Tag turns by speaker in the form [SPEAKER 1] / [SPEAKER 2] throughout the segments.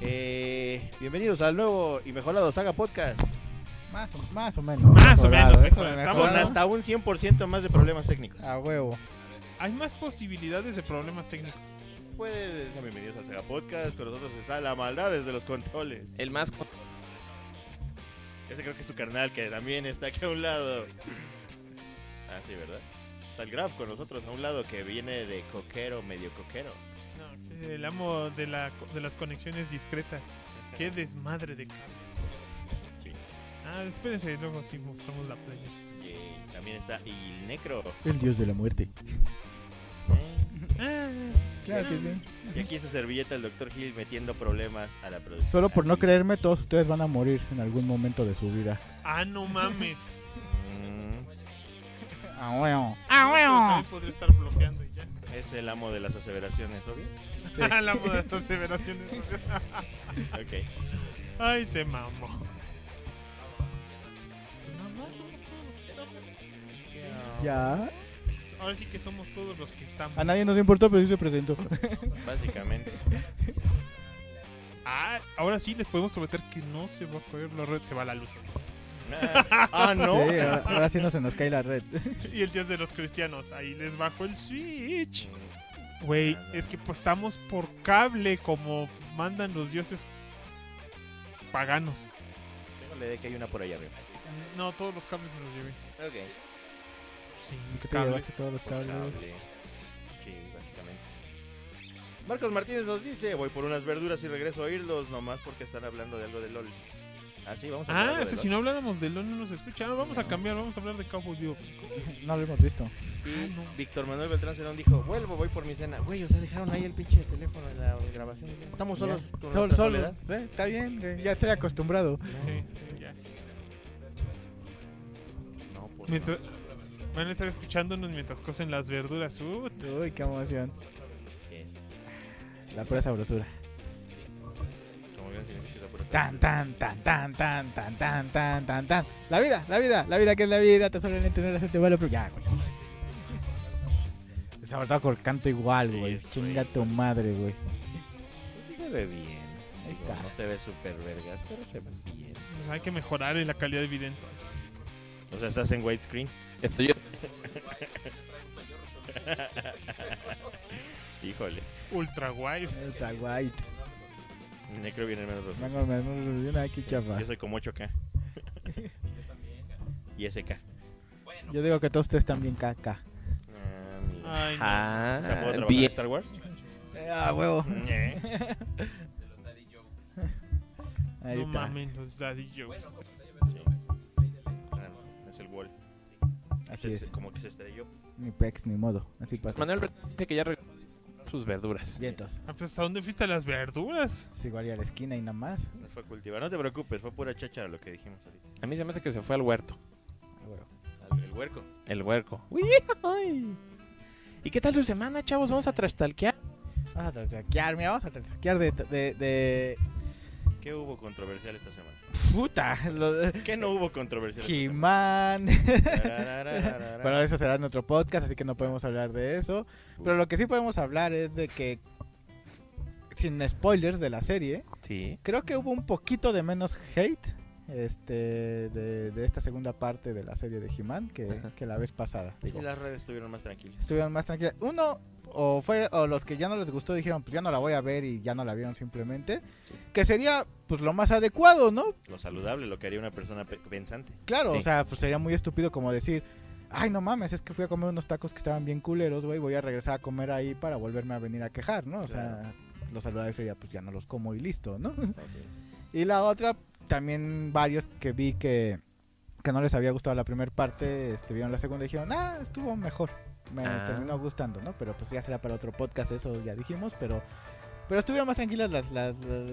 [SPEAKER 1] Eh, bienvenidos al nuevo y mejorado Saga Podcast.
[SPEAKER 2] Más o, más o menos.
[SPEAKER 3] Más o
[SPEAKER 2] mejorado,
[SPEAKER 3] menos,
[SPEAKER 2] eso
[SPEAKER 3] mejor.
[SPEAKER 2] me
[SPEAKER 3] Estamos
[SPEAKER 1] Con
[SPEAKER 2] mejorado.
[SPEAKER 1] hasta un 100% más de problemas técnicos.
[SPEAKER 2] A huevo.
[SPEAKER 3] Hay más posibilidades de problemas técnicos.
[SPEAKER 1] Pues sean bienvenidos al Saga Podcast. Con nosotros está la maldad desde los controles.
[SPEAKER 4] El más.
[SPEAKER 1] Ese creo que es tu carnal que también está aquí a un lado. Ah, sí, ¿verdad? Está el Graf con nosotros a un lado que viene de coquero, medio coquero.
[SPEAKER 3] No, que el amo de, la, de las conexiones discretas. Qué desmadre de cables.
[SPEAKER 1] Sí.
[SPEAKER 3] Ah, espérense, luego sí mostramos la playa.
[SPEAKER 1] Y eh, también está el Necro.
[SPEAKER 2] El dios de la muerte.
[SPEAKER 1] ¿eh?
[SPEAKER 3] Ah,
[SPEAKER 2] Claro que sí.
[SPEAKER 1] Y aquí en su servilleta el Dr. Hill metiendo problemas a la producción.
[SPEAKER 2] Solo por no
[SPEAKER 1] Aquí.
[SPEAKER 2] creerme, todos ustedes van a morir en algún momento de su vida.
[SPEAKER 3] ah, no mames.
[SPEAKER 1] Mm,
[SPEAKER 2] Ah, huevo.
[SPEAKER 3] Ah, También podría estar bloqueando y ya.
[SPEAKER 1] Es el amo de las aseveraciones, obvio.
[SPEAKER 2] Sí.
[SPEAKER 3] el amo de las aseveraciones.
[SPEAKER 1] Ok.
[SPEAKER 3] Ay, se mamó. Nada más somos todos los que estamos.
[SPEAKER 2] Ya.
[SPEAKER 3] Ahora sí que somos todos los que estamos.
[SPEAKER 2] A nadie nos importó, pero sí se presentó.
[SPEAKER 1] Básicamente.
[SPEAKER 3] Ah, ahora sí les podemos prometer que no se va a caer la red, se va la luz.
[SPEAKER 1] Ah, no.
[SPEAKER 2] Sí, ahora, ahora sí no se nos cae la red.
[SPEAKER 3] Y el dios de los cristianos, ahí les bajo el switch. Güey, es que pues, estamos por cable como mandan los dioses paganos.
[SPEAKER 1] Déjale de que hay una por allá arriba.
[SPEAKER 3] No, todos los cables me los llevé.
[SPEAKER 1] Ok.
[SPEAKER 3] Sí,
[SPEAKER 2] ¿Y
[SPEAKER 3] mis
[SPEAKER 2] ¿Qué te
[SPEAKER 3] cables.
[SPEAKER 2] llevaste todos los cables?
[SPEAKER 1] Cable. Sí, básicamente. Marcos Martínez nos dice, voy por unas verduras y regreso a oírlos nomás porque están hablando de algo de LOL. Ah, sí, vamos a hablar
[SPEAKER 3] Ah,
[SPEAKER 1] algo
[SPEAKER 3] o sea,
[SPEAKER 1] de
[SPEAKER 3] si
[SPEAKER 1] LOL.
[SPEAKER 3] no habláramos de LOL no nos escuchan. Ah, Vamos a cambiar, vamos a hablar de Cowboy Vivo.
[SPEAKER 2] No lo hemos visto.
[SPEAKER 1] Y
[SPEAKER 3] Ah, no.
[SPEAKER 1] Víctor Manuel Beltrán Cerón dijo, vuelvo, voy por mi cena. Güey, o sea, dejaron ahí el pinche teléfono en la grabación. Estamos solos
[SPEAKER 2] Ya.
[SPEAKER 1] con
[SPEAKER 2] Sol-
[SPEAKER 1] nuestra
[SPEAKER 2] solos.
[SPEAKER 1] soledad.
[SPEAKER 2] Sí, está bien, güey, ya estoy acostumbrado.
[SPEAKER 3] Sí, ya.
[SPEAKER 1] No, pues
[SPEAKER 3] Mientras- Van a estar escuchándonos mientras cocen las verduras. Uh,
[SPEAKER 2] Uy, qué emoción.
[SPEAKER 1] no, es-
[SPEAKER 2] La pura sabrosura.
[SPEAKER 1] Como bien significa por eso.
[SPEAKER 2] Tan, tan, tan, tan, tan, tan, tan, tan, tan, tan. La vida, la vida, la vida que es la vida. Te suelen entender la gente vale, pero ya, güey. Desabortado por canto igual,
[SPEAKER 1] Sí,
[SPEAKER 2] güey.
[SPEAKER 1] es,
[SPEAKER 2] Chinga
[SPEAKER 1] güey.
[SPEAKER 2] tu madre, güey.
[SPEAKER 1] Pues sí se ve bien.
[SPEAKER 2] Ahí
[SPEAKER 1] Digo,
[SPEAKER 2] está.
[SPEAKER 1] No se ve súper vergas, pero se ve bien.
[SPEAKER 3] pues, hay que mejorar en la calidad de vida entonces.
[SPEAKER 1] O sea, estás en widescreen.
[SPEAKER 4] Estoy yo.
[SPEAKER 1] Híjole.
[SPEAKER 3] Ultra wide.
[SPEAKER 2] Está white.
[SPEAKER 1] Necro viene menos dos.
[SPEAKER 2] Vengo, me viene aquí, chafa.
[SPEAKER 1] Yo soy como 8K. y SK.
[SPEAKER 2] Yo digo que todos ustedes también caca.
[SPEAKER 1] Ah, mira.
[SPEAKER 3] Ay, no.
[SPEAKER 1] O sea, ¿puedo
[SPEAKER 4] Ah,
[SPEAKER 1] trabajar en
[SPEAKER 4] bien.
[SPEAKER 1] Star Wars?
[SPEAKER 2] Ah, huevo.
[SPEAKER 1] Eh,
[SPEAKER 2] Ahí
[SPEAKER 3] no
[SPEAKER 2] está.
[SPEAKER 3] mamen los daddy jokes.
[SPEAKER 1] sí. Ah, no, es el wall.
[SPEAKER 2] Así
[SPEAKER 1] Se-
[SPEAKER 2] es.
[SPEAKER 1] se- Como que se estrelló.
[SPEAKER 2] Ni pex, ni modo. Así pasa.
[SPEAKER 4] Manuel Bertán dice que ya regresó sus verduras.
[SPEAKER 2] Vientos.
[SPEAKER 3] Ah, pues, ¿Hasta dónde fuiste a las verduras?
[SPEAKER 2] Es igual ir a la esquina y nada más.
[SPEAKER 1] No fue a cultivar. No te preocupes, fue pura cháchara lo que dijimos ahorita.
[SPEAKER 4] A mí se me hace que se fue al huerto.
[SPEAKER 2] Ah, huevo.
[SPEAKER 1] Al- El huerco.
[SPEAKER 4] El huerco. ¡Uy! ¿Y qué tal su semana, chavos? Vamos a trastalquear.
[SPEAKER 2] Vamos a traquear, mira, vamos a traquear de, de, de...
[SPEAKER 1] ¿Qué hubo controversial esta semana?
[SPEAKER 2] Puta. Lo de...
[SPEAKER 1] ¿Qué no hubo controversial? esta semana?
[SPEAKER 2] He-Man.
[SPEAKER 1] Tarararararara.
[SPEAKER 2] Pero eso será en otro podcast, así que no podemos hablar de eso. Pero lo que sí podemos hablar es de que, sin spoilers de la serie,
[SPEAKER 4] Sí.
[SPEAKER 2] creo que hubo un poquito de menos hate este, de, de esta segunda parte de la serie de He-Man que,
[SPEAKER 4] Ajá.
[SPEAKER 2] que la vez pasada.
[SPEAKER 1] Y
[SPEAKER 2] Digo,
[SPEAKER 1] las redes estuvieron más tranquilas.
[SPEAKER 2] estuvieron más tranquilas. Uno, o, fue, o los que ya no les gustó dijeron, pues ya no la voy a ver y ya no la vieron simplemente. Que sería pues lo más adecuado, ¿no?
[SPEAKER 1] Lo saludable, lo que haría una persona pe- pensante.
[SPEAKER 2] Claro,
[SPEAKER 1] Sí.
[SPEAKER 2] o sea, pues sería muy estúpido como decir, ay, no mames, es que fui a comer unos tacos que estaban bien culeros, güey, voy a regresar a comer ahí para volverme a venir a quejar, ¿no? O sea, los saludaba y sería, pues ya no los como y listo, ¿no? y la otra, también varios que vi que, que no les había gustado la primera parte, este, vieron la segunda y dijeron, ah, estuvo mejor, me
[SPEAKER 4] Ah.
[SPEAKER 2] terminó gustando, ¿no? Pero pues ya será para otro podcast, eso ya dijimos, pero... Pero estuvieron más tranquilas las, las, las,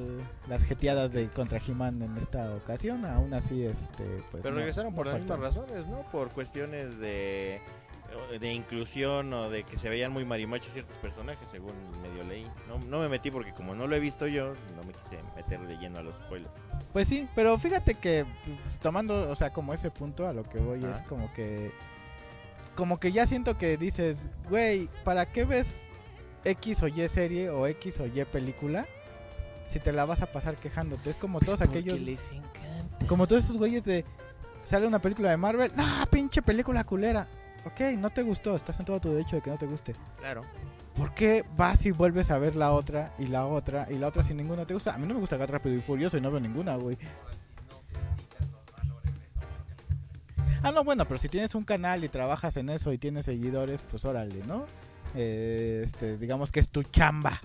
[SPEAKER 2] las jeteadas de contra He-Man en esta ocasión. Aún así, este, pues.
[SPEAKER 1] Pero
[SPEAKER 2] no-
[SPEAKER 1] regresaron
[SPEAKER 2] no
[SPEAKER 1] por las mismas
[SPEAKER 2] faltaron.
[SPEAKER 1] razones, ¿no? Por cuestiones de, de inclusión o de que se veían muy marimachos ciertos personajes, según medio leí. No, no me metí porque como no lo he visto yo, no me quise meter de lleno a los spoilers.
[SPEAKER 2] Pues sí, pero fíjate que pues, tomando, o sea, como ese punto a lo que voy
[SPEAKER 1] Ah.
[SPEAKER 2] es como que. Como que ya siento que dices, güey, ¿para qué ves X o Y serie o X o Y película si te la vas a pasar quejándote. Es como
[SPEAKER 4] Pues
[SPEAKER 2] todos
[SPEAKER 4] porque
[SPEAKER 2] aquellos,
[SPEAKER 4] les encanta.
[SPEAKER 2] como todos esos güeyes de sale una película de Marvel, no, pinche película culera. Ok, no te gustó, estás en todo tu derecho de que no te guste.
[SPEAKER 1] Claro.
[SPEAKER 2] ¿Por qué vas y vuelves a ver la otra y la otra y la otra si ninguna te gusta? A mí no me gusta Gat Rápido y Furioso y no veo ninguna, güey. Ah, no, bueno, pero si tienes un canal y trabajas en eso y tienes seguidores, pues órale, ¿no? Eh, este, digamos que es tu chamba.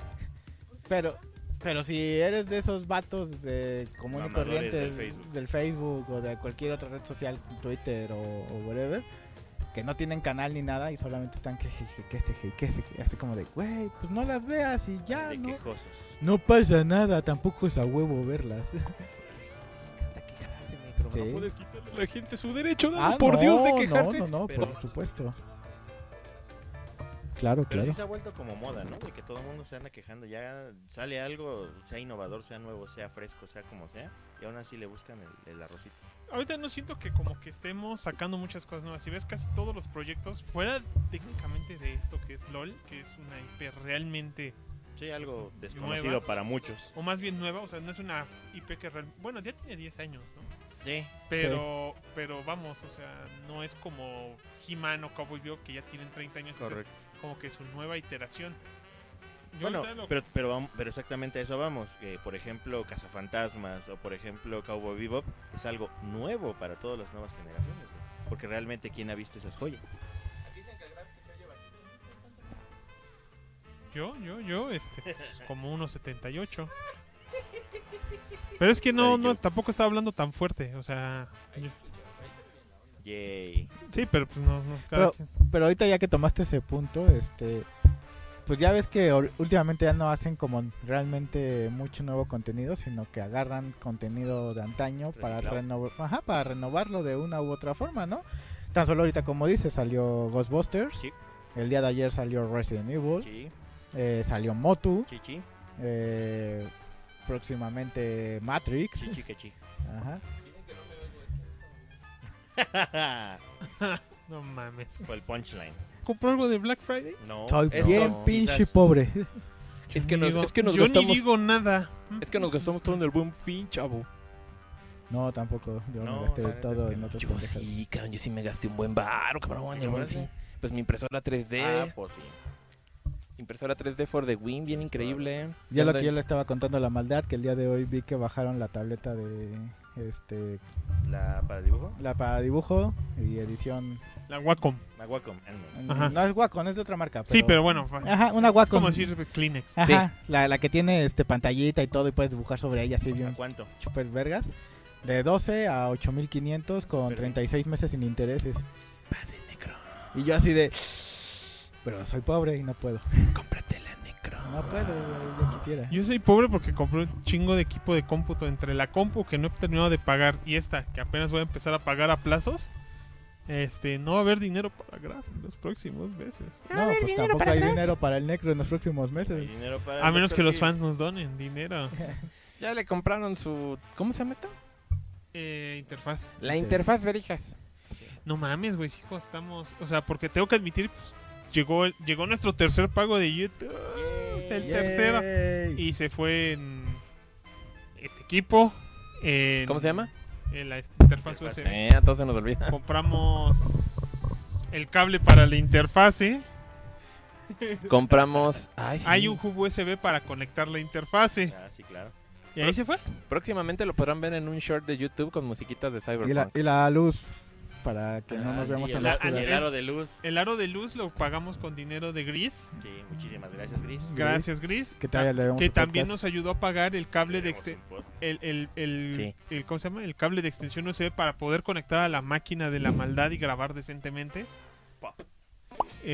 [SPEAKER 2] Pero, pero si eres de esos vatos de común y
[SPEAKER 1] Mamadores
[SPEAKER 2] corrientes
[SPEAKER 1] del Facebook.
[SPEAKER 2] del Facebook o de cualquier otra red social, Twitter o, o whatever, que no tienen canal ni nada y solamente están que que que este que que este, que- así como de, güey, pues no las veas y ya,
[SPEAKER 1] de
[SPEAKER 2] ¿no?
[SPEAKER 1] quejosos.
[SPEAKER 2] No pasa nada, tampoco es a huevo verlas. Sí.
[SPEAKER 4] No puedes quitarle a la gente su derecho, dale,
[SPEAKER 2] Ah,
[SPEAKER 4] por
[SPEAKER 2] no,
[SPEAKER 4] Dios, de quejarse.
[SPEAKER 2] No, no, no,
[SPEAKER 1] pero-
[SPEAKER 2] por supuesto. Claro,
[SPEAKER 1] Pero
[SPEAKER 2] claro.
[SPEAKER 1] sí se ha vuelto como moda, ¿no? De que todo el mundo se anda quejando. Ya sale algo, sea innovador, sea nuevo, sea fresco, sea como sea. Y aún así le buscan el, el arrocito.
[SPEAKER 3] Ahorita no siento que como que estemos sacando muchas cosas nuevas. Si ves casi todos los proyectos, fuera técnicamente de esto que es LOL, que es una IP realmente,
[SPEAKER 1] Sí, algo
[SPEAKER 3] Nueva.
[SPEAKER 1] desconocido para muchos.
[SPEAKER 3] o más bien nueva, o sea, no es una IP que realmente... Bueno, ya tiene 10 años, ¿no?
[SPEAKER 1] Sí,
[SPEAKER 3] Pero, pero vamos, o sea, no es como He-Man o Cowboy Bebop que ya tienen 30 años, entonces
[SPEAKER 1] correcto.
[SPEAKER 3] como que su nueva iteración. Yo
[SPEAKER 1] Bueno,
[SPEAKER 3] ahorita lo-
[SPEAKER 1] pero, pero, vam- pero exactamente a eso vamos. Que, por ejemplo, Cazafantasmas o por ejemplo Cowboy Bebop es algo nuevo para todas las nuevas generaciones. güey. Porque realmente, ¿quién ha visto esas joyas?
[SPEAKER 3] yo, yo, yo, este, pues, como unos 78. Pero es que no,
[SPEAKER 1] Daddy
[SPEAKER 3] no,
[SPEAKER 1] jokes.
[SPEAKER 3] tampoco estaba hablando tan fuerte, o sea, yo-
[SPEAKER 1] Yay.
[SPEAKER 3] sí, pero pues no, no, cada
[SPEAKER 2] Pero-
[SPEAKER 3] quien.
[SPEAKER 2] Pero ahorita ya que tomaste ese punto, este pues ya ves que or- últimamente ya no hacen como realmente mucho nuevo contenido, sino que agarran contenido de antaño para
[SPEAKER 1] Reciclado.
[SPEAKER 2] renovar, ajá, para renovarlo de una u otra forma, ¿no? Tan solo ahorita como dices, salió Ghostbusters,
[SPEAKER 1] Sí.
[SPEAKER 2] el día de ayer salió Resident Evil,
[SPEAKER 1] Chi,
[SPEAKER 2] eh, salió Motu,
[SPEAKER 1] chi, chi,
[SPEAKER 2] eh, próximamente Matrix,
[SPEAKER 1] chi, chi, que chi.
[SPEAKER 2] ajá.
[SPEAKER 3] no mames.
[SPEAKER 1] Fue el punchline.
[SPEAKER 3] ¿Compró algo de Black Friday?
[SPEAKER 1] No,
[SPEAKER 2] Soy
[SPEAKER 1] Oh, esto
[SPEAKER 2] bien
[SPEAKER 1] quizás-
[SPEAKER 2] pinche pobre.
[SPEAKER 4] Es que
[SPEAKER 3] Ni
[SPEAKER 4] nos,
[SPEAKER 3] digo-
[SPEAKER 4] es que nos
[SPEAKER 3] yo ni
[SPEAKER 4] gastamos.
[SPEAKER 3] digo nada.
[SPEAKER 4] Es que nos gastamos todo en el buen fin, chavo.
[SPEAKER 2] No, tampoco. Yo
[SPEAKER 1] No,
[SPEAKER 2] me gasté
[SPEAKER 1] la neta es
[SPEAKER 2] todo
[SPEAKER 1] que
[SPEAKER 2] en
[SPEAKER 1] no.
[SPEAKER 2] otras
[SPEAKER 4] Yo
[SPEAKER 2] pendejadas.
[SPEAKER 4] sí, cabrón, yo sí me gasté un buen baro, cabrón, en el buen fin. Pues mi impresora 3D.
[SPEAKER 1] Ah, pues sí.
[SPEAKER 4] Impresora 3D for the win, bien increíble.
[SPEAKER 2] Ya lo que
[SPEAKER 4] Anda-
[SPEAKER 2] yo le estaba contando la maldad, que el día de hoy vi que bajaron la tableta de este
[SPEAKER 1] La para dibujo,
[SPEAKER 2] la para dibujo y edición.
[SPEAKER 3] La Wacom.
[SPEAKER 1] la Wacom. Ah, no.
[SPEAKER 3] Ajá.
[SPEAKER 2] No es Wacom, es de otra marca.
[SPEAKER 3] Sí, pero bueno, va.
[SPEAKER 2] Ajá, una
[SPEAKER 3] es
[SPEAKER 2] Wacom.
[SPEAKER 3] como decir Kleenex.
[SPEAKER 4] Ah.
[SPEAKER 2] Ajá, la, la que tiene este pantallita y todo y puedes dibujar sobre ella así
[SPEAKER 1] ¿A
[SPEAKER 2] bien
[SPEAKER 1] cuánto?
[SPEAKER 2] super vergas. De 12 a 8500 con
[SPEAKER 1] Pero-
[SPEAKER 2] 36 meses sin intereses.
[SPEAKER 4] Pase, Necron,
[SPEAKER 2] Y yo así de pero soy pobre y no puedo.
[SPEAKER 4] cómprate la Necron.
[SPEAKER 2] No puedo, güey, ya quisiera.
[SPEAKER 3] Yo soy pobre porque compré un chingo de equipo de cómputo entre la compu que no he terminado de pagar y esta que apenas voy a empezar a pagar a plazos. Este, no va a haber dinero para graf en los próximos meses.
[SPEAKER 2] No, pues tampoco hay dinero para el necro en los próximos meses.
[SPEAKER 1] Hay dinero para
[SPEAKER 3] A
[SPEAKER 1] el
[SPEAKER 3] menos
[SPEAKER 1] Dr.
[SPEAKER 3] que los
[SPEAKER 1] Kill.
[SPEAKER 3] fans nos donen dinero.
[SPEAKER 4] Ya le compraron su. ¿Cómo se llama esto?
[SPEAKER 3] Eh, interfaz.
[SPEAKER 4] La
[SPEAKER 2] Sí.
[SPEAKER 4] interfaz, verijas.
[SPEAKER 3] No mames, güey, hijo, estamos. O sea, porque tengo que admitir, pues, llegó, el- llegó nuestro tercer pago de YouTube.
[SPEAKER 1] Yay.
[SPEAKER 3] El tercero.
[SPEAKER 2] Yay.
[SPEAKER 3] Y se fue en este equipo. en-
[SPEAKER 4] ¿Cómo se llama?
[SPEAKER 3] En la
[SPEAKER 1] Interfaz.
[SPEAKER 3] interfaz USB.
[SPEAKER 4] Eh, a todos se nos olvida.
[SPEAKER 3] compramos el cable para la interfase.
[SPEAKER 4] Compramos. Ay, sí.
[SPEAKER 3] Hay un hub USB para conectar la interfase.
[SPEAKER 1] Ah, sí, claro.
[SPEAKER 3] Y ahí se fue.
[SPEAKER 4] Próximamente lo podrán ver en un short de YouTube con musiquitas de
[SPEAKER 2] Y la,
[SPEAKER 4] Cyberpunk.
[SPEAKER 2] y la luz, para que no
[SPEAKER 1] Ah,
[SPEAKER 2] nos
[SPEAKER 1] sí,
[SPEAKER 2] veamos
[SPEAKER 1] el
[SPEAKER 2] tan
[SPEAKER 1] ar-
[SPEAKER 2] oscuras.
[SPEAKER 1] El aro de luz.
[SPEAKER 3] El aro de luz lo pagamos con dinero de Gris.
[SPEAKER 1] Sí, muchísimas gracias, Gris.
[SPEAKER 3] Gracias, Gris.
[SPEAKER 2] Que te haya
[SPEAKER 3] Ta-
[SPEAKER 2] leído
[SPEAKER 3] que
[SPEAKER 2] su
[SPEAKER 3] también
[SPEAKER 2] podcast.
[SPEAKER 3] nos ayudó a pagar el cable de este
[SPEAKER 1] Tenemos
[SPEAKER 3] exten-
[SPEAKER 1] un podcast.
[SPEAKER 3] el, el, el-
[SPEAKER 4] Sí.
[SPEAKER 3] el- ¿cómo se llama? el cable de extensión USB para poder conectar a la máquina de la maldad y grabar decentemente.
[SPEAKER 1] Pop.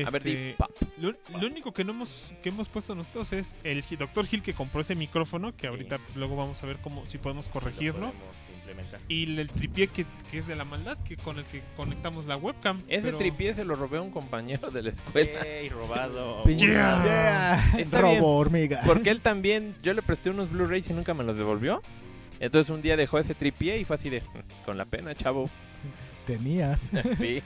[SPEAKER 4] A ver,
[SPEAKER 3] Este,
[SPEAKER 4] di pop.
[SPEAKER 3] Lo, lo único que no hemos que hemos puesto nosotros es el Dr. Hill que compró ese micrófono, que ahorita pues, luego vamos a ver cómo si podemos corregirlo.
[SPEAKER 1] Lo podemos implementar.
[SPEAKER 3] Y el, el tripié que, que es de la maldad, que con el que conectamos la webcam.
[SPEAKER 4] Ese
[SPEAKER 3] pero-
[SPEAKER 4] tripié se lo robé a un compañero de la escuela.
[SPEAKER 1] Yay, robado.
[SPEAKER 2] Pinche-
[SPEAKER 3] Yeah.
[SPEAKER 2] Yeah.
[SPEAKER 4] Está
[SPEAKER 2] Robo
[SPEAKER 4] bien.
[SPEAKER 2] hormiga.
[SPEAKER 4] Porque él también, yo le presté unos Blu-rays y nunca me los devolvió. Entonces un día dejó ese tripié y fue así de, "Mm, con la pena, chavo.
[SPEAKER 2] Tenías.
[SPEAKER 4] Sí.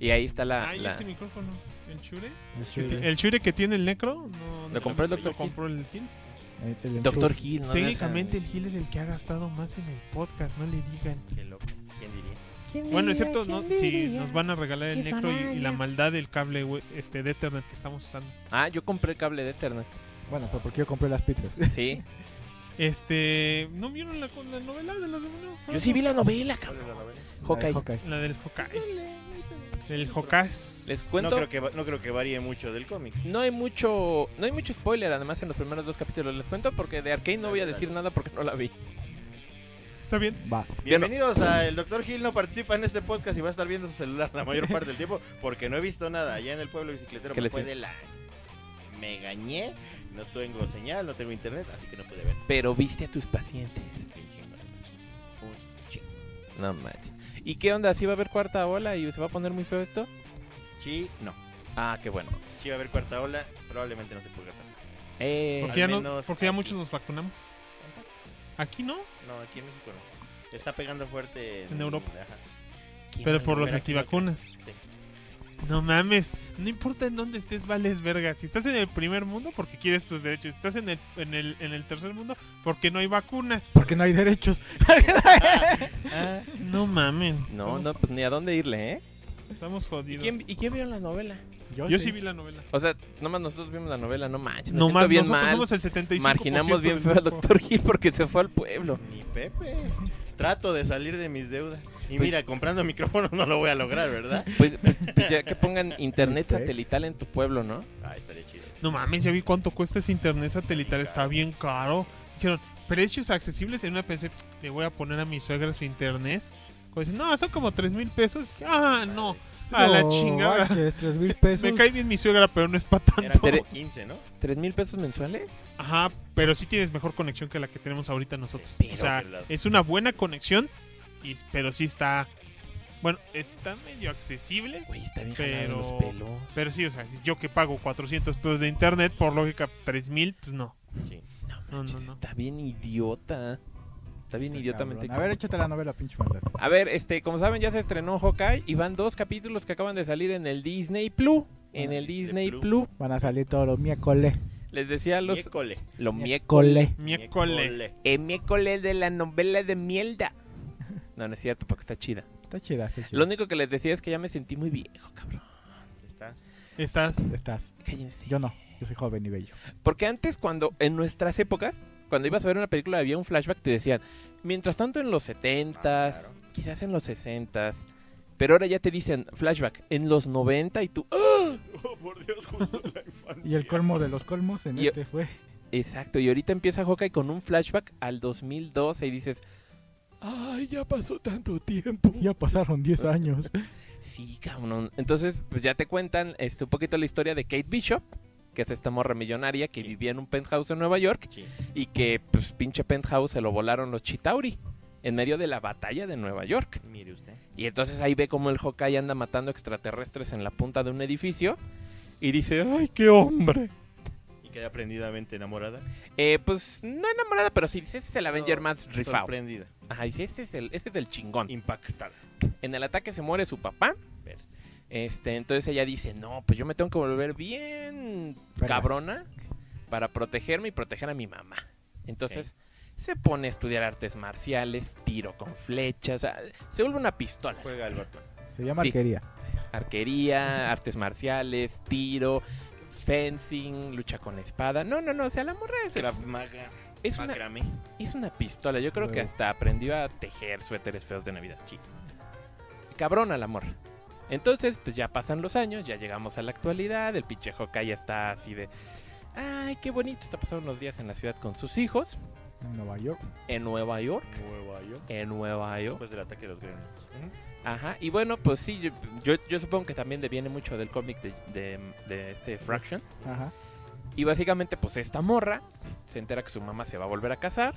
[SPEAKER 4] Y ahí está la...
[SPEAKER 3] Ah, y
[SPEAKER 4] la-
[SPEAKER 3] este micrófono, el Shure. El Shure que tiene el Necro. No, no-
[SPEAKER 4] Lo compró el Dr.
[SPEAKER 3] Lo compró el Hill.
[SPEAKER 2] El- el
[SPEAKER 4] Doctor
[SPEAKER 2] enchufe.
[SPEAKER 4] Hill, ¿no?
[SPEAKER 3] Técnicamente el Gil es el que ha gastado más en el podcast, no le digan.
[SPEAKER 1] Qué loco. ¿Quién diría?
[SPEAKER 3] Bueno, excepto ¿no? si nos van a regalar el necro y, y la maldad del cable we- este de Ethernet que estamos usando.
[SPEAKER 4] Ah, yo compré el cable de Ethernet.
[SPEAKER 2] Bueno, pero porque yo compré las pizzas.
[SPEAKER 4] Sí.
[SPEAKER 3] Este, ¿no vieron la, la novela de los demonios?
[SPEAKER 4] Yo sí vi la novela, cabrón. Hawkeye.
[SPEAKER 2] Hawkeye.
[SPEAKER 3] La del Hokkai. El Hokkas.
[SPEAKER 4] Les
[SPEAKER 1] No
[SPEAKER 4] cuento.
[SPEAKER 1] creo, que, va- no creo que varíe mucho del cómic.
[SPEAKER 4] No hay mucho, no hay mucho spoiler además en los primeros dos capítulos. Les cuento porque de Arkane no voy a decir nada porque no la vi.
[SPEAKER 3] Está bien.
[SPEAKER 2] Va.
[SPEAKER 1] Bienvenidos a El Doctor Gil no participa en este podcast y va a estar viendo su celular la mayor parte del tiempo porque no he visto nada. Allá en el pueblo bicicletero
[SPEAKER 4] ¿Qué
[SPEAKER 1] me
[SPEAKER 4] le
[SPEAKER 1] fue
[SPEAKER 4] sigue?
[SPEAKER 1] de la... Me gañé, no tengo señal, no tengo internet, así que no pude ver.
[SPEAKER 4] Pero viste a tus pacientes.
[SPEAKER 1] Un chingo de cosas. Un chingo.
[SPEAKER 4] No manches. ¿Y qué onda? ¿Sí va a haber cuarta ola y se va a poner muy feo esto?
[SPEAKER 1] Sí, no.
[SPEAKER 4] Ah, qué bueno.
[SPEAKER 1] Si va a haber cuarta ola, probablemente no se pueda tanto.
[SPEAKER 4] Eh,
[SPEAKER 1] Ok.
[SPEAKER 3] Porque ya, no-
[SPEAKER 1] menos
[SPEAKER 3] porque ya
[SPEAKER 1] aquí.
[SPEAKER 3] muchos nos vacunamos. Aquí no,
[SPEAKER 1] No, aquí en México no. Está pegando fuerte
[SPEAKER 3] En Europa.
[SPEAKER 1] Ajá.
[SPEAKER 4] ¿quién
[SPEAKER 3] pero
[SPEAKER 4] va a
[SPEAKER 3] por los
[SPEAKER 1] ver aquí no
[SPEAKER 3] antivacunas.
[SPEAKER 1] creo.
[SPEAKER 3] No mames, no importa en dónde estés, vales verga. Si estás en el primer mundo, porque quieres tus derechos. Si estás en el, en el, en el tercer mundo, porque no hay vacunas.
[SPEAKER 2] Porque no hay derechos.
[SPEAKER 3] No mamen.
[SPEAKER 4] No, no,
[SPEAKER 3] estamos,
[SPEAKER 4] pues ni a dónde irle, ¿eh?
[SPEAKER 3] Estamos
[SPEAKER 4] ¿Y
[SPEAKER 3] jodidos.
[SPEAKER 4] quién, ¿Y quién vio la novela?
[SPEAKER 3] Yo sí vi la novela.
[SPEAKER 4] O sea, nomás nosotros vimos la novela, no manches. Me
[SPEAKER 3] No
[SPEAKER 4] siento
[SPEAKER 3] mames,
[SPEAKER 4] bien
[SPEAKER 3] nosotros
[SPEAKER 4] mal.
[SPEAKER 3] somos el 75%.
[SPEAKER 4] Marginamos bien
[SPEAKER 3] del
[SPEAKER 4] feo al
[SPEAKER 3] grupo.
[SPEAKER 4] doctor Gil porque se fue al pueblo.
[SPEAKER 1] Ni Pepe. Trato de salir de mis deudas. Y
[SPEAKER 4] Pues-
[SPEAKER 1] mira, comprando micrófonos no lo voy a lograr, ¿verdad?
[SPEAKER 4] Pues, pues- pues ya que pongan internet
[SPEAKER 2] Tex.
[SPEAKER 4] satelital en tu pueblo, ¿no?
[SPEAKER 1] Ah, estaría chido.
[SPEAKER 3] No mames, ya vi cuánto cuesta ese internet satelital, está bien caro. Dijeron, precios accesibles. En una pensé, le voy a poner a mi suegra su internet. Como dicen, no, son como 3 mil pesos. Ah, no, a la chingada.
[SPEAKER 2] manches, tres mil pesos.
[SPEAKER 3] Me cae bien mi suegra, pero no es para
[SPEAKER 1] Eran
[SPEAKER 3] tanto.
[SPEAKER 1] como 15, ¿no?
[SPEAKER 4] ¿Tres mil pesos mensuales?
[SPEAKER 3] Ajá, pero sí tienes mejor conexión que la que tenemos ahorita nosotros.
[SPEAKER 1] Pero
[SPEAKER 3] o sea,
[SPEAKER 1] que la-
[SPEAKER 3] es una buena conexión, y, pero sí está. Bueno, está medio accesible.
[SPEAKER 4] Güey, está bien jalado
[SPEAKER 3] Pero-
[SPEAKER 4] los pelos.
[SPEAKER 3] Pero sí, o sea, si yo que pago 400 pesos de internet, por lógica 3000, pues no.
[SPEAKER 1] Sí.
[SPEAKER 3] No, no,
[SPEAKER 4] Manches,
[SPEAKER 3] no.
[SPEAKER 4] Está bien idiota. Está bien
[SPEAKER 2] Ese
[SPEAKER 4] idiotamente.
[SPEAKER 2] cabrón. A ver, échate la novela, pinche maldad.
[SPEAKER 4] A ver, este, como saben, ya se estrenó Hawkeye y van dos capítulos que acaban de salir en el Disney Plus. En el
[SPEAKER 1] Disney
[SPEAKER 4] Disney
[SPEAKER 1] Plus.
[SPEAKER 4] Plus.
[SPEAKER 2] Van a salir todos los miércoles.
[SPEAKER 4] Les decía los.
[SPEAKER 1] Miércoles.
[SPEAKER 4] Lo
[SPEAKER 2] Miércoles.
[SPEAKER 4] miércoles.
[SPEAKER 3] Miércoles.
[SPEAKER 1] Miércoles.
[SPEAKER 4] El miércoles de la novela de Mielda. No, no es cierto, porque está chida.
[SPEAKER 2] Está chida, está chida.
[SPEAKER 4] Lo único que les decía es que ya me sentí muy viejo, cabrón.
[SPEAKER 1] Estás-
[SPEAKER 3] Estás.
[SPEAKER 2] Estás.
[SPEAKER 4] Cállense.
[SPEAKER 2] Yo no. Yo soy joven y bello.
[SPEAKER 4] Porque antes, cuando en nuestras épocas, cuando ibas a ver una película, había un flashback, te decían, mientras tanto en los 70s,
[SPEAKER 1] Ah,
[SPEAKER 4] quizás en los 60s, pero ahora ya te dicen flashback en los 90 y tú, ¡ah!
[SPEAKER 1] Oh, por Dios, justo la infancia.
[SPEAKER 2] Y el colmo de los colmos en
[SPEAKER 4] Y-
[SPEAKER 2] este fue.
[SPEAKER 4] exacto, y ahorita empieza Hawkeye con un flashback al 2012 y dices, ay, ya pasó tanto tiempo.
[SPEAKER 2] Ya pasaron 10 años.
[SPEAKER 4] Sí, cabrón. Entonces, pues ya te cuentan este, un poquito la historia de Kate Bishop, que es esta morra millonaria que
[SPEAKER 1] Sí.
[SPEAKER 4] vivía en un penthouse en Nueva York
[SPEAKER 1] Sí.
[SPEAKER 4] y que, pues, pinche penthouse se lo volaron los Chitauri en medio de la batalla de Nueva York.
[SPEAKER 1] Mire usted.
[SPEAKER 4] Y entonces ahí ve como el Hawkeye anda matando extraterrestres en la punta de un edificio y dice, ¡ay, qué hombre!
[SPEAKER 1] Y quedé aprendidamente enamorada.
[SPEAKER 4] Eh, pues, no enamorada, pero sí, dice, ese es el Avenger
[SPEAKER 1] No,
[SPEAKER 4] más rifado.
[SPEAKER 1] Sorprendida.
[SPEAKER 4] Ajá, dice, ese es el, ese es el chingón.
[SPEAKER 1] Impactada.
[SPEAKER 4] En el ataque se muere su papá.
[SPEAKER 1] Ver.
[SPEAKER 4] Este, entonces ella dice, no, pues yo me tengo que volver bien
[SPEAKER 2] Vergas.
[SPEAKER 4] cabrona para protegerme y proteger a mi mamá. Entonces se pone a estudiar artes marciales, tiro con flechas, o sea, se vuelve una pistola.
[SPEAKER 1] Juega al Batman.
[SPEAKER 2] Se llama
[SPEAKER 4] Sí.
[SPEAKER 2] arquería.
[SPEAKER 4] Arquería, artes marciales, tiro, fencing, lucha con espada. No, no, no, o sea, la morra es,
[SPEAKER 1] Krav Maga.
[SPEAKER 4] es una,
[SPEAKER 1] macramé.
[SPEAKER 4] es una pistola. Yo creo que
[SPEAKER 2] Huevo.
[SPEAKER 4] hasta aprendió a tejer suéteres feos de Navidad. Sí. Cabrona la morra. Entonces, pues ya pasan los años, ya llegamos a la actualidad. El pinche Hawkeye ya está así de. Ay, qué bonito. Está pasando unos días en la ciudad con sus hijos.
[SPEAKER 2] En Nueva York.
[SPEAKER 4] En Nueva York.
[SPEAKER 1] Nueva York.
[SPEAKER 4] En Nueva York.
[SPEAKER 1] Después del ataque de los gremios.
[SPEAKER 4] Ajá. Y bueno, pues sí, yo, yo, yo supongo que también deviene mucho del cómic de, de- de este Fraction.
[SPEAKER 2] Ajá.
[SPEAKER 4] Y básicamente, pues esta morra se entera que su mamá se va a volver a casar,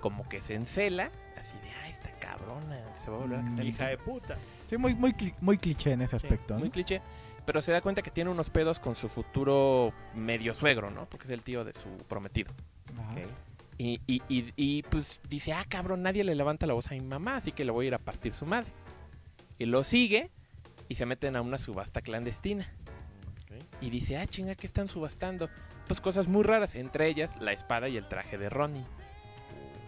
[SPEAKER 4] como que se encela, así de, ah, esta cabrona se va a volver a casar.
[SPEAKER 2] Mm,
[SPEAKER 1] Hija de puta.
[SPEAKER 2] Sí, muy, muy, cli- muy cliché en ese
[SPEAKER 4] Sí,
[SPEAKER 2] aspecto. ¿no?
[SPEAKER 4] Muy cliché, pero se da cuenta que tiene unos pedos con su futuro medio suegro, ¿no? Porque es el tío de su prometido.
[SPEAKER 2] Ajá.
[SPEAKER 1] Ok.
[SPEAKER 4] Y, y, y, y, pues dice, ah, cabrón, nadie le levanta la voz a mi mamá, así que le voy a ir a partir su madre. Y lo sigue y se meten a una subasta clandestina. Y dice, ah, chinga, ¿qué están subastando? Pues cosas muy raras, entre ellas la espada y el traje de Ronnie,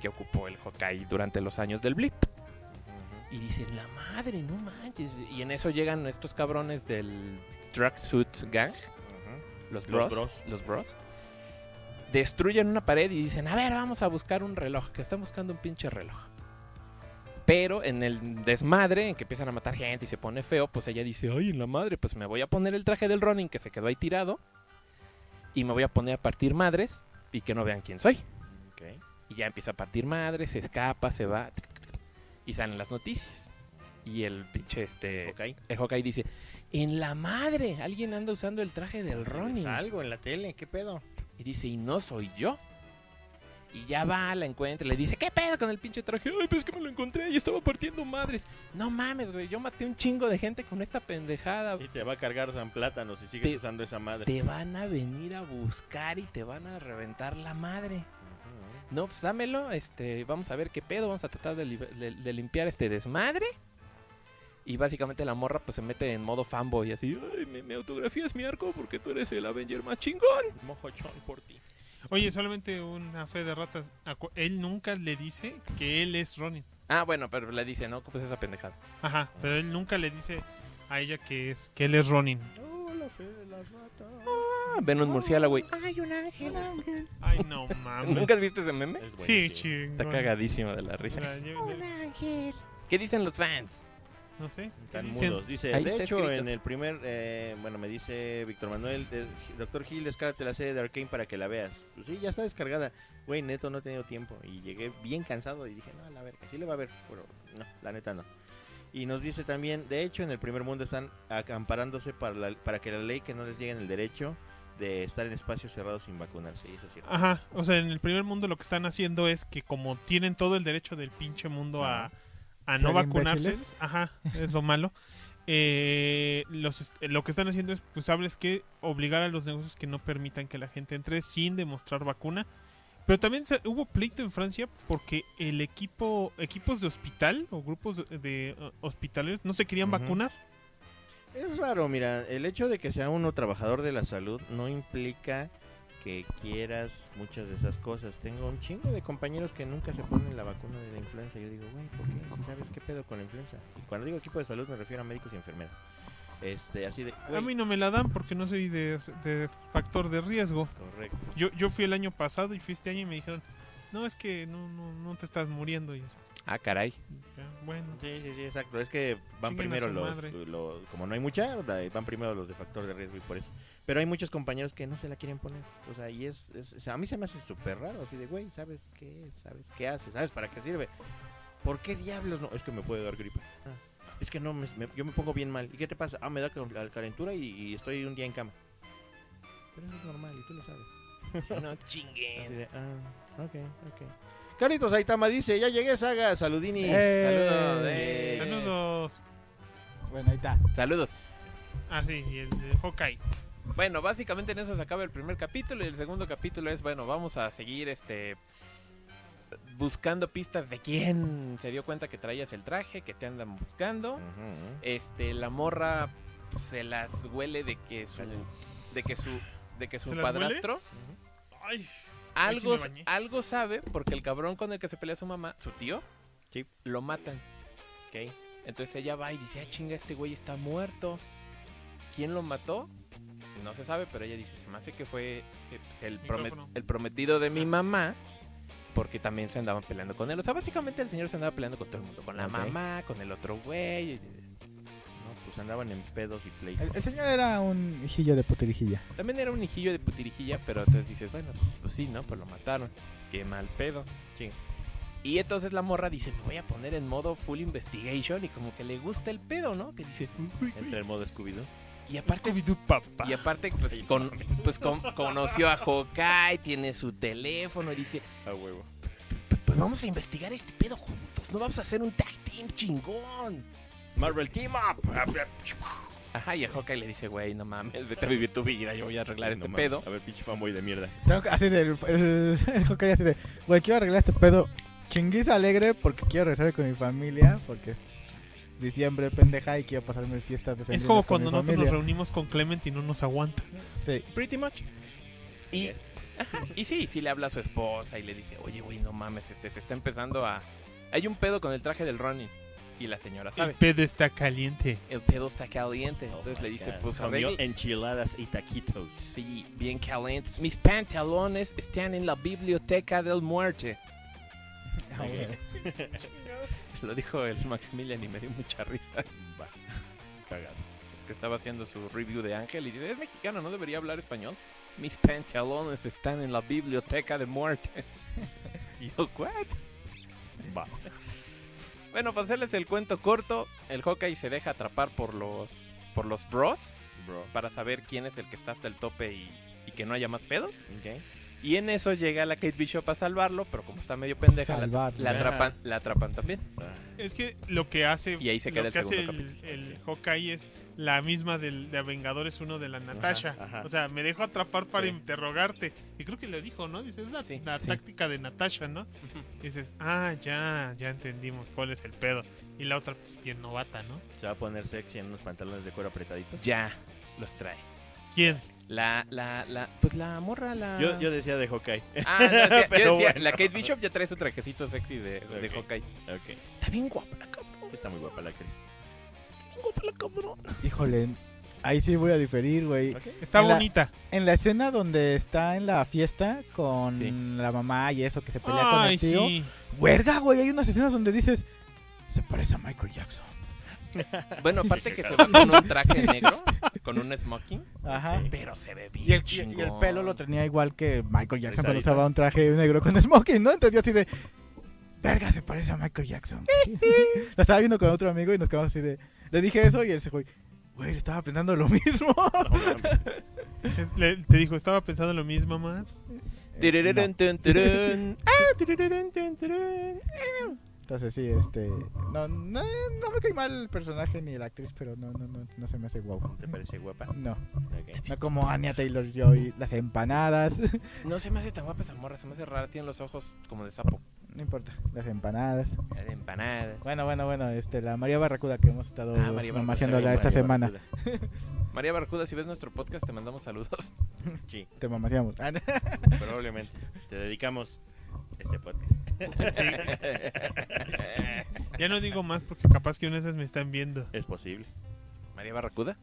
[SPEAKER 4] que ocupó el Hokkai durante los años del blip. Y dicen, la madre, no manches. Y en eso llegan estos cabrones del Tracksuit Gang, los
[SPEAKER 1] Los
[SPEAKER 4] bros,
[SPEAKER 1] Bros.
[SPEAKER 4] los bros. Destruyen una pared y dicen, a ver, vamos a buscar un reloj, que están buscando un pinche reloj. Pero en el desmadre, en que empiezan a matar gente y se pone feo, pues ella dice, ay, en la madre, pues me voy a poner el traje del Ronin que se quedó ahí tirado. Y me voy a poner a partir madres y que no vean quién soy.
[SPEAKER 1] Ok.
[SPEAKER 4] Y ya empieza a partir madre, se escapa, se va. tic, tic, tic, Y salen las noticias. Y el pinche este.
[SPEAKER 1] Ok.
[SPEAKER 4] El Hawkeye dice: En la madre, alguien anda usando el traje del Ronin.
[SPEAKER 1] Algo en la tele, ¿qué pedo?
[SPEAKER 4] Y dice: Y no soy yo. Y ya va, la encuentra, le dice: ¿Qué pedo con el pinche traje? Ay, pues es que me lo encontré y estaba partiendo madres. No mames, güey, yo maté un chingo de gente con esta pendejada.
[SPEAKER 1] Sí, te va a cargar San Plátano si sigues
[SPEAKER 4] Te-
[SPEAKER 1] usando esa madre.
[SPEAKER 4] Te van a venir a buscar y te van a reventar la madre.
[SPEAKER 1] Ujú.
[SPEAKER 4] No, pues dámelo, este, vamos a ver qué pedo, vamos a tratar de, li- de- de limpiar este desmadre. Y básicamente la morra pues se mete en modo fanboy así, "Ay, me, me autografías mi arco porque tú eres el Avenger más chingón.
[SPEAKER 1] Mojochón por ti.
[SPEAKER 3] Oye, solamente una fe de ratas. Acu- Él nunca le dice que él es Ronin.
[SPEAKER 4] Ah, bueno, pero le dice, no, pues esa pendejada.
[SPEAKER 3] Ajá, pero él nunca le dice a ella que es que él es Ronin.
[SPEAKER 1] Oh, la fe de las ratas.
[SPEAKER 4] Ah, Ah, ven un murciélago, güey.
[SPEAKER 2] Ay, un ángel, ángel.
[SPEAKER 3] Ay, no mames.
[SPEAKER 4] ¿Nunca has visto ese meme?
[SPEAKER 1] Es
[SPEAKER 3] Sí,
[SPEAKER 1] buenísimo.
[SPEAKER 3] chingón.
[SPEAKER 4] Está cagadísimo de la risa.
[SPEAKER 3] La- yo-
[SPEAKER 2] Un ángel.
[SPEAKER 4] ¿Qué dicen los fans?
[SPEAKER 3] No sé. ¿qué
[SPEAKER 1] Están
[SPEAKER 3] dicen?
[SPEAKER 1] mudos. Dice,
[SPEAKER 4] Ahí
[SPEAKER 1] de
[SPEAKER 4] está
[SPEAKER 1] hecho,
[SPEAKER 4] escrito.
[SPEAKER 1] en el primer, eh, bueno, me dice Víctor Manuel, Doctor Gil, descárgate la serie de Arkane para que la veas. Pues sí, ya está descargada. Güey, neto, no he tenido tiempo. Y llegué bien cansado y dije, no, a la verga, sí le va a ver. Pero no, la neta no. Y nos dice también, de hecho, en el primer mundo están acamparándose para, la- para que la ley que no les llegue en el derecho de estar en espacios cerrados sin vacunarse. Y eso es cierto.
[SPEAKER 3] Ajá, o sea, en el primer mundo lo que están haciendo es que como tienen todo el derecho del pinche mundo a, a no
[SPEAKER 2] Ser
[SPEAKER 3] vacunarse,
[SPEAKER 2] imbéciles.
[SPEAKER 3] ajá, es lo malo. eh, los, est- lo que están haciendo es, pues, hables que obligar a los negocios que no permitan que la gente entre sin demostrar vacuna. Pero también se- hubo pleito en Francia porque el equipo, equipos de hospital o grupos de, de, eh, hospitaleros no se querían
[SPEAKER 1] Ujú.
[SPEAKER 3] vacunar.
[SPEAKER 1] Es raro, mira, el hecho de que sea uno trabajador de la salud no implica que quieras muchas de esas cosas. Tengo un chingo de compañeros que nunca se ponen la vacuna de la influenza. Yo digo, güey, ¿por qué? Si sabes qué pedo con la influenza. Y cuando digo equipo de salud me refiero a médicos y enfermeras. Este, así de,
[SPEAKER 3] A
[SPEAKER 1] güey,
[SPEAKER 3] mí no me la dan porque no soy de- de factor de riesgo.
[SPEAKER 1] correcto.
[SPEAKER 3] Yo, yo fui el año pasado y fui este año y me dijeron, no, es que no, no, no te estás muriendo. Y eso,
[SPEAKER 4] Ah, caray.
[SPEAKER 3] ya, bueno.
[SPEAKER 1] Sí, sí, sí, exacto. Es que van
[SPEAKER 3] Chinguen a
[SPEAKER 1] primero
[SPEAKER 3] su
[SPEAKER 1] los,
[SPEAKER 3] madre.
[SPEAKER 1] los- Como no hay mucha, la- van primero los de factor de riesgo y por eso. Pero hay muchos compañeros que no se la quieren poner. O sea, y es. es- o sea, a mí se me hace súper raro. Así de, güey, ¿sabes qué? es? ¿Sabes qué hace? ¿Sabes para qué sirve? ¿Por qué diablos no? Es que me puede dar gripe. Ah, es que no, me- me- yo me pongo bien mal. ¿Y qué te pasa? Ah, me da ca- la calentura y, y estoy un día en cama. Pero eso es normal y tú lo sabes.
[SPEAKER 4] No
[SPEAKER 1] Así
[SPEAKER 4] chinguen.
[SPEAKER 1] de, ah, ok, ok. Carlitos Aitama dice, ya llegué, Saga, saludini.
[SPEAKER 2] Eh,
[SPEAKER 4] saludos, eh.
[SPEAKER 3] Saludos.
[SPEAKER 2] Bueno, ahí está.
[SPEAKER 4] Saludos.
[SPEAKER 3] Ah, sí, y el de Hawkeye.
[SPEAKER 4] Bueno, básicamente en eso se acaba el primer capítulo y el segundo capítulo es, bueno, vamos a seguir este buscando pistas de quién se dio cuenta que traías el traje, que te andan buscando.
[SPEAKER 1] Ujú.
[SPEAKER 4] Este, la morra se las huele de que su
[SPEAKER 1] Dale.
[SPEAKER 4] de que su de que su
[SPEAKER 3] ¿Se las huele?
[SPEAKER 4] padrastro
[SPEAKER 3] Ay, Ahí sí
[SPEAKER 4] algo
[SPEAKER 3] me bañé.
[SPEAKER 4] algo sabe porque el cabrón con el que se pelea su mamá, su tío,
[SPEAKER 1] Sí.
[SPEAKER 4] lo matan. Entonces ella va y dice, ah, chinga, este güey está muerto. ¿Quién lo mató? No se sabe, pero ella dice, se me hace que fue eh, pues, el, prome-
[SPEAKER 3] Micrófono.
[SPEAKER 4] el prometido de mi mamá, porque también se andaban peleando con él. O sea, básicamente el señor se andaba peleando con todo el mundo, con la
[SPEAKER 1] Ok.
[SPEAKER 4] mamá, con el otro güey.
[SPEAKER 1] No, pues andaban en pedos y play.
[SPEAKER 2] El, el señor era un hijillo de puterijilla.
[SPEAKER 4] También era un hijillo de putirijilla, pero entonces dices, bueno, pues sí, ¿no? Pues lo mataron. Qué mal pedo.
[SPEAKER 1] Sí.
[SPEAKER 4] Y entonces la morra dice, me voy a poner en modo full investigation y como que le gusta el pedo, ¿no? Que dice, "Uy, uy".
[SPEAKER 1] Entra el modo Scooby-Doo.
[SPEAKER 4] y
[SPEAKER 1] Pues
[SPEAKER 4] aparte
[SPEAKER 3] Scooby-Doo papá.
[SPEAKER 4] Y aparte, pues,
[SPEAKER 1] Ay, no
[SPEAKER 4] con- pues con- conoció a Hawkeye, tiene su teléfono y dice,
[SPEAKER 1] A huevo.
[SPEAKER 4] pues, pues vamos a investigar este pedo juntos, no vamos a hacer un tag team chingón.
[SPEAKER 1] Marvel Team Up.
[SPEAKER 4] Ajá, y a Hawkeye le dice, güey, no mames, vete a vivir tu vida, yo voy a arreglar
[SPEAKER 1] Sí,
[SPEAKER 4] este
[SPEAKER 1] no mames.
[SPEAKER 4] pedo.
[SPEAKER 1] A ver, pinche fanboy de mierda.
[SPEAKER 2] Tengo que, así del. El, el Hawkeye así de. Güey, quiero arreglar este pedo. Chinguiz alegre porque quiero regresar con mi familia. Porque diciembre, pendeja, y quiero pasarme fiestas de
[SPEAKER 3] Es como cuando nosotros nos reunimos con Clement y no nos aguanta.
[SPEAKER 2] Sí,
[SPEAKER 4] Pretty much. Y,
[SPEAKER 1] Yes.
[SPEAKER 4] ajá, y sí, sí le habla a su esposa y le dice, oye, güey, no mames, este se está empezando a... Hay un pedo con el traje del Ronin. Y la señora
[SPEAKER 3] El
[SPEAKER 4] sabe,
[SPEAKER 3] pedo está caliente.
[SPEAKER 4] el pedo está caliente. Entonces le dice,
[SPEAKER 1] Ya,
[SPEAKER 4] pues
[SPEAKER 1] comió
[SPEAKER 4] arregla-
[SPEAKER 1] enchiladas y taquitos.
[SPEAKER 4] Sí, bien calientes. Mis pantalones están en la biblioteca del muerte.
[SPEAKER 2] Ah, bueno.
[SPEAKER 4] Lo dijo el Maximilian y me dio mucha risa.
[SPEAKER 1] Va. Cagado.
[SPEAKER 4] Que estaba haciendo su review de Ángel y dice, es mexicano, no debería hablar español. Mis pantalones están en la biblioteca de muerte. Y yo, ¿what?
[SPEAKER 1] Va.
[SPEAKER 4] Bueno, para hacerles el cuento corto, el Hawkeye se deja atrapar por los por los bros
[SPEAKER 1] Bro.
[SPEAKER 4] para saber quién es el que está hasta el tope y, y que no haya más pedos.
[SPEAKER 1] Ok.
[SPEAKER 4] Y en eso llega la Kate Bishop a salvarlo, pero como está medio pendeja, la-
[SPEAKER 2] Salvarlo.
[SPEAKER 4] la, atrapan, la atrapan también.
[SPEAKER 1] Ah,
[SPEAKER 3] Es que lo que hace.
[SPEAKER 4] Y ahí se queda
[SPEAKER 3] lo
[SPEAKER 4] el
[SPEAKER 3] que hace
[SPEAKER 4] segundo
[SPEAKER 3] el, el Hawkeye es la misma del, de Vengadores 1 de la Natasha.
[SPEAKER 1] ajá.
[SPEAKER 3] O sea, me dejo atrapar para
[SPEAKER 1] Sí.
[SPEAKER 3] interrogarte. Y creo que lo dijo, ¿no? Dices, es la,
[SPEAKER 4] Sí,
[SPEAKER 3] la
[SPEAKER 4] sí.
[SPEAKER 3] táctica de Natasha, ¿no? Y dices, ah, ya, ya entendimos cuál es el pedo. Y la otra, pues, bien novata, ¿no?
[SPEAKER 1] Se va a poner sexy en unos pantalones de cuero apretaditos.
[SPEAKER 4] Ya los trae.
[SPEAKER 3] ¿Quién?
[SPEAKER 4] La, la, la, pues la morra, la.
[SPEAKER 1] Yo, yo decía de Hawkeye.
[SPEAKER 4] Ah, no, decía- yo
[SPEAKER 1] Pero
[SPEAKER 4] decía,
[SPEAKER 1] bueno.
[SPEAKER 4] la Kate Bishop ya trae su trajecito sexy de, de
[SPEAKER 1] Ok.
[SPEAKER 4] Hawkeye.
[SPEAKER 1] Ok.
[SPEAKER 4] Está bien guapa la cabrón,
[SPEAKER 1] Está muy guapa la actriz.
[SPEAKER 4] guapa la cabrón.
[SPEAKER 2] Híjole, ahí sí voy a diferir, güey.
[SPEAKER 1] Ok.
[SPEAKER 3] Está
[SPEAKER 2] En la-
[SPEAKER 3] bonita.
[SPEAKER 2] En la escena donde está en la fiesta con
[SPEAKER 4] Sí.
[SPEAKER 2] la mamá y eso que se pelea con
[SPEAKER 3] Ay,
[SPEAKER 2] el tío.
[SPEAKER 3] sí.
[SPEAKER 2] Huerga, güey, hay unas escenas donde dices, se parece a Michael Jackson.
[SPEAKER 4] Bueno, aparte que se va con un traje negro, con un smoking,
[SPEAKER 2] Ajá.
[SPEAKER 1] Ok.
[SPEAKER 4] Ah, pero se ve bien.
[SPEAKER 2] Y el, y- y el
[SPEAKER 4] chingón.
[SPEAKER 2] pelo lo tenía igual que Michael Jackson cuando
[SPEAKER 1] Rizadito.
[SPEAKER 2] usaba un traje negro con smoking, ¿no? Entonces yo así de, verga, se parece a Michael Jackson. la estaba viendo con otro amigo y nos quedamos así de, le dije eso y él se fue, güey, estaba pensando lo mismo.
[SPEAKER 1] No, mames.
[SPEAKER 3] Le- te dijo, estaba pensando lo mismo, mamá.
[SPEAKER 2] Eh,
[SPEAKER 4] Tirururun, tun, turun. Ah, tirururun, tun, turun.
[SPEAKER 2] Entonces sí, este, no, no, no me cae mal el personaje ni la actriz, pero no, no, no, no se me hace guau.
[SPEAKER 1] ¿Te parece guapa?
[SPEAKER 2] No,
[SPEAKER 1] Ok.
[SPEAKER 2] no como Anya Taylor-Joy, las empanadas,
[SPEAKER 4] No se me hace tan guapa esa morra, se me hace rara, tiene los ojos como de sapo.
[SPEAKER 2] no importa, las empanadas.
[SPEAKER 4] La de empanada.
[SPEAKER 2] Bueno, bueno, bueno, este, la María Barracuda que hemos estado
[SPEAKER 4] Ah, María Barracuda,
[SPEAKER 2] mamaciéndola
[SPEAKER 4] bien,
[SPEAKER 2] esta
[SPEAKER 1] María
[SPEAKER 2] semana.
[SPEAKER 1] Barracuda.
[SPEAKER 4] María Barcuda, si ves nuestro podcast, te mandamos saludos.
[SPEAKER 1] Sí,
[SPEAKER 2] Te mamaciamos. Ah, no.
[SPEAKER 1] probablemente. Te dedicamos este podcast.
[SPEAKER 3] Ya no digo más porque capaz que una de esas me están viendo.
[SPEAKER 1] Es posible.
[SPEAKER 4] María Barracuda.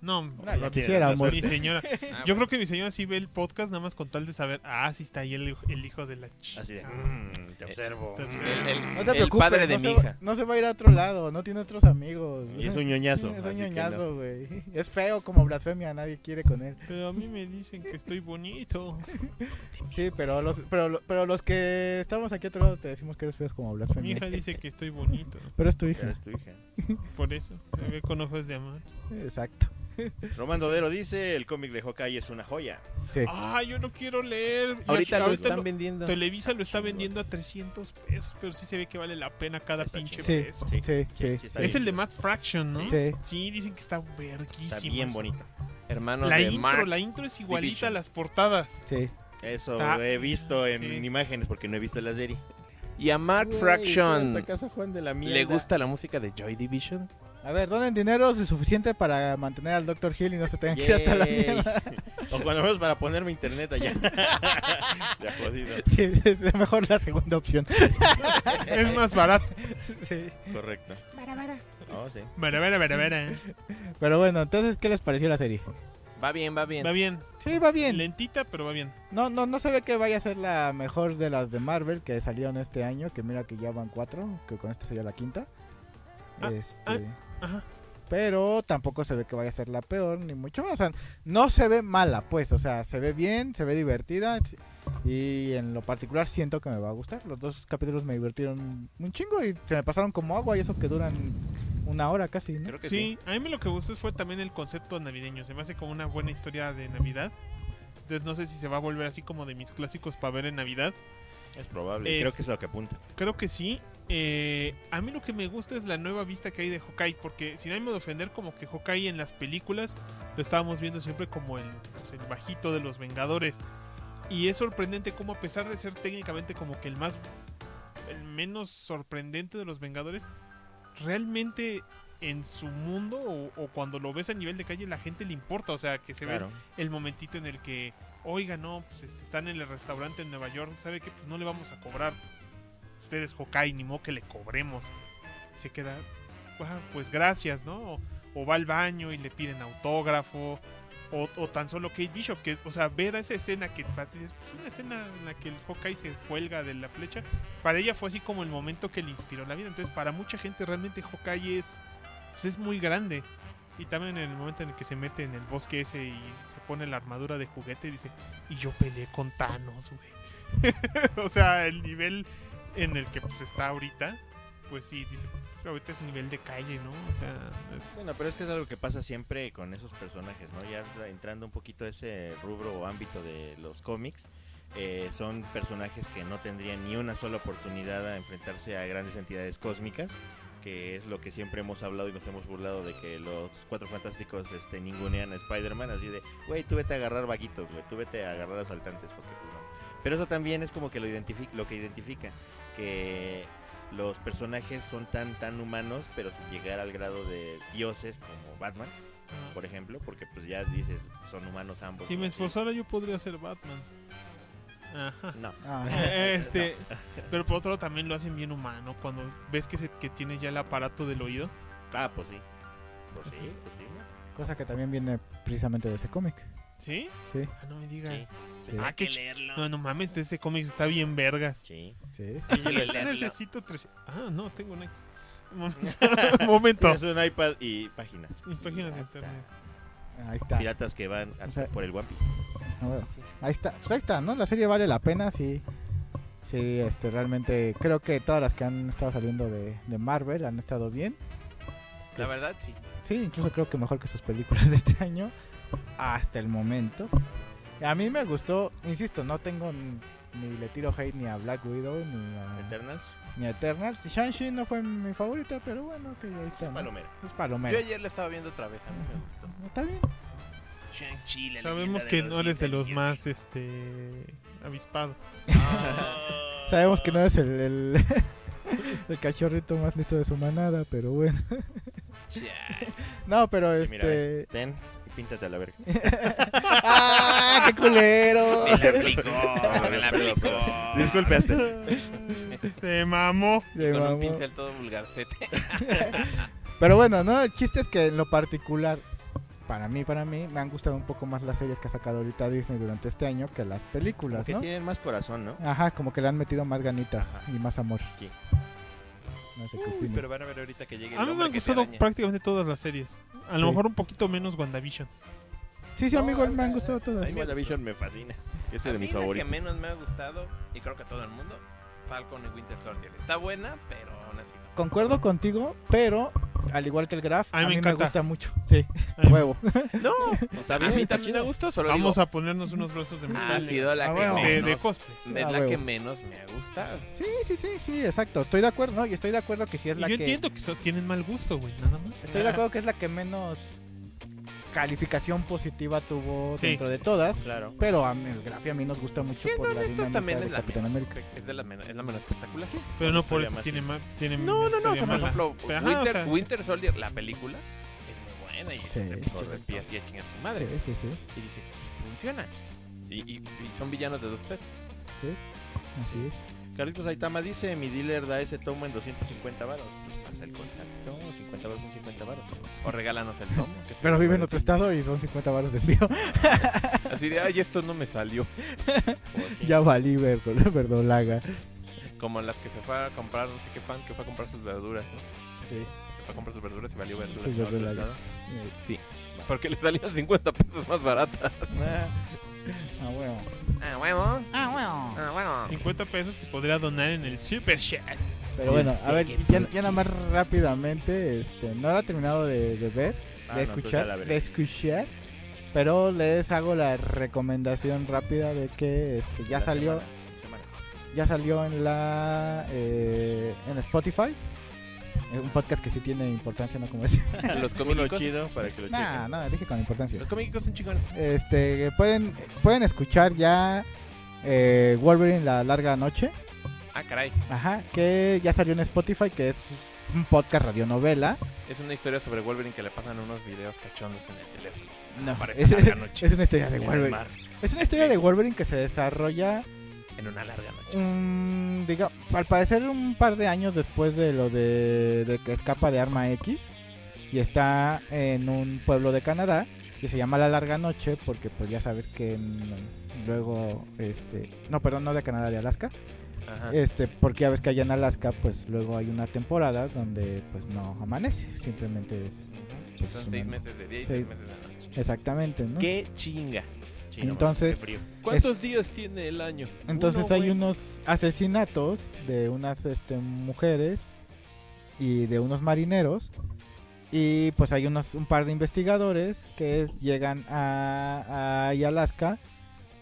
[SPEAKER 3] No,
[SPEAKER 2] No, ya
[SPEAKER 1] tiene
[SPEAKER 2] quisiéramos.
[SPEAKER 3] mi señora.
[SPEAKER 4] Ah,
[SPEAKER 3] Yo
[SPEAKER 4] bueno.
[SPEAKER 3] creo que mi señora sí ve el podcast nada más con tal de saber, ah, sí está ahí el, hijo- el hijo de la ch...
[SPEAKER 1] Así de.
[SPEAKER 2] Ah.
[SPEAKER 1] "Mm, te observo.
[SPEAKER 3] Te observo.
[SPEAKER 4] El, el-
[SPEAKER 2] No
[SPEAKER 4] el
[SPEAKER 2] te preocupes,
[SPEAKER 4] padre de
[SPEAKER 2] no,
[SPEAKER 4] mi
[SPEAKER 2] se va,
[SPEAKER 4] hija.
[SPEAKER 2] no se va a ir a otro lado, no tiene otros amigos.
[SPEAKER 1] Y es un ñoñazo.
[SPEAKER 2] Es
[SPEAKER 1] así
[SPEAKER 2] un
[SPEAKER 1] que no.
[SPEAKER 2] ñoñazo, güey. Es feo como blasfemia, nadie quiere con él.
[SPEAKER 3] Pero a mí me dicen que estoy bonito.
[SPEAKER 2] Sí, pero los, pero, lo- pero los que estamos aquí a otro lado te decimos que eres feo como
[SPEAKER 3] Mi hija
[SPEAKER 2] blasfemia.
[SPEAKER 3] dice que estoy bonito.
[SPEAKER 2] Pero es tu
[SPEAKER 1] Pero
[SPEAKER 2] hija.
[SPEAKER 1] es tu hija.
[SPEAKER 3] Por eso, me ve con ojos de amor.
[SPEAKER 2] Exacto.
[SPEAKER 1] Román Dodero dice: el cómic de Hawkeye es una joya.
[SPEAKER 2] Sí.
[SPEAKER 3] Ah, yo no quiero leer. Ya-
[SPEAKER 4] Ahorita lo
[SPEAKER 3] ahorita
[SPEAKER 4] están
[SPEAKER 3] lo-
[SPEAKER 4] vendiendo.
[SPEAKER 3] Televisa lo está
[SPEAKER 1] Chingón.
[SPEAKER 3] vendiendo a 300 pesos, pero sí se ve que vale la pena cada
[SPEAKER 1] Está
[SPEAKER 3] pinche
[SPEAKER 2] Sí,
[SPEAKER 3] peso.
[SPEAKER 2] sí, sí.
[SPEAKER 1] Sí, sí, está
[SPEAKER 3] Es
[SPEAKER 1] bien.
[SPEAKER 3] el de Matt Fraction, ¿no?
[SPEAKER 2] Sí.
[SPEAKER 3] dicen que está verguísimo.
[SPEAKER 1] Está bien
[SPEAKER 3] eso.
[SPEAKER 1] bonito.
[SPEAKER 4] Hermano
[SPEAKER 3] La
[SPEAKER 4] de
[SPEAKER 3] intro,
[SPEAKER 4] Mark.
[SPEAKER 3] la intro es igualita a
[SPEAKER 1] Division.
[SPEAKER 3] las portadas.
[SPEAKER 2] sí.
[SPEAKER 1] Eso
[SPEAKER 3] Está-
[SPEAKER 1] lo he visto en
[SPEAKER 3] sí.
[SPEAKER 1] imágenes porque no he visto la serie.
[SPEAKER 4] Y a Mark
[SPEAKER 1] Güey,
[SPEAKER 4] Fraction.
[SPEAKER 1] esta casa Juan de la
[SPEAKER 4] ¿Le
[SPEAKER 1] mierda.
[SPEAKER 4] gusta la música de Joy Division?
[SPEAKER 2] A ver, donen dinero el suficiente para mantener al Dr. Hill y no se tengan que ir hasta la
[SPEAKER 1] Yay.
[SPEAKER 2] mierda.
[SPEAKER 1] O cuando menos para ponerme internet allá. ya jodido.
[SPEAKER 2] Sí, es mejor la segunda opción.
[SPEAKER 3] Es más barato.
[SPEAKER 2] Sí.
[SPEAKER 1] Correcto. Oh, sí.
[SPEAKER 3] Vera, vera, vera, vera. ¿eh?
[SPEAKER 2] Pero bueno, entonces, ¿qué les pareció la serie?
[SPEAKER 4] Va bien, va bien.
[SPEAKER 3] Va bien.
[SPEAKER 2] Sí, va bien.
[SPEAKER 3] Lentita, pero va bien.
[SPEAKER 2] No, no, no se ve que vaya a ser la mejor de las de Marvel que salieron este año, que mira que ya van cuatro, que con esta sería la quinta.
[SPEAKER 3] Ah,
[SPEAKER 2] Este,
[SPEAKER 3] ah, Ajá.
[SPEAKER 2] Pero tampoco se ve que vaya a ser la peor, ni mucho más. O sea, no se ve mala, pues. O sea, se ve bien, se ve divertida. Y en lo particular siento que me va a gustar. Los dos capítulos me divirtieron un chingo y se me pasaron como agua y eso que duran una hora casi, ¿no?
[SPEAKER 4] Creo que
[SPEAKER 3] Sí,
[SPEAKER 4] sí.
[SPEAKER 3] a mí me lo que gustó fue también el concepto navideño. Se me hace como una buena historia de Navidad. Entonces no sé si se va a volver así como de mis clásicos para ver en Navidad.
[SPEAKER 1] Es probable.
[SPEAKER 3] Es-
[SPEAKER 1] Creo que es lo que apunta.
[SPEAKER 3] Creo que sí. Eh, a mí lo que me gusta es la nueva vista que hay de Hawkeye. Porque sin ánimo de ofender, como que Hawkeye en las películas lo estábamos viendo siempre como el, pues, el bajito de los Vengadores. Y es sorprendente como a pesar de ser técnicamente como que el más... El menos sorprendente de los Vengadores, realmente en su mundo o, o cuando lo ves a nivel de calle la gente le importa, o sea, que se ve
[SPEAKER 1] Claro.
[SPEAKER 3] el momentito en el que, oiga, no, pues este, están en el restaurante en Nueva York, ¿sabe qué? Pues no le vamos a cobrar. Usted es Hokkai, ni modo que le cobremos. Se queda, "Ah, pues gracias, ¿no? O, o va al baño y le piden autógrafo. O, o tan solo Kate Bishop, que, o sea, ver esa escena que para ti es pues, una escena en la que el Hawkeye se cuelga de la flecha, para ella fue así como el momento que le inspiró la vida. Entonces, para mucha gente realmente Hawkeye es, pues, es muy grande. Y también en el momento en el que se mete en el bosque ese y se pone la armadura de juguete y dice, y yo peleé con Thanos, güey. o sea, el nivel en el que pues, está ahorita, pues sí, dice, ahorita es nivel de calle, ¿no? O sea, es-
[SPEAKER 1] Bueno, pero es que es algo que pasa siempre con esos personajes, ¿no? Ya entrando un poquito a ese rubro o ámbito de los cómics, eh, son personajes que no tendrían ni una sola oportunidad a enfrentarse a grandes entidades cósmicas, que es lo que siempre hemos hablado y nos hemos burlado de que los cuatro fantásticos este, ningunean a Spider-Man, así de, güey, tú vete a agarrar vaguitos, güey, tú vete a agarrar asaltantes, porque pues no. Pero eso también es como que lo, identifi- lo que identifica, que los personajes son tan tan humanos, pero sin llegar al grado de dioses como Batman, por ejemplo, porque pues ya dices, son humanos ambos.
[SPEAKER 3] si
[SPEAKER 1] ¿no?
[SPEAKER 3] me
[SPEAKER 1] Así-
[SPEAKER 3] esforzara yo podría ser Batman. Ajá.
[SPEAKER 1] No,
[SPEAKER 2] Ah,
[SPEAKER 3] Este, pero por otro lado también lo hacen bien humano cuando ves que se, que tiene ya el aparato del oído.
[SPEAKER 1] ah, pues sí. Pues sí, pues sí. ¿no?
[SPEAKER 2] cosa que también viene precisamente de ese cómic.
[SPEAKER 3] ¿Sí?
[SPEAKER 2] Sí,
[SPEAKER 3] Ah, no me digas.
[SPEAKER 2] sí,
[SPEAKER 3] Ah, qué ch- No, no mames, ese cómic está bien vergas.
[SPEAKER 1] Sí.
[SPEAKER 2] sí.
[SPEAKER 3] Yo necesito tres. Ah, no, tengo un iPad. Momento.
[SPEAKER 1] Es un iPad y páginas.
[SPEAKER 3] Y páginas de internet.
[SPEAKER 2] Ahí está.
[SPEAKER 1] Piratas que van a-
[SPEAKER 2] O sea-
[SPEAKER 1] por el One Piece.
[SPEAKER 2] Ah, bueno. Ahí está, pues ahí está, ¿no? La serie vale la pena, sí. Sí, este, realmente creo que todas las que han estado saliendo de, de Marvel han estado bien.
[SPEAKER 4] La verdad, sí.
[SPEAKER 2] Sí, incluso creo que mejor que sus películas de este año. Hasta el momento. A mí me gustó, insisto, no tengo n- ni le tiro hate ni a Black Widow ni a,
[SPEAKER 1] Eternals,
[SPEAKER 2] ni a Eternals. Shang-Chi no fue mi favorita, pero bueno, que ahí está. ¿no?
[SPEAKER 1] Palomera.
[SPEAKER 2] Es
[SPEAKER 4] Yo
[SPEAKER 2] palomero.
[SPEAKER 4] ayer la estaba viendo otra vez, a mí me gustó.
[SPEAKER 2] Está bien.
[SPEAKER 5] Shang-Chi, la
[SPEAKER 3] Sabemos
[SPEAKER 5] leyenda de
[SPEAKER 3] que
[SPEAKER 5] los
[SPEAKER 3] no eres de
[SPEAKER 5] mil
[SPEAKER 3] los
[SPEAKER 5] anillos.
[SPEAKER 3] más este avispado.
[SPEAKER 5] Ah.
[SPEAKER 2] Sabemos que no es el, el, el cachorrito más listo de su manada, pero bueno.
[SPEAKER 5] Chale.
[SPEAKER 2] No, pero
[SPEAKER 1] Y mira, ve,
[SPEAKER 2] este...
[SPEAKER 1] ten y píntate a la verga.
[SPEAKER 2] ¡Ah, qué culero!
[SPEAKER 5] Me la aplicó, me la aplicó.
[SPEAKER 1] Disculpe, Aster.
[SPEAKER 3] Se mamó.
[SPEAKER 2] Le
[SPEAKER 4] Con
[SPEAKER 2] mamó.
[SPEAKER 4] un pincel todo vulgarcete.
[SPEAKER 2] Pero bueno, ¿no? El chiste es que en lo particular, para mí, para mí, me han gustado un poco más las series que ha sacado ahorita Disney durante este año que las
[SPEAKER 1] Como
[SPEAKER 2] películas,
[SPEAKER 1] que
[SPEAKER 2] ¿no?
[SPEAKER 1] tienen más corazón, ¿no?
[SPEAKER 2] Ajá, como que le han metido más ganitas
[SPEAKER 1] Ajá.
[SPEAKER 2] y más amor.
[SPEAKER 1] Sí.
[SPEAKER 2] No sé qué opinas.
[SPEAKER 4] Pero van a ver ahorita que llegue el
[SPEAKER 3] A mí me
[SPEAKER 4] hombre
[SPEAKER 3] han
[SPEAKER 4] que te
[SPEAKER 3] gustado
[SPEAKER 4] araña.
[SPEAKER 3] prácticamente todas las series. A
[SPEAKER 2] Sí.
[SPEAKER 3] lo mejor un poquito menos WandaVision.
[SPEAKER 2] Sí, sí,
[SPEAKER 1] No,
[SPEAKER 2] amigo,
[SPEAKER 1] a-
[SPEAKER 2] me han gustado
[SPEAKER 1] A
[SPEAKER 2] todas.
[SPEAKER 1] mí WandaVision me fascina. Es
[SPEAKER 4] A
[SPEAKER 1] de
[SPEAKER 4] mí
[SPEAKER 1] mis
[SPEAKER 4] la
[SPEAKER 1] favoritos.
[SPEAKER 4] que menos me ha gustado, y creo que a todo el mundo, Falcon y Winter Soldier. Está buena, pero aún así no.
[SPEAKER 2] Concuerdo contigo, pero al igual que el Graf,
[SPEAKER 3] A mí
[SPEAKER 2] a
[SPEAKER 3] me
[SPEAKER 2] mí me
[SPEAKER 3] encanta.
[SPEAKER 2] gusta mucho. Sí,
[SPEAKER 3] Ay,
[SPEAKER 2] huevo.
[SPEAKER 4] No,
[SPEAKER 1] Está
[SPEAKER 4] a
[SPEAKER 1] bien,
[SPEAKER 4] mí
[SPEAKER 1] está
[SPEAKER 4] también me
[SPEAKER 1] chido.
[SPEAKER 4] gustó, solo
[SPEAKER 3] Vamos
[SPEAKER 4] digo,
[SPEAKER 3] a ponernos unos brazos de
[SPEAKER 4] ha
[SPEAKER 3] metal.
[SPEAKER 4] sido la
[SPEAKER 2] Ah,
[SPEAKER 4] que
[SPEAKER 2] bueno.
[SPEAKER 3] de, de
[SPEAKER 4] menos-
[SPEAKER 3] cosplay.
[SPEAKER 4] es
[SPEAKER 2] Ah,
[SPEAKER 4] la que
[SPEAKER 2] huevo.
[SPEAKER 4] menos me ha gustado.
[SPEAKER 2] Sí, sí, sí, sí, exacto. Estoy de acuerdo, no, y estoy de acuerdo que sí es
[SPEAKER 3] Y
[SPEAKER 2] la
[SPEAKER 3] yo
[SPEAKER 2] que...
[SPEAKER 3] entiendo que so- tienen mal gusto, güey, nada más.
[SPEAKER 2] Estoy de acuerdo que es la que menos calificación positiva tuvo
[SPEAKER 3] Sí.
[SPEAKER 2] dentro de todas.
[SPEAKER 1] Claro.
[SPEAKER 2] Pero a mí, el Grafi a mí nos gusta mucho por la
[SPEAKER 4] Esto
[SPEAKER 2] dinámica
[SPEAKER 4] también
[SPEAKER 2] de
[SPEAKER 4] es la,
[SPEAKER 2] Capitán
[SPEAKER 4] menos,
[SPEAKER 2] América.
[SPEAKER 4] es, de la menos, es la menos espectacular.
[SPEAKER 3] Pero no por
[SPEAKER 1] Historia
[SPEAKER 3] eso
[SPEAKER 1] más
[SPEAKER 3] tiene mal. Tiene
[SPEAKER 4] No, no, no, o
[SPEAKER 3] historia
[SPEAKER 4] sea, por
[SPEAKER 3] mala.
[SPEAKER 4] ejemplo,
[SPEAKER 3] Pero, ajá,
[SPEAKER 4] Winter,
[SPEAKER 3] o sea,
[SPEAKER 4] Winter Soldier, la película, es muy buena y
[SPEAKER 2] Sí.
[SPEAKER 4] es de muchos
[SPEAKER 1] Correcto.
[SPEAKER 4] espías y a chingar su
[SPEAKER 2] Sí,
[SPEAKER 4] madre.
[SPEAKER 2] sí, sí.
[SPEAKER 4] Y dices, pues, funciona. Y, y- y son villanos de dos pesos.
[SPEAKER 2] sí. Así es.
[SPEAKER 1] Carlitos Aitama dice, mi dealer da ese tomo en 250 varos. Pues Pasa el contacto, 50 varos son Ah, 50 varos.
[SPEAKER 4] O regálanos el tomo. que se
[SPEAKER 2] Pero
[SPEAKER 4] lo
[SPEAKER 2] vive en
[SPEAKER 4] merece.
[SPEAKER 2] otro estado y son 50 baros de envío.
[SPEAKER 4] Así de, ay, esto no me salió.
[SPEAKER 1] Joder.
[SPEAKER 2] ya valí, ver- verdolaga.
[SPEAKER 4] Como las que se fue a comprar, no sé qué fan, que fue a comprar sus verduras, ¿no?
[SPEAKER 2] Sí.
[SPEAKER 4] Se fue a comprar sus verduras y valió verduras.
[SPEAKER 2] Sus
[SPEAKER 4] en otro
[SPEAKER 2] verdolagas.
[SPEAKER 4] estado. Porque le salían 50 pesos más barata.
[SPEAKER 2] Ah, bueno.
[SPEAKER 4] Ah, bueno.
[SPEAKER 2] Ah, bueno.
[SPEAKER 4] Ah, bueno.
[SPEAKER 3] 50 pesos que podría donar en el Super Chat.
[SPEAKER 2] Pero bueno, a ver, ya,
[SPEAKER 4] pues,
[SPEAKER 2] ya nada más rápidamente, este, no la he terminado de, de ver,
[SPEAKER 1] Ah, no,
[SPEAKER 2] de
[SPEAKER 1] entonces a
[SPEAKER 2] escuchar,
[SPEAKER 1] la verga.
[SPEAKER 2] de escuchar, pero les hago la recomendación rápida de que este, ya
[SPEAKER 1] La
[SPEAKER 2] salió,
[SPEAKER 1] semana, semana.
[SPEAKER 2] ya salió en la eh, en Spotify. Es un podcast que sí tiene importancia, ¿no? Como decía.
[SPEAKER 1] Pues
[SPEAKER 4] Los
[SPEAKER 1] Uno
[SPEAKER 4] comínicos.
[SPEAKER 1] chido para que lo
[SPEAKER 2] No,
[SPEAKER 1] chequen.
[SPEAKER 2] no, dije con importancia.
[SPEAKER 4] Los comínicos son chingones.
[SPEAKER 2] Este, pueden, pueden escuchar ya eh, Wolverine La Larga Noche.
[SPEAKER 4] Ah, caray.
[SPEAKER 2] Ajá, que ya salió en Spotify, que es un podcast radionovela.
[SPEAKER 4] Es una historia sobre Wolverine que le pasan unos videos cachondos en el teléfono.
[SPEAKER 2] No,
[SPEAKER 4] Aparece
[SPEAKER 2] Ah, es,
[SPEAKER 4] una larga noche.
[SPEAKER 2] es una historia de
[SPEAKER 4] en el
[SPEAKER 2] Wolverine.
[SPEAKER 4] mar,
[SPEAKER 2] Es una historia de Wolverine que se desarrolla,
[SPEAKER 4] en una larga noche.
[SPEAKER 2] mm, diga, al parecer, un par de años después de lo de, de que escapa de Arma X. Y está en un pueblo de Canadá que se llama La Larga Noche porque pues ya sabes que mm, luego, este, no, perdón, no de Canadá, de Alaska.
[SPEAKER 4] Ajá.
[SPEAKER 2] Este, porque ya ves que allá en Alaska, pues luego hay una temporada donde pues no amanece, simplemente es. pues,
[SPEAKER 4] Son
[SPEAKER 2] una-
[SPEAKER 4] seis meses de día
[SPEAKER 2] Sí.
[SPEAKER 4] y seis meses de noche.
[SPEAKER 2] Exactamente, ¿no?
[SPEAKER 4] ¡Qué chinga!
[SPEAKER 1] Sí, no mames,
[SPEAKER 2] Entonces-
[SPEAKER 1] qué frío.
[SPEAKER 4] ¿Cuántos días tiene el año?
[SPEAKER 2] Entonces
[SPEAKER 4] Uno,
[SPEAKER 2] hay
[SPEAKER 4] güey.
[SPEAKER 2] unos asesinatos de unas este, mujeres y de unos marineros. Y pues hay unos, un par de investigadores que llegan a, a- ahí a Alaska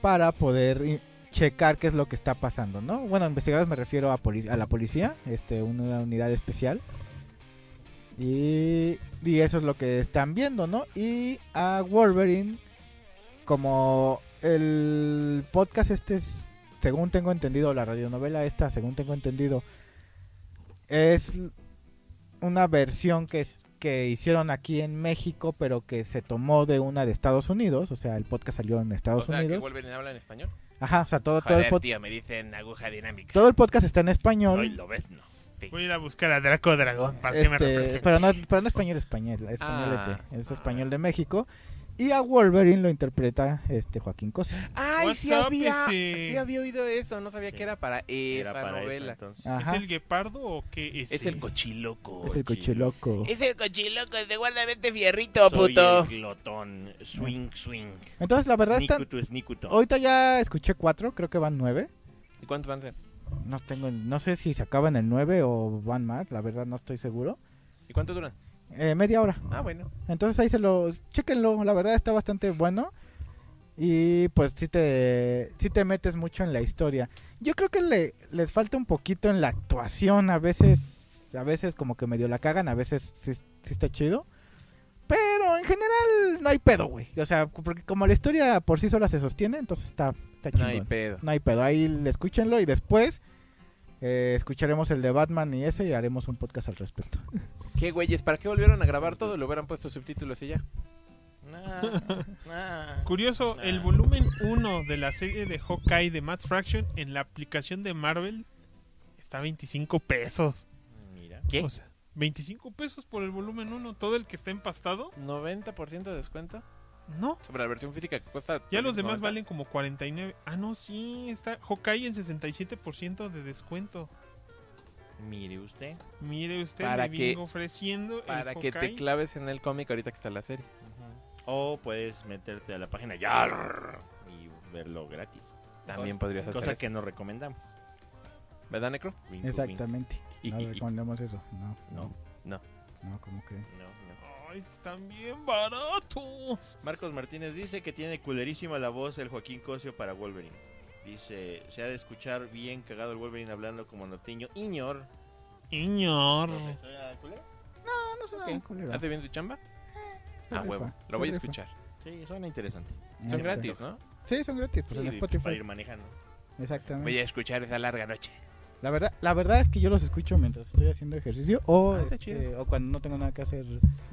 [SPEAKER 2] para poder i- checar qué es lo que está pasando, ¿no? Bueno, investigadores me refiero a, polic- a la policía, este, una unidad especial. Y, y eso es lo que están viendo, ¿no? Y a Wolverine, como el podcast este es, según tengo entendido, la radionovela esta, según tengo entendido, es una versión que, que hicieron aquí en México, pero que se tomó de una de Estados Unidos, o sea, el podcast salió en
[SPEAKER 4] O
[SPEAKER 2] Estados
[SPEAKER 4] sea, que
[SPEAKER 2] Unidos.
[SPEAKER 4] Wolverine habla en español.
[SPEAKER 2] Ajá, o sea, todo, todo, el
[SPEAKER 5] Joder,
[SPEAKER 2] pod-
[SPEAKER 5] tío, me dicen aguja dinámica.
[SPEAKER 2] todo el podcast está en
[SPEAKER 1] Ay,
[SPEAKER 2] español.
[SPEAKER 1] lo ves, no.
[SPEAKER 3] Voy a ir a buscar a Draco Dragón para que me
[SPEAKER 2] este,
[SPEAKER 3] represente.
[SPEAKER 2] pero, no, pero no español español, españolete,
[SPEAKER 4] Ah,
[SPEAKER 2] es
[SPEAKER 4] ah.
[SPEAKER 2] español de México. Y a Wolverine lo interpreta este Joaquín Cosa.
[SPEAKER 4] ¡Ay,
[SPEAKER 3] What's
[SPEAKER 4] sí
[SPEAKER 3] up,
[SPEAKER 4] había,
[SPEAKER 3] ese?
[SPEAKER 4] sí había oído eso! No sabía
[SPEAKER 1] Sí.
[SPEAKER 4] que era para esa
[SPEAKER 1] Era para eso,
[SPEAKER 4] novela.
[SPEAKER 1] entonces.
[SPEAKER 3] ¿Es
[SPEAKER 2] Ajá,
[SPEAKER 3] el guepardo o qué es?
[SPEAKER 4] Es el co-
[SPEAKER 5] Cochiloco.
[SPEAKER 2] Ah. es el cochiloco.
[SPEAKER 5] Ese cochiloco es de guardamente fierrito,
[SPEAKER 1] Soy
[SPEAKER 5] puto.
[SPEAKER 1] el glotón. Swing, swing.
[SPEAKER 2] Entonces, la verdad, están,
[SPEAKER 1] Snicuto, snicuto.
[SPEAKER 2] ahorita ya escuché cuatro, creo que van nueve.
[SPEAKER 4] ¿Y cuántos van a ser?
[SPEAKER 2] No tengo, no sé si se acaban el nueve o van más, la verdad no estoy seguro.
[SPEAKER 4] ¿Y cuánto duran?
[SPEAKER 2] Eh, media hora.
[SPEAKER 4] Ah, bueno.
[SPEAKER 2] Entonces ahí se los, chéquenlo, la verdad está bastante bueno. Y pues sí te, sí te metes mucho en la historia. Yo creo que le, les falta un poquito en la actuación. A veces, a veces como que medio la cagan, a veces sí, sí está chido. Pero en general no hay pedo, güey. O sea, porque como la historia por sí sola se sostiene, entonces está, está
[SPEAKER 4] No
[SPEAKER 2] chingón.
[SPEAKER 4] hay pedo.
[SPEAKER 2] No hay pedo, ahí le- escúchenlo y después eh, escucharemos el de Batman y ese y haremos un podcast al respecto.
[SPEAKER 4] ¿Qué güeyes? ¿Para qué volvieron a grabar todo? Le hubieran puesto subtítulos y ya.
[SPEAKER 1] Nah, nah.
[SPEAKER 4] Ah.
[SPEAKER 3] Curioso, el volumen 1 de la serie de Hawkeye de Matt Fraction en la aplicación de Marvel está a 25 pesos.
[SPEAKER 1] Mira.
[SPEAKER 4] ¿Qué?
[SPEAKER 3] O sea, 25 pesos por el volumen 1, todo el que está empastado.
[SPEAKER 4] ¿90% de descuento?
[SPEAKER 3] No,
[SPEAKER 4] Sobre la versión física que cuesta.
[SPEAKER 3] ya los demás
[SPEAKER 4] 390.
[SPEAKER 3] valen como 49. Ah, no, sí, está Hawkeye en 67% de descuento.
[SPEAKER 1] Mire usted.
[SPEAKER 3] Mire usted,
[SPEAKER 4] Para
[SPEAKER 3] le
[SPEAKER 4] que-
[SPEAKER 3] vengo ofreciendo el
[SPEAKER 4] Para que te
[SPEAKER 3] Hawkeye.
[SPEAKER 4] claves en el cómic ahorita que está la serie.
[SPEAKER 1] O puedes meterte a la página ya y verlo gratis.
[SPEAKER 4] También podrías hacer
[SPEAKER 1] Cosa
[SPEAKER 4] eso.
[SPEAKER 1] que no recomendamos.
[SPEAKER 4] ¿Verdad, Necro?
[SPEAKER 1] Wink, wink.
[SPEAKER 2] Exactamente.
[SPEAKER 4] Y-
[SPEAKER 2] No
[SPEAKER 4] y- y-
[SPEAKER 2] recomendamos eso. No.
[SPEAKER 1] No.
[SPEAKER 4] No.
[SPEAKER 2] No, ¿cómo creen?
[SPEAKER 1] No, no.
[SPEAKER 3] Ay, están bien baratos.
[SPEAKER 1] Marcos Martínez dice que tiene culerísima la voz el Joaquín Cosio para Wolverine. Dice, se ha de escuchar bien cagado el Wolverine hablando como norteño. Iñor.
[SPEAKER 3] Iñor.
[SPEAKER 1] No sé, ¿suena culero?
[SPEAKER 2] No, no suena
[SPEAKER 4] Ok.
[SPEAKER 2] bien culero.
[SPEAKER 4] ¿Hace bien su chamba?
[SPEAKER 2] Se
[SPEAKER 4] Ah,
[SPEAKER 2] rifa,
[SPEAKER 4] huevo.
[SPEAKER 2] se
[SPEAKER 4] Lo voy a
[SPEAKER 2] rifa.
[SPEAKER 4] escuchar.
[SPEAKER 1] Sí, suena interesante.
[SPEAKER 2] Ahí
[SPEAKER 4] Son
[SPEAKER 2] está.
[SPEAKER 4] gratis, ¿no?
[SPEAKER 2] Sí, son gratis, pues en
[SPEAKER 1] Sí, Para
[SPEAKER 2] Spotify.
[SPEAKER 1] ir manejando.
[SPEAKER 2] Exactamente.
[SPEAKER 5] Voy a escuchar esa larga noche.
[SPEAKER 2] La verdad, la verdad es que yo los escucho mientras estoy haciendo ejercicio o,
[SPEAKER 4] Ah, está
[SPEAKER 2] este,
[SPEAKER 4] chido.
[SPEAKER 2] o cuando no tengo nada que hacer.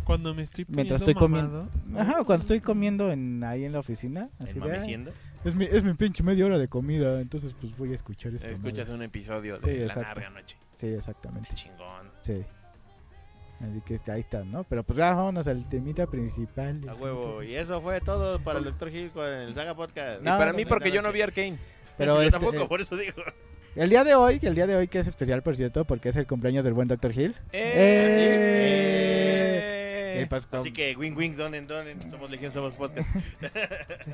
[SPEAKER 3] Cuando me estoy
[SPEAKER 2] Mientras
[SPEAKER 3] poniendo
[SPEAKER 2] estoy comiendo.
[SPEAKER 3] mamado.
[SPEAKER 2] Ajá, o cuando estoy comiendo en, ahí en la oficina. Así de, "Ay,
[SPEAKER 1] Enmameciendo.
[SPEAKER 2] es, mi, es mi pinche media hora de comida, entonces pues voy a escuchar esto.
[SPEAKER 4] Escuchas un episodio
[SPEAKER 2] Sí,
[SPEAKER 4] de la
[SPEAKER 2] exacto.
[SPEAKER 4] larga noche.
[SPEAKER 2] Sí, exactamente.
[SPEAKER 5] Qué chingón.
[SPEAKER 2] Sí. Así que ahí está, ¿no? Pero pues ya vámonos al temita principal.
[SPEAKER 1] A huevo. Y eso fue todo para el Doctor Gil con el Saga Podcast.
[SPEAKER 2] No,
[SPEAKER 4] y para
[SPEAKER 2] no,
[SPEAKER 4] mí,
[SPEAKER 2] no,
[SPEAKER 4] porque yo no vi Arkane.
[SPEAKER 2] Pero
[SPEAKER 1] Yo
[SPEAKER 2] este,
[SPEAKER 1] tampoco, por eso digo.
[SPEAKER 2] el día de hoy, el día de hoy que es especial, por cierto, porque es el cumpleaños del buen Dr. Hill.
[SPEAKER 4] ¡Eh!
[SPEAKER 2] Y, pues,
[SPEAKER 1] Así
[SPEAKER 2] con-
[SPEAKER 1] que wing wing donen donen somos legión somos podcast.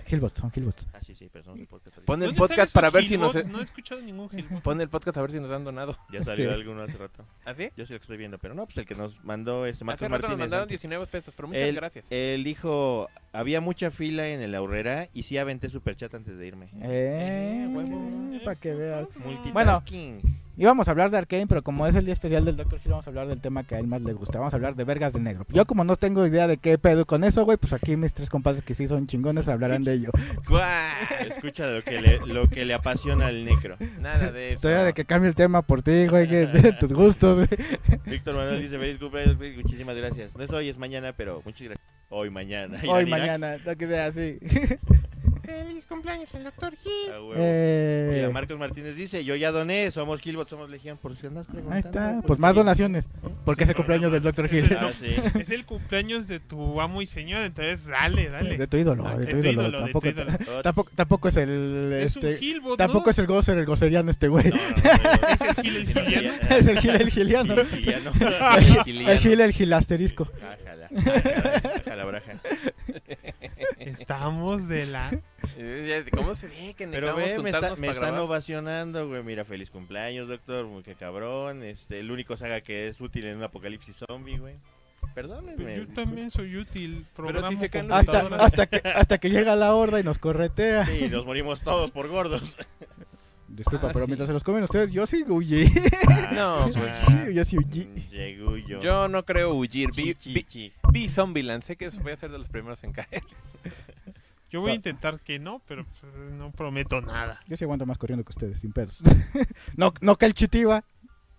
[SPEAKER 2] Hillbots, son Hillbots.
[SPEAKER 1] Ah sí sí, pero somos el podcast. ahorita.
[SPEAKER 4] Pon el
[SPEAKER 3] ¿Dónde están
[SPEAKER 4] podcast
[SPEAKER 3] esos
[SPEAKER 4] para ver si nos. e-
[SPEAKER 3] Hillbots? No he escuchado ningún Hillbot.
[SPEAKER 4] Pon el podcast a ver si nos han donado.
[SPEAKER 1] Ya salió
[SPEAKER 2] Sí.
[SPEAKER 1] alguno hace rato.
[SPEAKER 4] ¿Así?
[SPEAKER 1] Yo sé lo que estoy viendo, pero no, pues el que nos mandó este Marcos
[SPEAKER 4] Hace rato nos
[SPEAKER 1] Martínez.
[SPEAKER 4] mandaron
[SPEAKER 1] antes.
[SPEAKER 4] 19 pesos, pero muchas
[SPEAKER 1] El-
[SPEAKER 4] gracias.
[SPEAKER 1] Él dijo, había mucha fila en el Aurrera y sí aventé superchat antes de irme.
[SPEAKER 2] Eh,
[SPEAKER 4] huevo.
[SPEAKER 2] para que veas.
[SPEAKER 1] Multitasking.
[SPEAKER 2] Bueno, Íbamos a hablar de Arkane, pero como es el día especial del Doctor Hill, vamos a hablar del tema que a él más le gusta. Vamos a hablar de vergas de negro. Yo como no tengo idea de qué pedo con eso, güey, pues aquí mis tres compadres que sí son chingones hablarán de ello.
[SPEAKER 4] Guau,
[SPEAKER 1] Escucha lo que le, lo que le apasiona al necro.
[SPEAKER 4] Nada de eso.
[SPEAKER 2] Todavía de que cambie el tema por ti, güey, que de tus gustos, güey.
[SPEAKER 1] Víctor Manuel dice, feliz cumpleaños, güey, muchísimas gracias. No es hoy, es mañana, pero muchas gracias. Hoy, mañana.
[SPEAKER 2] Hoy,
[SPEAKER 1] Ya, mira,
[SPEAKER 2] mañana, lo que sea así.
[SPEAKER 3] Feliz cumpleaños al doctor Gil.
[SPEAKER 1] a huevo.
[SPEAKER 2] Eh,
[SPEAKER 1] Mira, Marcos Martínez dice, yo ya doné, somos Killbot, somos Legión, por si andas preguntando.
[SPEAKER 2] ahí está, pues más
[SPEAKER 1] sí.
[SPEAKER 2] donaciones, porque es el cumpleaños del Doctor Hill.
[SPEAKER 1] Ah, sí.
[SPEAKER 3] Es el cumpleaños de tu amo y señor, entonces dale, dale.
[SPEAKER 2] De tu ídolo, de tu ídolo. tampoco,
[SPEAKER 3] de tu ídolo.
[SPEAKER 2] Tampoco, tampoco es el...
[SPEAKER 3] Es un
[SPEAKER 2] este,
[SPEAKER 3] Gilbot,
[SPEAKER 2] Tampoco
[SPEAKER 3] ¿no?
[SPEAKER 2] es el gozer, el gozeriano este
[SPEAKER 1] No,
[SPEAKER 2] güey.
[SPEAKER 1] no,
[SPEAKER 3] Es el Gil, el
[SPEAKER 1] Sí, no,
[SPEAKER 3] Gil,
[SPEAKER 1] ya-
[SPEAKER 3] ¿no?
[SPEAKER 2] es el gil, el giliano.
[SPEAKER 1] no, Giliano.
[SPEAKER 2] El gil, el gil asterisco.
[SPEAKER 1] Ájala, ájala, ájala, braja.
[SPEAKER 3] Estamos de la... pues,
[SPEAKER 4] Eh, ya- ¿Cómo se ve que
[SPEAKER 1] Pero
[SPEAKER 4] necesitamos
[SPEAKER 1] ve, me, está-
[SPEAKER 4] juntarnos
[SPEAKER 1] me
[SPEAKER 4] para
[SPEAKER 1] están
[SPEAKER 4] grabar?
[SPEAKER 1] ovacionando, güey. Mira, feliz cumpleaños, doctor. muy Que cabrón. Este, el único saga que es útil en un apocalipsis zombie, güey. Perdónenme.
[SPEAKER 3] Yo también soy útil.
[SPEAKER 4] Pero si
[SPEAKER 3] Programo
[SPEAKER 4] se caen los
[SPEAKER 2] Hasta,
[SPEAKER 3] computadoras.
[SPEAKER 2] hasta, que, hasta que llega la horda y nos corretea.
[SPEAKER 1] Sí, nos morimos todos por gordos.
[SPEAKER 2] Disculpa,
[SPEAKER 4] Ah,
[SPEAKER 2] pero
[SPEAKER 4] sí.
[SPEAKER 2] mientras se los comen ustedes, yo sí huyí.
[SPEAKER 4] No,
[SPEAKER 1] Ah,
[SPEAKER 4] pues,
[SPEAKER 2] yo sí huyí.
[SPEAKER 1] Llegó yo.
[SPEAKER 4] Yo no creo huir.
[SPEAKER 1] Chi,
[SPEAKER 4] Vi,
[SPEAKER 1] chi,
[SPEAKER 4] vi,
[SPEAKER 1] chi.
[SPEAKER 4] vi Zombieland. Sé que eso voy a ser de los primeros en caer.
[SPEAKER 2] ah,
[SPEAKER 3] Yo voy a intentar que no, pero pues, no prometo nada.
[SPEAKER 2] Yo sí aguanto más corriendo que ustedes, sin pedos. no, no que el chitiba.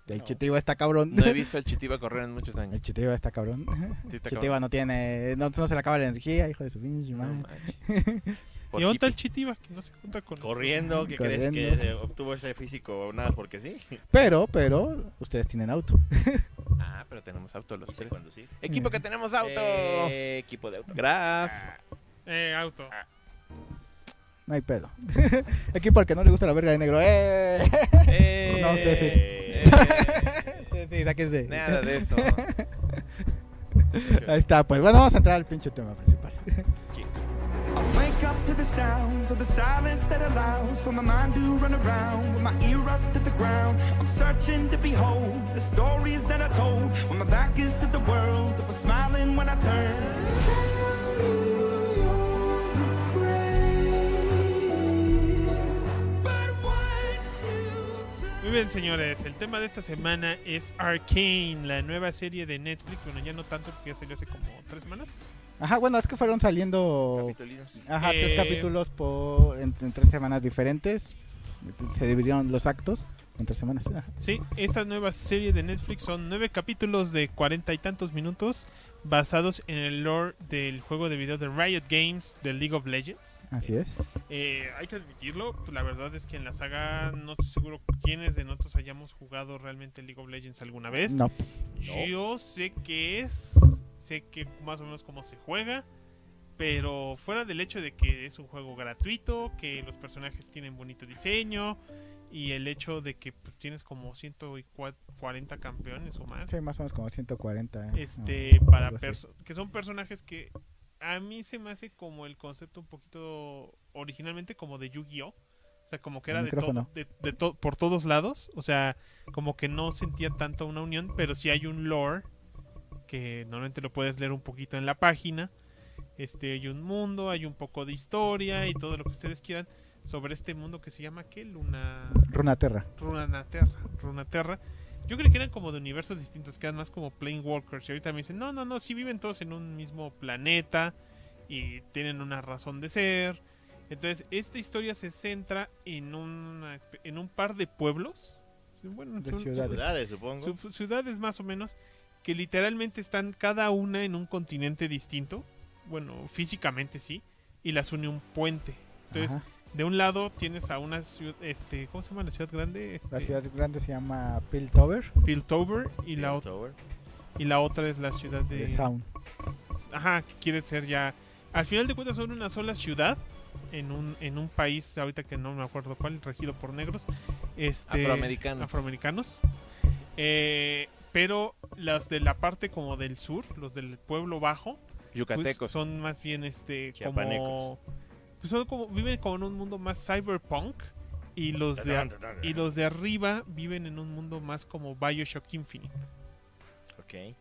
[SPEAKER 2] El
[SPEAKER 1] No.
[SPEAKER 2] chitiba está cabrón.
[SPEAKER 4] No he visto al Chitiba correr en muchos años.
[SPEAKER 2] El chitiba está cabrón.
[SPEAKER 4] Sí, está
[SPEAKER 2] chitiba no tiene. No, no se le acaba la energía, hijo de su pinche
[SPEAKER 4] cabrón.
[SPEAKER 2] madre.
[SPEAKER 4] No manches.
[SPEAKER 3] y
[SPEAKER 4] Por
[SPEAKER 3] otra el
[SPEAKER 4] hippie.
[SPEAKER 3] chitiba que no se junta con...
[SPEAKER 1] Corriendo, ¿qué crees
[SPEAKER 2] Corriendo.
[SPEAKER 1] que eh, obtuvo ese físico? Nada, porque sí.
[SPEAKER 2] Pero, pero, ustedes tienen auto.
[SPEAKER 4] Ah, pero tenemos auto los
[SPEAKER 1] Y sé
[SPEAKER 4] tres.
[SPEAKER 1] conducir.
[SPEAKER 4] Equipo que tenemos auto.
[SPEAKER 1] Eh, equipo de auto.
[SPEAKER 4] Graf.
[SPEAKER 3] Eh, auto.
[SPEAKER 2] No hay pedo. Aquí porque no le gusta la verga de negro. ¡Eh!
[SPEAKER 4] Eh,
[SPEAKER 2] No, usted sí.
[SPEAKER 4] eh,
[SPEAKER 2] Ustedes sí, sáquense.
[SPEAKER 4] nada de eso.
[SPEAKER 2] Ahí está, pues bueno, vamos a entrar al pinche tema principal.
[SPEAKER 6] I wake up to the sounds of the silence that allows for my mind to run around with my ear up to the ground. I'm searching to behold the stories that I told when my back is to the world that was smiling when I turned. Tell me you're the greatest, but once you turn-
[SPEAKER 3] Muy bien, señores. El tema de esta semana es Arcane, la nueva serie de Netflix. Bueno, ya no tanto porque ya salió hace como tres semanas.
[SPEAKER 2] Ajá, bueno, es que fueron saliendo
[SPEAKER 1] Capitolinos.
[SPEAKER 2] ajá, tres
[SPEAKER 3] Eh,
[SPEAKER 2] capítulos por en, en tres semanas diferentes. Se dividieron los actos en tres semanas. Ah, Ajá.
[SPEAKER 3] Sí, esta nueva serie de Netflix son nueve capítulos de cuarenta y tantos minutos basados en el lore del juego de video de Riot Games de League of Legends.
[SPEAKER 2] Así es.
[SPEAKER 3] Eh, hay que admitirlo, pues, la verdad es que en la saga no estoy seguro quiénes de nosotros hayamos jugado realmente League of Legends alguna vez.
[SPEAKER 2] No,
[SPEAKER 3] Yo sé que es, sé que más o menos cómo se juega, pero fuera del hecho de que es un juego gratuito, que los personajes tienen bonito diseño y el hecho de que pues, tienes como 140 campeones o más,
[SPEAKER 2] sí, más o menos como 140. eh,
[SPEAKER 3] este,
[SPEAKER 2] o
[SPEAKER 3] para
[SPEAKER 2] algo así.
[SPEAKER 3] perso- que son personajes que a mí se me hace como el concepto un poquito originalmente como de Yu-Gi-Oh. O sea, como que
[SPEAKER 2] El
[SPEAKER 3] era de,
[SPEAKER 2] micrófono.
[SPEAKER 3] todo, de, de to- por todos lados. O sea, como que no sentía tanto una unión, pero sí hay un lore que normalmente lo puedes leer un poquito en la página. Este, hay un mundo, hay un poco de historia y todo lo que ustedes quieran sobre este mundo que se llama ¿qué? Luna
[SPEAKER 2] Runaterra.
[SPEAKER 3] Runaterra, Runaterra. Yo creí que eran como de universos distintos, que eran más como plane walkers. Y ahorita me dicen, no, no, no, sí viven todos en un mismo planeta y tienen una razón de ser. Entonces, esta historia se centra en, una espe- en un par de pueblos. Bueno,
[SPEAKER 2] De
[SPEAKER 3] son-
[SPEAKER 2] ciudades.
[SPEAKER 1] Ciudades, supongo.
[SPEAKER 3] su- ciudades más o menos que literalmente están cada una en un continente distinto. Bueno, físicamente sí. Y las une un puente. Entonces,
[SPEAKER 2] Ajá.
[SPEAKER 3] de un lado tienes a una ciudad, este, ¿cómo se llama la ciudad grande? Este,
[SPEAKER 2] La ciudad grande se llama Piltover
[SPEAKER 3] Piltover y la, ot-
[SPEAKER 1] Piltover.
[SPEAKER 3] y la otra es la ciudad de...
[SPEAKER 2] de Sound.
[SPEAKER 3] Ajá, que quiere ser ya... Al final de cuentas son una sola ciudad en un, en un país, ahorita que no me acuerdo cuál, regido por negros. Este,
[SPEAKER 4] Afroamericano.
[SPEAKER 3] afroamericanos. Eh, pero las de la parte como del sur, los del pueblo bajo, pues,
[SPEAKER 4] Yucatecos.
[SPEAKER 3] son más bien este como
[SPEAKER 1] Chiapanecos.
[SPEAKER 3] pues son como viven como en un mundo más cyberpunk y los de y los de arriba viven en un mundo más como BioShock Infinite.
[SPEAKER 1] Ok.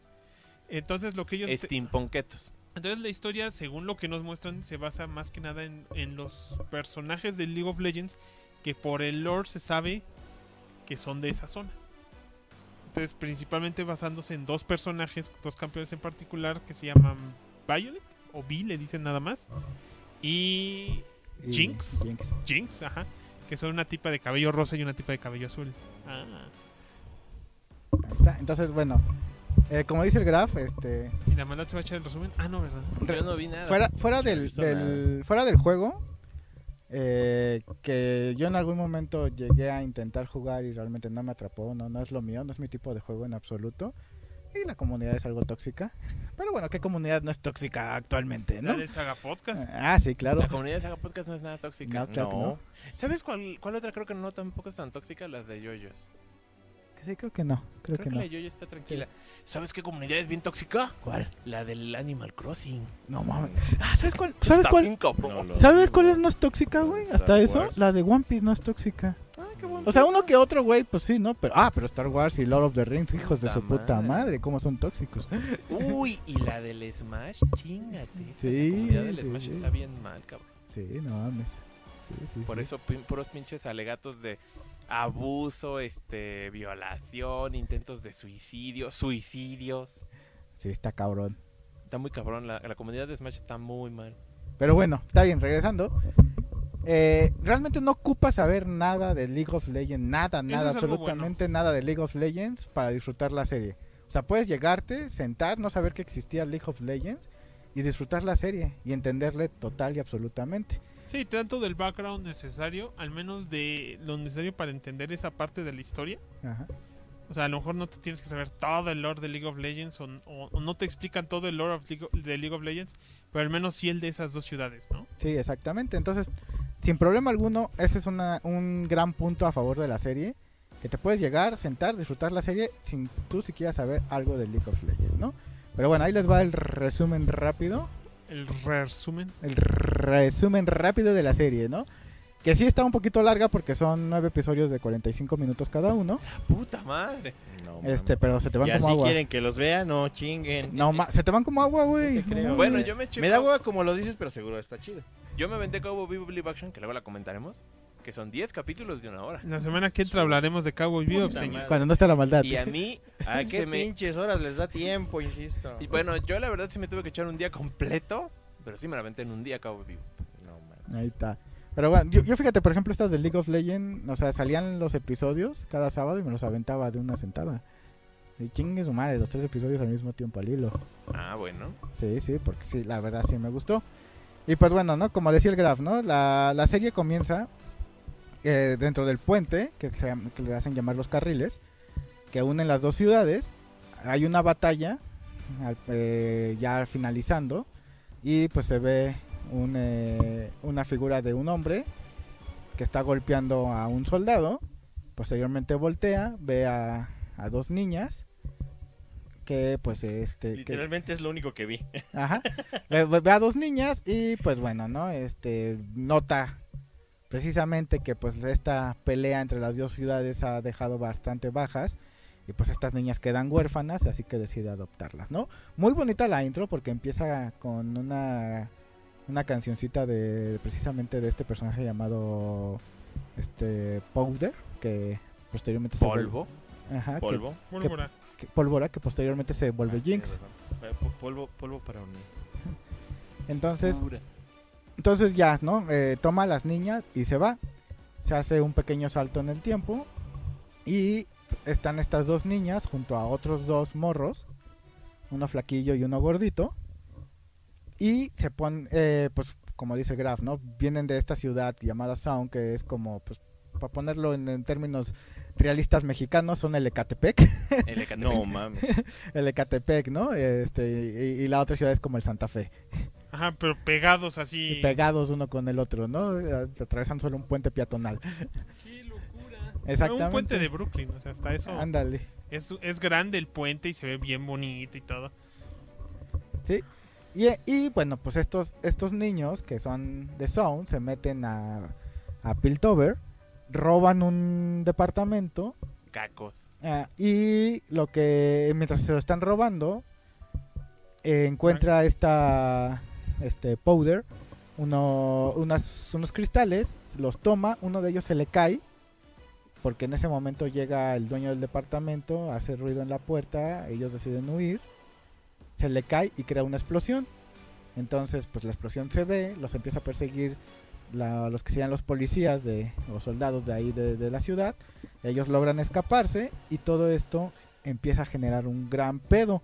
[SPEAKER 3] Entonces lo que ellos
[SPEAKER 4] Este.
[SPEAKER 3] te-
[SPEAKER 4] Steampunketos.
[SPEAKER 3] entonces la historia, según lo que nos muestran, se basa más que nada en, en los personajes de League of Legends que por el lore se sabe que son de esa zona. Entonces, principalmente basándose en dos personajes, dos campeones en particular, que se llaman Violet, o Vi le dicen nada más, y
[SPEAKER 2] Y-
[SPEAKER 3] Jinx.
[SPEAKER 2] Jinx.
[SPEAKER 3] Jinx, ajá, que son una tipa de cabello rosa y una tipa de cabello azul. Ah,
[SPEAKER 2] Ahí está. Entonces, bueno, eh, como dice el Graf, este,
[SPEAKER 3] y la maldad se va a echar el resumen. Ah, no, ¿verdad?
[SPEAKER 4] Yo no vi nada.
[SPEAKER 2] fuera, fuera, del,
[SPEAKER 1] visto
[SPEAKER 2] del- fuera del juego, eh, que yo en algún momento llegué a intentar jugar y realmente no me atrapó, no, no es lo mío, no es mi tipo de juego en absoluto. Y la comunidad es algo tóxica. Pero bueno, ¿qué comunidad no es tóxica actualmente, no?
[SPEAKER 3] La del Saga Podcast.
[SPEAKER 2] Ah, sí, claro.
[SPEAKER 4] La comunidad de Saga Podcast no es nada tóxica.
[SPEAKER 2] No, claro que no.
[SPEAKER 1] No.
[SPEAKER 4] ¿Sabes cuál, cuál otra creo que no tampoco es tan tóxica? Las de Yoyos.
[SPEAKER 2] Sí, creo que no, creo,
[SPEAKER 4] Creo,
[SPEAKER 2] que,
[SPEAKER 4] que,
[SPEAKER 2] no.
[SPEAKER 4] la de Yoyo está tranquila. ¿Sabes qué comunidad es bien tóxica?
[SPEAKER 2] ¿Cuál?
[SPEAKER 4] La del Animal Crossing.
[SPEAKER 2] No mames. Ah, ¿sabes cuál? ¿Sabes
[SPEAKER 4] Está
[SPEAKER 2] cuál?
[SPEAKER 4] bien cabrón.
[SPEAKER 1] No lo-
[SPEAKER 2] ¿Sabes cuál es- no es tóxica, güey?
[SPEAKER 1] Star
[SPEAKER 2] Hasta eso,
[SPEAKER 1] Wars.
[SPEAKER 2] la de One Piece no es tóxica.
[SPEAKER 4] Ah, qué bueno.
[SPEAKER 2] O sea, uno que otro, güey, pues sí, ¿no? Pero, ah, pero Star Wars y Lord of the Rings, hijos de
[SPEAKER 4] Puta
[SPEAKER 2] su puta
[SPEAKER 4] madre.
[SPEAKER 2] madre, cómo son tóxicos.
[SPEAKER 4] Uy, y la del Smash, chingate.
[SPEAKER 2] Sí,
[SPEAKER 4] La comunidad del
[SPEAKER 2] sí,
[SPEAKER 4] Smash
[SPEAKER 2] sí.
[SPEAKER 4] está bien mal, cabrón.
[SPEAKER 2] Sí, no mames. Sí, sí,
[SPEAKER 4] Por
[SPEAKER 2] sí.
[SPEAKER 4] eso pin- puros pinches alegatos de abuso, este, violación, intentos de suicidio, suicidios.
[SPEAKER 2] Sí, está cabrón.
[SPEAKER 4] Está muy cabrón, la, la comunidad de Smash está muy mal.
[SPEAKER 2] Pero bueno, está bien, regresando. Eh, realmente no ocupa saber nada de League of Legends, nada, nada,
[SPEAKER 3] es algo
[SPEAKER 2] absolutamente nada de League of Legends para disfrutar la serie. O sea, puedes llegarte, sentar, no saber que existía League of Legends y disfrutar la serie y entenderle total y absolutamente.
[SPEAKER 3] Sí, te dan todo el background necesario, al menos de lo necesario para entender esa parte de la historia.
[SPEAKER 2] Ajá.
[SPEAKER 3] O sea, a lo mejor no te tienes que saber todo el lore de League of Legends o, o- o no te explican todo el lore of League- de League of Legends, pero al menos sí el de esas dos ciudades, ¿no?
[SPEAKER 2] Sí, exactamente. Entonces, sin problema alguno, ese es una- un gran punto a favor de la serie. Que te puedes llegar, sentar, disfrutar la serie sin tú siquiera saber algo de League of Legends, ¿no? Pero bueno, ahí les va el resumen rápido.
[SPEAKER 3] El resumen.
[SPEAKER 2] El resumen rápido de la serie, ¿no? Que sí está un poquito larga porque son nueve episodios de 45 minutos cada uno.
[SPEAKER 4] ¡La puta madre!
[SPEAKER 1] No,
[SPEAKER 2] Este, pero se te van
[SPEAKER 1] y así
[SPEAKER 2] como agua.
[SPEAKER 1] quieren que los vean, no chinguen.
[SPEAKER 2] No, ma- se te van como agua, güey.
[SPEAKER 1] te creo.
[SPEAKER 2] No,
[SPEAKER 4] Bueno,
[SPEAKER 2] güey.
[SPEAKER 4] yo me eché
[SPEAKER 1] Me da
[SPEAKER 4] Cow-
[SPEAKER 1] hueva como lo dices, pero seguro está chido.
[SPEAKER 4] Yo me aventé Cowboy Bebop Live Action, que luego la comentaremos, que son 10 capítulos de una hora.
[SPEAKER 3] La semana que entra hablaremos de Cowboy Bebop,
[SPEAKER 1] Puta
[SPEAKER 3] señor.
[SPEAKER 1] madre.
[SPEAKER 2] Cuando no está la maldad.
[SPEAKER 4] Y a mí,
[SPEAKER 1] ¿A qué
[SPEAKER 4] se me...
[SPEAKER 1] pinches horas les da tiempo, insisto?
[SPEAKER 4] y bueno, yo la verdad sí me tuve que echar un día completo, pero sí me la aventé en un día Cowboy Bebop.
[SPEAKER 1] No, man.
[SPEAKER 2] Ahí está. Pero bueno, yo, yo fíjate, por ejemplo, estas de League of Legends, o sea, salían los episodios cada sábado y me los aventaba de una sentada. Y chingue su madre, los tres episodios al mismo tiempo al hilo.
[SPEAKER 4] Ah, bueno.
[SPEAKER 2] Sí, sí, porque sí, la verdad sí me gustó. Y pues bueno, ¿no? Como decía el Graf, ¿no? La, la serie comienza eh, dentro del puente, que, se, llam- que le hacen llamar los carriles, que unen las dos ciudades. Hay una batalla al- eh, ya finalizando y pues se ve un, eh, una figura de un hombre que está golpeando a un soldado. Posteriormente voltea, ve a, a dos niñas que pues este... que-
[SPEAKER 1] Literalmente es lo único que vi.
[SPEAKER 2] Ajá. Ve, ve- ve a dos niñas y pues bueno, ¿no? Este nota precisamente que pues esta pelea entre las dos ciudades ha dejado bastante bajas y pues estas niñas quedan huérfanas, así que decide adoptarlas, ¿no? Muy bonita la intro porque empieza con una una cancioncita de precisamente de este personaje llamado este Powder que posteriormente se vuelve-
[SPEAKER 4] Polvo.
[SPEAKER 2] ajá, que-
[SPEAKER 1] Polvo.
[SPEAKER 3] Pólvora.
[SPEAKER 2] que- pólvora que posteriormente se vuelve
[SPEAKER 1] Ah, tienes
[SPEAKER 2] Jinx.
[SPEAKER 1] razón. Eh, po- Polvo, polvo para unir.
[SPEAKER 2] Entonces,
[SPEAKER 4] Pura.
[SPEAKER 2] Entonces ya, ¿no? Eh, toma a las niñas y se va. Se hace un pequeño salto en el tiempo. Y están estas dos niñas junto a otros dos morros. Uno flaquillo y uno gordito. Y se ponen, eh, pues como dice Graf, ¿no? Vienen de esta ciudad llamada Sound, que es como, pues, para ponerlo en, en términos realistas mexicanos, son el Ecatepec.
[SPEAKER 4] El Ecatepec.
[SPEAKER 1] No mames.
[SPEAKER 2] el Ecatepec, ¿no? Este, y- y la otra ciudad es como el Santa Fe.
[SPEAKER 3] Ajá, pero pegados
[SPEAKER 2] y
[SPEAKER 3] así.
[SPEAKER 2] pegados uno con el otro, ¿no? Atravesando solo un puente peatonal.
[SPEAKER 3] ¡Qué locura!
[SPEAKER 2] Exactamente.
[SPEAKER 3] Un puente de Brooklyn, o sea, hasta eso.
[SPEAKER 2] Ándale.
[SPEAKER 3] Es, es grande el puente y se ve bien bonito y todo.
[SPEAKER 2] Sí. Y, y, bueno, pues estos, estos niños que son de Sound se meten a, a Piltover, roban un departamento
[SPEAKER 4] Cacos.
[SPEAKER 2] ah, y lo que mientras se lo están robando eh, encuentra esta este powder uno, unas, unos cristales, los toma, uno de ellos se le cae porque en ese momento llega el dueño del departamento, hace ruido en la puerta, ellos deciden huir, se le cae y crea una explosión. Entonces, pues la explosión se ve, los empieza a perseguir la- los que sean los policías de, o soldados de ahí de, de la ciudad. Ellos logran escaparse y todo esto empieza a generar un gran pedo.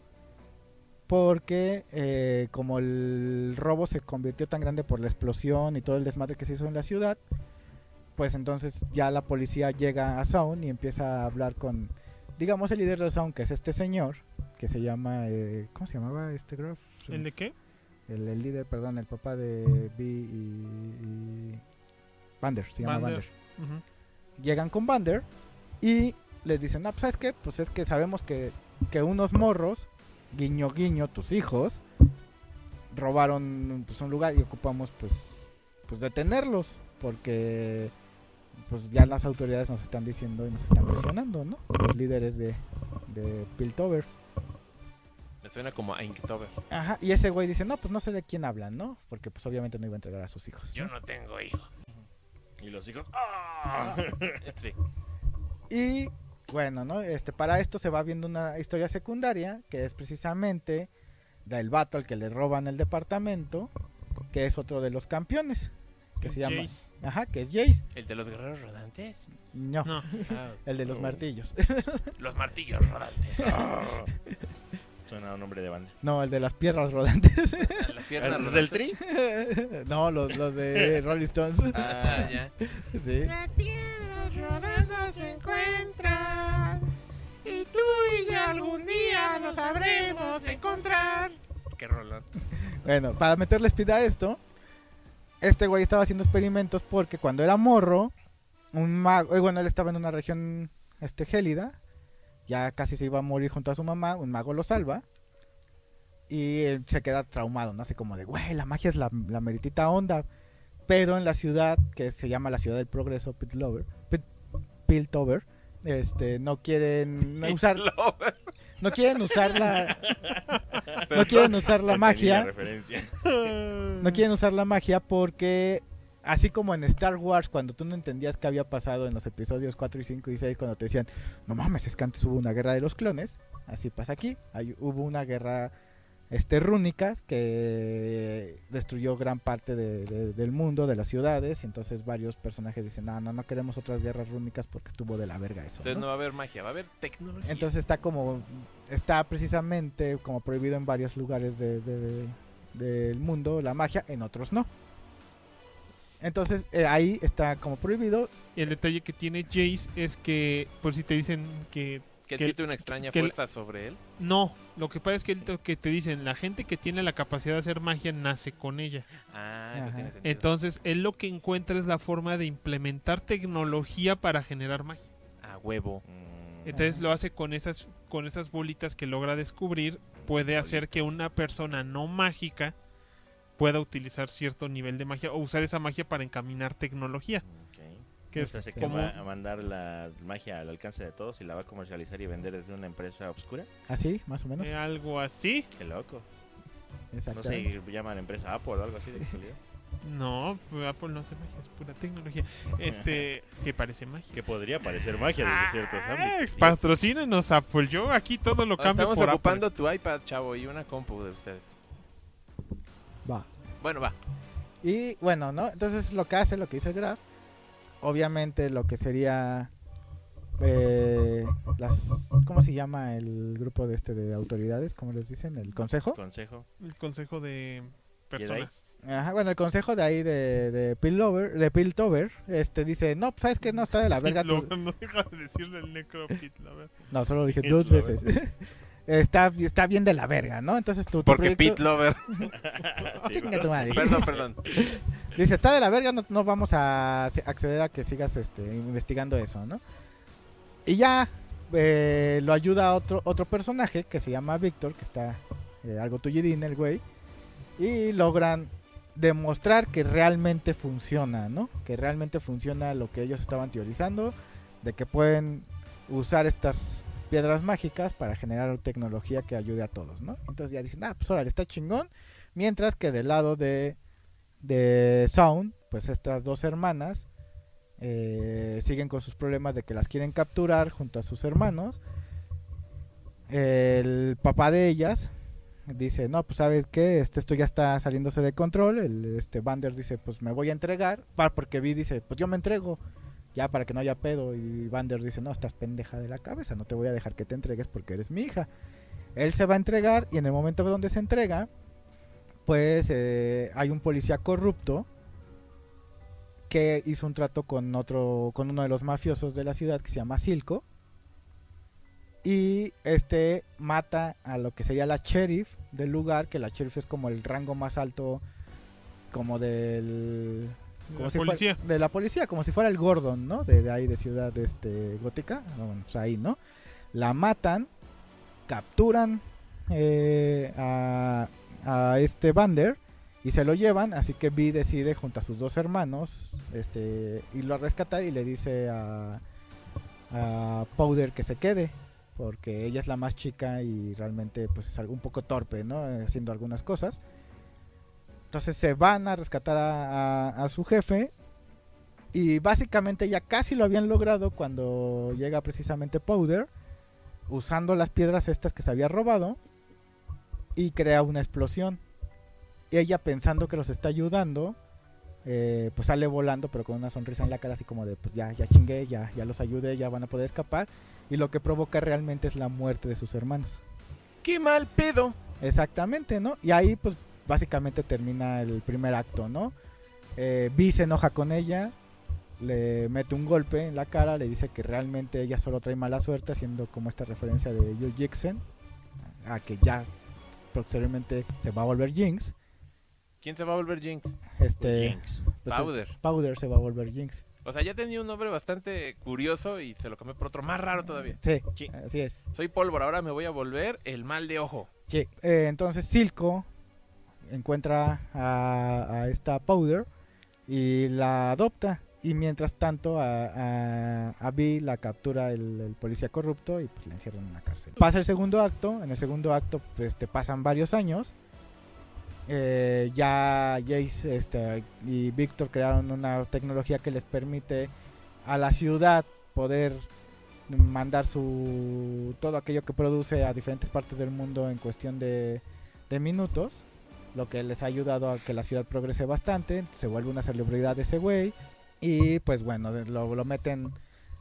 [SPEAKER 2] Porque eh, como el robo se convirtió tan grande por la explosión y todo el desmadre que se hizo en la ciudad, pues entonces ya la policía llega a Sound y empieza a hablar con, digamos, el líder de Sound, que es este señor, que se llama, eh, ¿cómo se llamaba este Groff?
[SPEAKER 3] ¿El de qué?
[SPEAKER 2] El, el líder, perdón, el papá de B y... y- Vander, se llama
[SPEAKER 3] Vander.
[SPEAKER 2] Vander
[SPEAKER 3] Ujú.
[SPEAKER 2] llegan con Vander y les dicen, ah, pues sabes qué, pues es que sabemos que, que unos morros, guiño guiño, tus hijos, robaron pues, un lugar y ocupamos pues, pues detenerlos, porque pues ya las autoridades nos están diciendo y nos están presionando, ¿no? Los líderes de, de Piltover.
[SPEAKER 4] Me suena como a Inktober.
[SPEAKER 2] Ajá, y ese güey dice, no, pues no sé de quién hablan, ¿no? Porque pues obviamente no iba a entregar a sus hijos.
[SPEAKER 5] Yo no tengo hijos.
[SPEAKER 1] Y los hijos.
[SPEAKER 4] Sí.
[SPEAKER 2] Y bueno, ¿no? Este, para esto se va viendo una historia secundaria que es precisamente del vato al que le roban el departamento, que es otro de los campeones, que
[SPEAKER 3] El
[SPEAKER 2] se llama,
[SPEAKER 3] Jace.
[SPEAKER 2] ajá, que es Jace,
[SPEAKER 4] ¿El de los guerreros rodantes?
[SPEAKER 2] no,
[SPEAKER 3] No.
[SPEAKER 4] Ah,
[SPEAKER 2] el de los martillos,
[SPEAKER 5] Los martillos rodantes.
[SPEAKER 1] ¡ah! Suena a un nombre de banda.
[SPEAKER 2] no, el de las piernas rodantes,
[SPEAKER 4] las piernas
[SPEAKER 1] ¿Los
[SPEAKER 4] rodantes.
[SPEAKER 1] del tri?
[SPEAKER 2] no, los, los de Rolling Stones,
[SPEAKER 4] Ah, ya.
[SPEAKER 2] sí.
[SPEAKER 5] Las piedras rodando se encuentran. Y tú y yo algún día nos sabremos encontrar. Qué rolón.
[SPEAKER 2] Bueno, para meterle speed a esto, este güey estaba haciendo experimentos porque cuando era morro, un mago, eh, bueno, él estaba en una región este gélida, ya casi se iba a morir junto a su mamá, un mago lo salva y él se queda traumado, no así como de, güey, la magia es la, la meritita onda, pero en la ciudad que se llama la ciudad del progreso, Piltover, Pit- Piltover, este, no quieren usar, no quieren usar la, no quieren usar la magia.
[SPEAKER 1] referencia.
[SPEAKER 2] No quieren usar la magia porque, así como en Star Wars, cuando tú no entendías qué había pasado en los episodios 4 y 5 y 6, cuando te decían, no mames, es que antes hubo una guerra de los clones, así pasa aquí, Hay- hubo una guerra este, rúnica que destruyó gran parte de- de- del mundo, de las ciudades, y entonces varios personajes dicen, no, no, no queremos otras guerras rúnicas porque estuvo de la verga eso.
[SPEAKER 4] Entonces
[SPEAKER 2] ¿no?
[SPEAKER 4] no va a haber magia, va a haber tecnología.
[SPEAKER 2] Entonces está como, está precisamente como prohibido en varios lugares de- de- de- del mundo la magia, en otros no. Entonces eh, ahí está como prohibido.
[SPEAKER 3] Y el detalle que tiene Jace es que, por si te dicen que
[SPEAKER 4] que él
[SPEAKER 3] que-
[SPEAKER 4] siente una extraña
[SPEAKER 3] que-
[SPEAKER 4] fuerza sobre él.
[SPEAKER 3] no, lo que pasa es que, él- lo que te dicen, la gente que tiene la capacidad de hacer magia nace con ella.
[SPEAKER 4] Ah,
[SPEAKER 2] Ajá.
[SPEAKER 4] eso tiene sentido.
[SPEAKER 3] Entonces, él lo que encuentra es la forma de implementar tecnología para generar magia.
[SPEAKER 4] A Ah, huevo.
[SPEAKER 1] Mm,
[SPEAKER 3] Entonces
[SPEAKER 2] Ajá.
[SPEAKER 3] lo hace con esas, con esas bolitas que logra descubrir, puede hacer que una persona no mágica pueda utilizar cierto nivel de magia o usar esa magia para encaminar tecnología. Que
[SPEAKER 2] O
[SPEAKER 3] es
[SPEAKER 1] Entonces se
[SPEAKER 3] como-
[SPEAKER 1] va a mandar la magia al alcance de todos y la va a comercializar y vender desde una empresa obscura.
[SPEAKER 2] Así, más o menos.
[SPEAKER 3] eh, algo así.
[SPEAKER 1] Qué loco. No
[SPEAKER 2] Exactamente.
[SPEAKER 1] sé, llama a la empresa Apple o algo así de casualidad.
[SPEAKER 3] No, pues, Apple no hace magia, es pura tecnología. Este, que parece magia.
[SPEAKER 1] Que podría parecer magia desde ciertos ámbitos.
[SPEAKER 3] Ah, Patrocínenos Apple, yo aquí todo lo cambio
[SPEAKER 4] Ah, Estamos
[SPEAKER 3] por Apple.
[SPEAKER 4] ocupando tu iPad, chavo, y una compu de ustedes.
[SPEAKER 2] Va.
[SPEAKER 4] Bueno, va.
[SPEAKER 2] Y bueno, ¿no? Entonces lo que hace, lo que hizo el Graf, obviamente lo que sería... eh, las, ¿Cómo se llama el grupo de este de autoridades? ¿Cómo les dicen? ¿El consejo?
[SPEAKER 1] Consejo.
[SPEAKER 3] El consejo de personas.
[SPEAKER 2] Ajá, bueno, el consejo de ahí de, de Piltover, de Piltover, este dice, no, sabes que no está de la verga.
[SPEAKER 3] Lo-
[SPEAKER 2] tu-
[SPEAKER 3] no deja de decirle el necropit, la verdad.
[SPEAKER 2] No, solo lo dije dos
[SPEAKER 1] Piltover.
[SPEAKER 2] veces. está, está bien de la verga, ¿no? Entonces tu, tu
[SPEAKER 4] Porque
[SPEAKER 2] proyecto-
[SPEAKER 4] Pit Lover.
[SPEAKER 1] Sí,
[SPEAKER 2] Ah, Chinga tu madre.
[SPEAKER 4] Perdón, perdón.
[SPEAKER 2] Dice, está de la verga, no, no vamos a ac- acceder a que sigas este, investigando eso, ¿no? Y ya eh, lo ayuda otro, otro personaje que se llama Víctor, que está eh, algo tullidín el güey. Y logran demostrar que realmente funciona, ¿no? Que realmente funciona lo que ellos estaban teorizando, de que pueden usar estas piedras mágicas para generar tecnología que ayude a todos, ¿no? Entonces ya dicen, ah, pues órale, está chingón. Mientras que del lado de de Sound, pues estas dos hermanas eh, siguen con sus problemas de que las quieren capturar junto a sus hermanos. El papá de ellas dice, no, pues sabes qué, este, esto ya está saliéndose de control. El, este Bander dice, pues me voy a entregar, para, porque Vi dice, pues yo me entrego, ya para que no haya pedo. Y Bander dice, no, estás pendeja de la cabeza, no te voy a dejar que te entregues porque eres mi hija. Él se va a entregar y en el momento donde se entrega, pues eh, hay un policía corrupto que hizo un trato con otro, con uno de los mafiosos de la ciudad que se llama Silco. Y este mata a lo que sería la sheriff del lugar, que la sheriff es como el rango más alto, como del.
[SPEAKER 3] De
[SPEAKER 2] como
[SPEAKER 3] la
[SPEAKER 2] si fuera-
[SPEAKER 3] policía.
[SPEAKER 2] de la policía, como si fuera el Gordon, ¿no? De, de ahí, de Ciudad este, Gótica. No, bueno, pues ahí, ¿no? La matan, capturan eh, a, a este Bander y se lo llevan, así que Vi decide junto a sus dos hermanos este irlo a rescatar y le dice a, a Powder que se quede porque ella es la más chica y realmente pues es algo un poco torpe, ¿no? Haciendo algunas cosas. Entonces se van a rescatar a, a- a su jefe y básicamente ya casi lo habían logrado cuando llega precisamente Powder usando las piedras estas que se había robado y crea una explosión. Ella pensando que los está ayudando, eh, pues sale volando pero con una sonrisa en la cara así como de pues ya, ya chingué, ya, ya los ayudé, ya van a poder escapar y lo que provoca realmente es la muerte de sus hermanos.
[SPEAKER 4] ¡Qué mal pedo!
[SPEAKER 2] Exactamente, ¿no? Y ahí, pues, básicamente termina el primer acto, ¿no? Eh, Vi se enoja con ella, le mete un golpe en la cara, le dice que realmente ella solo trae mala suerte, haciendo como esta referencia de Joe Jackson, a que ya posteriormente se va a volver Jinx.
[SPEAKER 4] ¿Quién se va a volver Jinx?
[SPEAKER 2] Este,
[SPEAKER 1] Jinx.
[SPEAKER 2] pues,
[SPEAKER 4] Powder.
[SPEAKER 2] Powder se va a volver Jinx.
[SPEAKER 4] O sea, ya tenía un nombre bastante curioso y se lo cambié por otro más raro todavía.
[SPEAKER 2] Sí,
[SPEAKER 1] Sí.
[SPEAKER 2] así es.
[SPEAKER 4] Soy pólvora, ahora me voy a volver el mal de ojo.
[SPEAKER 2] Sí, eh, entonces Silco encuentra a, a esta Powder y la adopta. Y mientras tanto a, a, a Vi la captura el, el policía corrupto y pues la encierra en una cárcel. Pasa el segundo acto, en el segundo acto pues, te pasan varios años. Eh, ya Jace este, y Víctor crearon una tecnología que les permite a la ciudad poder mandar su todo aquello que produce a diferentes partes del mundo en cuestión de, de minutos, lo que les ha ayudado a que la ciudad progrese bastante, se vuelve una celebridad ese güey y pues bueno, de- lo, lo meten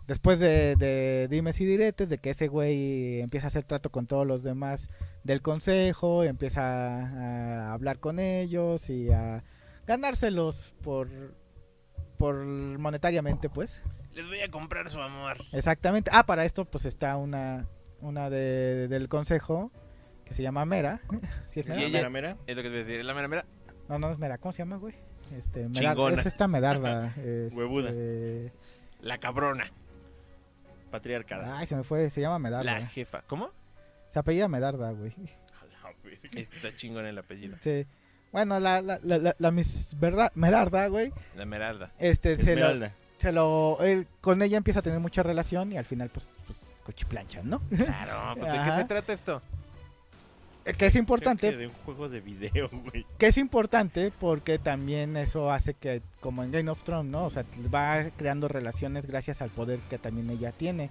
[SPEAKER 2] después de, de dimes y diretes, de que ese güey empieza a hacer trato con todos los demás del consejo, empieza a, a hablar con ellos y a ganárselos por por monetariamente pues
[SPEAKER 4] Les voy a comprar su amor.
[SPEAKER 2] Exactamente. Ah, para esto pues está una una de- del consejo que se llama Mera. ¿Sí es
[SPEAKER 1] ¿Mera,
[SPEAKER 2] Mera?
[SPEAKER 4] Y
[SPEAKER 1] mera,
[SPEAKER 4] ella-
[SPEAKER 1] mera?
[SPEAKER 4] Es lo que te voy a decir, es la mera mera.
[SPEAKER 2] No, no es Mera. ¿Cómo se llama, güey? Este, Medarda.
[SPEAKER 1] Chingona.
[SPEAKER 2] Es esta Medarda. es,
[SPEAKER 1] Huevuda.
[SPEAKER 2] eh,
[SPEAKER 4] La cabrona.
[SPEAKER 1] Patriarcada.
[SPEAKER 2] Ay, se me fue. Se llama Medarda. eh.
[SPEAKER 4] La jefa. ¿Cómo?
[SPEAKER 2] Se apellida Medarda, güey.
[SPEAKER 1] A la verga.
[SPEAKER 4] Está chingón el apellido.
[SPEAKER 2] Sí. Bueno, la, la, la, la, la Miss Verda- Medarda, güey.
[SPEAKER 4] La Esmeralda.
[SPEAKER 2] Este, se lo,
[SPEAKER 1] Esmeralda.
[SPEAKER 2] se lo, él- con ella empieza a tener mucha relación y al final, pues, pues cuchiplancha, ¿no?
[SPEAKER 4] Claro, pues, ¿de qué
[SPEAKER 2] Ajá.
[SPEAKER 4] se trata esto?
[SPEAKER 2] Eh, que es
[SPEAKER 1] Creo
[SPEAKER 2] importante
[SPEAKER 1] que De un juego de video, güey.
[SPEAKER 2] Que es importante porque también eso hace que, como en Game of Thrones, ¿no? O sea, va creando relaciones gracias al poder que también ella tiene.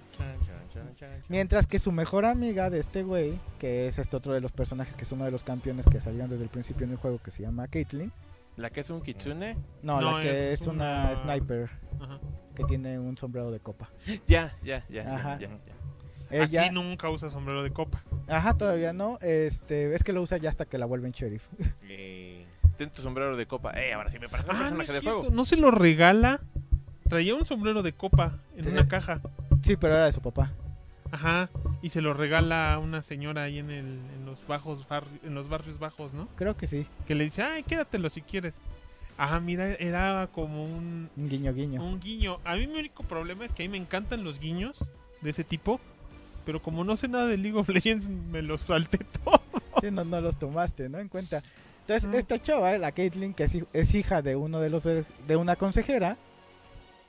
[SPEAKER 2] Mientras que su mejor amiga de este güey, que es este otro de los personajes, que es uno de los campeones que salieron desde el principio en el juego, que se llama Caitlyn.
[SPEAKER 4] ¿La que es un kitsune?
[SPEAKER 2] No,
[SPEAKER 3] No,
[SPEAKER 2] la que
[SPEAKER 3] es
[SPEAKER 2] es, una...
[SPEAKER 3] una-
[SPEAKER 2] sniper
[SPEAKER 3] Ajá.
[SPEAKER 2] que tiene un sombrero de copa.
[SPEAKER 4] Ya, ya, ya. ya,
[SPEAKER 2] Ajá.
[SPEAKER 4] ya, ya.
[SPEAKER 2] Ella,
[SPEAKER 3] Aquí nunca usa sombrero de copa.
[SPEAKER 2] ajá, todavía no. Este, es que lo usa ya hasta que la vuelven sheriff.
[SPEAKER 1] Eh,
[SPEAKER 4] Ten tu sombrero de copa. Eh, ahora sí me parece un
[SPEAKER 3] Ah, no,
[SPEAKER 4] personaje
[SPEAKER 3] es
[SPEAKER 4] de
[SPEAKER 3] cierto,
[SPEAKER 4] juego.
[SPEAKER 3] no se lo regala. Traía un sombrero de copa en
[SPEAKER 2] Sí.
[SPEAKER 3] una caja.
[SPEAKER 2] Sí, pero era de su papá.
[SPEAKER 3] Ajá. Y se lo regala a una señora ahí en, el, en los bajos barri- en los barrios bajos, ¿no?
[SPEAKER 2] Creo que sí.
[SPEAKER 3] Que le dice, ay, quédatelo si quieres. Ah, mira, era como un,
[SPEAKER 2] Un guiño, guiño.
[SPEAKER 3] un guiño. A mí mi único problema es que a mí me encantan los guiños de ese tipo. Pero como no sé nada de League of Legends, me los salté todo.
[SPEAKER 2] Sí, no, no los tomaste, ¿no? En cuenta. Entonces,
[SPEAKER 3] Ajá.
[SPEAKER 2] esta chava, la Caitlyn, que es, hij- es hija de uno de los de una consejera,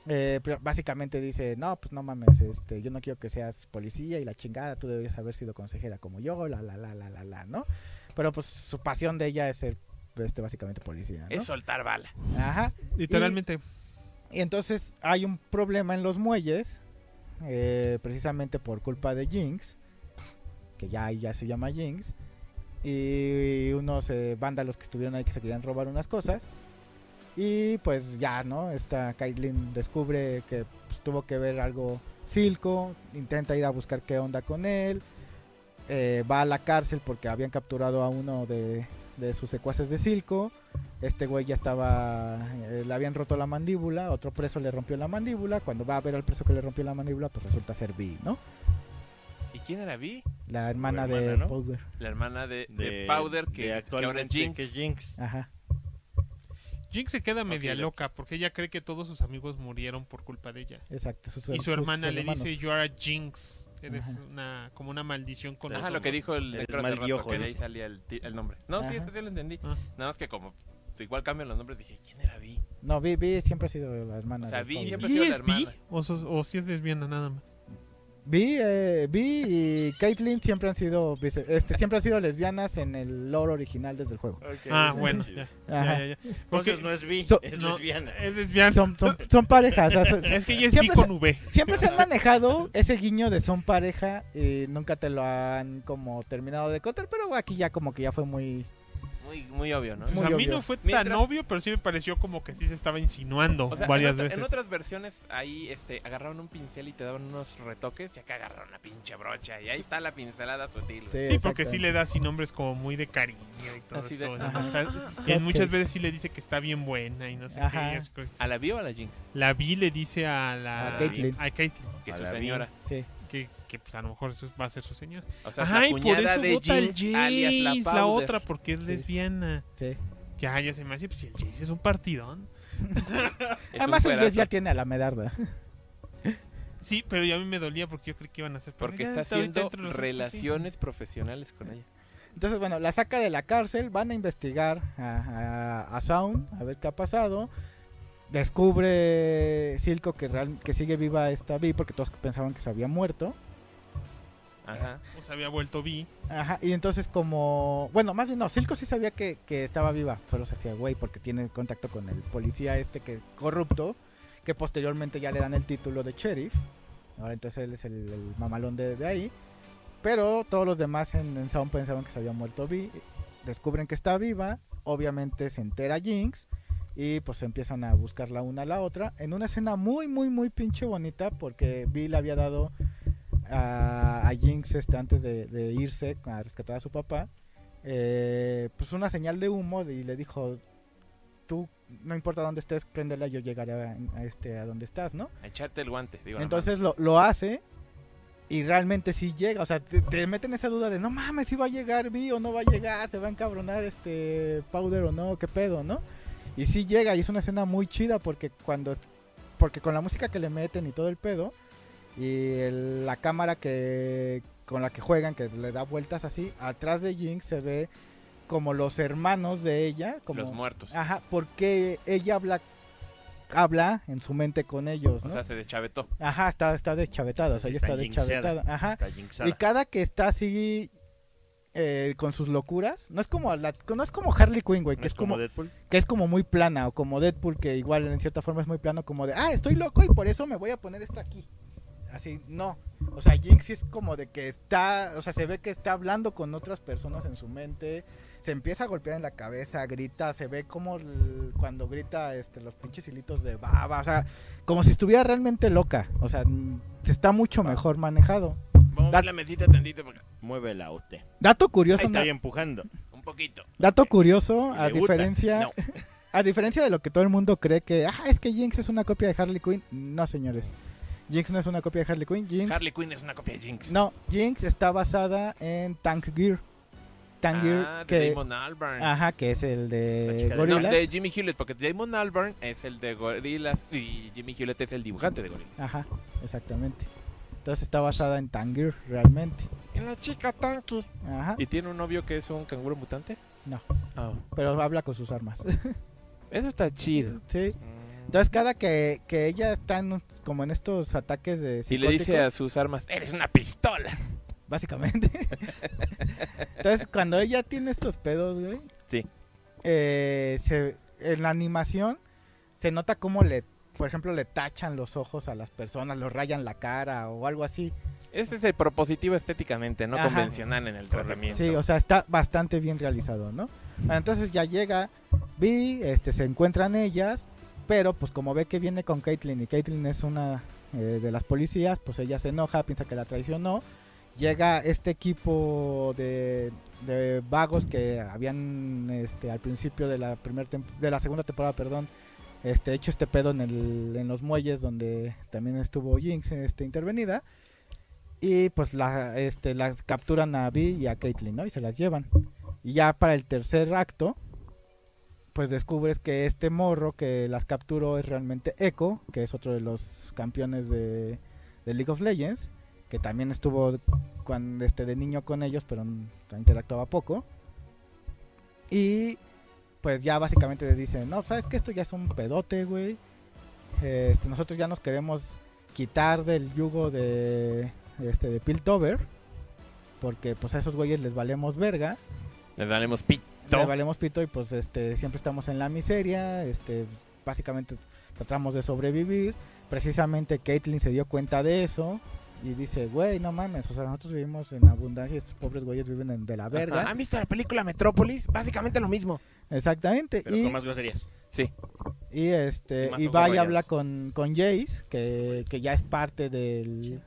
[SPEAKER 2] eh, pero básicamente dice, no, pues no mames, este, yo no quiero que seas policía y la chingada, tú deberías haber sido consejera como yo, la la la la la la, ¿no? Pero pues su pasión de ella es ser este básicamente policía, ¿no?
[SPEAKER 4] Es soltar bala.
[SPEAKER 2] Ajá.
[SPEAKER 3] Literalmente.
[SPEAKER 2] Y entonces hay un problema en los muelles, eh, precisamente por culpa de Jinx, que ya, ya se llama Jinx, y unos eh, vándalos que estuvieron ahí que se querían robar unas cosas. Y pues ya, ¿no? Esta Caitlyn descubre que pues, tuvo que ver algo Silco, intenta ir a buscar qué onda con él, eh, va a la cárcel porque habían capturado a uno de, de sus secuaces de Silco. Este güey ya estaba. eh, le habían roto la mandíbula. Otro preso le rompió la mandíbula. Cuando va a ver al preso que le rompió la mandíbula, pues resulta ser Vi, ¿no?
[SPEAKER 7] ¿Y quién era Vi?
[SPEAKER 2] La hermana, de
[SPEAKER 1] hermana, ¿no?
[SPEAKER 2] Powder.
[SPEAKER 7] La hermana de, de
[SPEAKER 1] De-
[SPEAKER 7] Powder,
[SPEAKER 1] de
[SPEAKER 7] que, que ahora es
[SPEAKER 1] actualmente
[SPEAKER 7] Jinx.
[SPEAKER 1] que es Jinx.
[SPEAKER 2] Ajá.
[SPEAKER 3] Jinx se queda media
[SPEAKER 1] Ok,
[SPEAKER 3] loca porque ella cree que todos sus amigos murieron por culpa de ella.
[SPEAKER 2] Exacto. sus-
[SPEAKER 3] Y su
[SPEAKER 2] sus
[SPEAKER 3] hermana le
[SPEAKER 2] hermanos.
[SPEAKER 3] dice, you are a Jinx. Eres
[SPEAKER 2] Ajá.
[SPEAKER 3] una, como una maldición con
[SPEAKER 7] Ajá,
[SPEAKER 3] nosotros".
[SPEAKER 7] lo que dijo el
[SPEAKER 1] El
[SPEAKER 7] lector hace rato,
[SPEAKER 1] maldiojo,
[SPEAKER 7] que de ahí
[SPEAKER 1] dice.
[SPEAKER 7] salía el, ti- el nombre. No, sí,
[SPEAKER 2] Ajá.
[SPEAKER 7] eso sí lo entendí.
[SPEAKER 3] Ah.
[SPEAKER 7] Nada más que como pues, igual cambian los nombres, dije, ¿quién era Vi?
[SPEAKER 2] No, Vi, Vi siempre ha sido la hermana
[SPEAKER 7] O sea,
[SPEAKER 2] de
[SPEAKER 7] Vi
[SPEAKER 2] Powder.
[SPEAKER 7] siempre-
[SPEAKER 3] ¿Y
[SPEAKER 7] sido la
[SPEAKER 3] es bi?
[SPEAKER 7] hermana.
[SPEAKER 3] ¿O, so- o si es lesbiana nada más?
[SPEAKER 2] Vi, eh, Vi y Caitlyn siempre han sido bise- este, siempre han sido lesbianas en el lore original desde el juego.
[SPEAKER 3] ah, bueno, ya, ya,
[SPEAKER 2] Ajá.
[SPEAKER 3] ya, ya. Porque
[SPEAKER 1] Entonces no es bi,
[SPEAKER 2] So-
[SPEAKER 1] es
[SPEAKER 3] no.
[SPEAKER 1] lesbiana.
[SPEAKER 3] es lesbiana.
[SPEAKER 2] Son, son, son parejas. o sea, son-
[SPEAKER 3] Es que ella es bi
[SPEAKER 2] Siempre se-
[SPEAKER 3] con V.
[SPEAKER 2] Siempre se han manejado ese guiño de son pareja y nunca te lo han como terminado de contar, pero aquí ya como que ya fue muy...
[SPEAKER 7] Muy, muy obvio, ¿no?
[SPEAKER 3] Pues
[SPEAKER 2] Ah, Muy
[SPEAKER 3] a mí
[SPEAKER 2] obvio.
[SPEAKER 3] no fue tan
[SPEAKER 7] Mientras-
[SPEAKER 3] obvio, pero sí me pareció como que sí se estaba insinuando
[SPEAKER 7] O sea,
[SPEAKER 3] varias
[SPEAKER 7] en, otra-
[SPEAKER 3] veces.
[SPEAKER 7] en otras versiones ahí este, agarraron un pincel y te daban unos retoques y acá agarraron la pinche brocha y ahí está la pincelada sutil. güey.
[SPEAKER 3] Sí, porque sí le da así nombres como muy de cariño y todo
[SPEAKER 7] Así
[SPEAKER 3] eso.
[SPEAKER 7] de,
[SPEAKER 3] ¿no?
[SPEAKER 7] ah,
[SPEAKER 3] Está-
[SPEAKER 7] ah, ah.
[SPEAKER 3] y en
[SPEAKER 2] Ok.
[SPEAKER 3] muchas veces sí le dice que está bien buena y no sé
[SPEAKER 2] Ajá.
[SPEAKER 3] qué. y es que-
[SPEAKER 7] ¿A la Vi o a la Jinx?
[SPEAKER 3] La Vi le dice a la...
[SPEAKER 2] A Caitlyn.
[SPEAKER 3] a Caitlyn,
[SPEAKER 7] Que
[SPEAKER 1] A
[SPEAKER 7] su
[SPEAKER 1] la Vi.
[SPEAKER 7] señora.
[SPEAKER 2] Sí.
[SPEAKER 3] que, que, pues a lo mejor eso va a ser su señor.
[SPEAKER 7] O sea,
[SPEAKER 3] Ajá,
[SPEAKER 7] la
[SPEAKER 3] y por
[SPEAKER 7] cuñada
[SPEAKER 3] eso
[SPEAKER 7] de
[SPEAKER 3] vota el
[SPEAKER 7] Jinx, alias la
[SPEAKER 3] Jace, la,
[SPEAKER 7] Powder.
[SPEAKER 3] otra, porque es lesbiana.
[SPEAKER 2] Sí.
[SPEAKER 3] Ya, ya se me hace, pues si el Jace es un partidón.
[SPEAKER 7] Es un
[SPEAKER 2] Además el
[SPEAKER 7] cuerazo.
[SPEAKER 2] 10 ya tiene a la medarda.
[SPEAKER 3] Sí, pero ya a mí me dolía porque yo creí que iban a ser
[SPEAKER 7] Porque
[SPEAKER 3] pareja.
[SPEAKER 7] está
[SPEAKER 3] Ahorita
[SPEAKER 7] haciendo
[SPEAKER 3] entre los- sí.
[SPEAKER 7] relaciones profesionales con ella.
[SPEAKER 2] Entonces, bueno, la saca de la cárcel, van a investigar a, a, a Sound, a ver qué ha pasado. Descubre Silco que, real- que sigue viva esta Vi porque todos pensaban que se había muerto.
[SPEAKER 7] Ajá.
[SPEAKER 3] O se había vuelto bi.
[SPEAKER 2] Ajá, y entonces como... Bueno, más bien no, Silco sí sabía que, que estaba viva, solo se hacía güey porque tiene contacto con el policía este que corrupto, que posteriormente ya le dan el título de sheriff. Ahora entonces él es el, el mamalón de, de ahí. Pero todos los demás en, en Sound pensaban que se había muerto Vi. Descubren que está viva, obviamente se entera Jinx y pues empiezan a buscar la una a la otra en una escena muy, muy, muy pinche bonita porque Vi le había dado a, a Jinx este, antes de, de irse a rescatar a su papá, eh, pues una señal de humo y le dijo, tú no importa dónde estés, préndela, yo llegaré a, a este, a donde estás, ¿no?
[SPEAKER 7] A echarte el guante. Digo, no
[SPEAKER 2] Entonces lo, lo hace y realmente sí llega, o sea, te, te meten esa duda de, no mames, si va a llegar Vi o no va a llegar, se va a encabronar este Powder o no, qué pedo, ¿no? Y sí llega y es una escena muy chida porque cuando porque con la música que le meten y todo el pedo y el- la cámara que con la que juegan que le da vueltas así, atrás de Jinx se ve como los hermanos de ella, como
[SPEAKER 7] Los muertos.
[SPEAKER 2] Ajá, porque ella habla habla en su mente con ellos,
[SPEAKER 7] O
[SPEAKER 2] ¿no?
[SPEAKER 7] sea, se deschavetó.
[SPEAKER 2] Ajá, está, está deschavetada, o sea, ella
[SPEAKER 1] Está
[SPEAKER 2] está deschavetada. Ajá.
[SPEAKER 1] Está
[SPEAKER 2] Y
[SPEAKER 1] jinxada.
[SPEAKER 2] cada que está así eh, con sus locuras, no es como la- no es como Harley Quinn, güey,
[SPEAKER 1] ¿No
[SPEAKER 2] que es como,
[SPEAKER 1] Deadpool?
[SPEAKER 2] que es como muy plana, o como Deadpool, que igual en cierta forma es muy plano, como de ah, estoy loco y por eso me voy a poner esto aquí. Así, no. O sea, Jinx sí es como de que está, o sea, se ve que está hablando con otras personas en su mente, se empieza a golpear en la cabeza, grita, se ve como l- cuando grita este, los pinches hilitos de baba, o sea, como si estuviera realmente loca, o sea, mm, está mucho mejor manejado.
[SPEAKER 7] Vamos
[SPEAKER 2] Da-
[SPEAKER 7] a la mesita tantito porque...
[SPEAKER 1] Muévela usted.
[SPEAKER 2] Dato
[SPEAKER 1] Ahí
[SPEAKER 2] curioso,
[SPEAKER 1] está
[SPEAKER 2] na-
[SPEAKER 1] empujando.
[SPEAKER 7] Un poquito.
[SPEAKER 2] dato curioso,
[SPEAKER 1] ¿Le
[SPEAKER 2] a
[SPEAKER 1] gusta?
[SPEAKER 2] diferencia...
[SPEAKER 1] No.
[SPEAKER 2] A diferencia de lo que todo el mundo cree que, ah, es que Jinx es una copia de Harley Quinn, no señores. Jinx no es una copia de Harley Quinn, Jinx
[SPEAKER 7] Harley Quinn es una copia de Jinx.
[SPEAKER 2] No, Jinx está basada en Tank Gear. Tank
[SPEAKER 7] ah,
[SPEAKER 2] Gear
[SPEAKER 7] de
[SPEAKER 2] que
[SPEAKER 7] Damon Albarn.
[SPEAKER 2] ajá, que es el
[SPEAKER 1] La
[SPEAKER 2] de
[SPEAKER 1] chica de-
[SPEAKER 7] No,
[SPEAKER 2] Gorillaz.
[SPEAKER 7] Ah, de Jimmy Hewlett, porque Damon Albarn es el de Gorillaz y Jimmy Hewlett es el dibujante de Gorillaz.
[SPEAKER 2] Ajá, exactamente. Entonces está basada en Tank Gear realmente.
[SPEAKER 5] En la chica tanque.
[SPEAKER 2] Ajá,
[SPEAKER 7] ¿Y tiene un novio que es un canguro mutante?
[SPEAKER 2] No.
[SPEAKER 7] Ah,
[SPEAKER 2] pero habla con sus armas.
[SPEAKER 7] Eso está chido.
[SPEAKER 2] sí. Entonces cada que, que ella está en, como en estos ataques de
[SPEAKER 7] Y le dice a
[SPEAKER 2] psicóticos,
[SPEAKER 7] sus armas, eres una pistola.
[SPEAKER 2] básicamente. Entonces, cuando ella tiene estos pedos, güey.
[SPEAKER 7] Sí.
[SPEAKER 2] eh, se- en la animación se nota cómo le por ejemplo, le tachan los ojos a las personas, los rayan la cara o algo así.
[SPEAKER 4] Ese es el propositivo estéticamente, no
[SPEAKER 2] Ajá.
[SPEAKER 4] convencional en el tratamiento.
[SPEAKER 2] Sí, o sea, está bastante bien realizado, ¿no? Ah, Entonces ya llega Vi, este, se encuentran ellas, pero pues como ve que viene con Caitlyn y Caitlyn es una eh, de las policías, pues ella se enoja, piensa que la traicionó. Llega este equipo de, de vagos que habían este, al principio de la, primer tem- de la segunda temporada, perdón, este, hecho este pedo en, el, en los muelles donde también estuvo Jinx este, intervenida. Y pues la, este, las capturan a Vi y a Caitlyn, ¿no? Y se las llevan. Y ya para el tercer acto, pues descubres que este morro que las capturó es realmente Echo, que es otro de los campeones de, de League of Legends, que también estuvo cuando, este, de niño con ellos, pero n- interactuaba poco. Y pues ya básicamente les dicen, no, sabes que esto ya es un pedote, güey. Este, nosotros ya nos queremos quitar del yugo de, este, de Piltover, porque pues a esos güeyes les valemos verga
[SPEAKER 4] Les daremos pito.
[SPEAKER 2] le valemos pito y pues este siempre estamos en la miseria, este básicamente tratamos de sobrevivir. Precisamente Caitlyn se dio cuenta de eso y dice, güey, no mames, o sea, nosotros vivimos en abundancia y estos pobres güeyes viven en- de la verga.
[SPEAKER 4] Ajá. ¿Han visto la película Metrópolis? Básicamente lo mismo.
[SPEAKER 2] Exactamente.
[SPEAKER 1] Pero
[SPEAKER 2] Y,
[SPEAKER 1] con más groserías.
[SPEAKER 4] Sí.
[SPEAKER 2] y este
[SPEAKER 1] más
[SPEAKER 2] y
[SPEAKER 1] ojos
[SPEAKER 2] va y
[SPEAKER 1] rayados.
[SPEAKER 2] habla con, con Jace, que, que ya es parte del,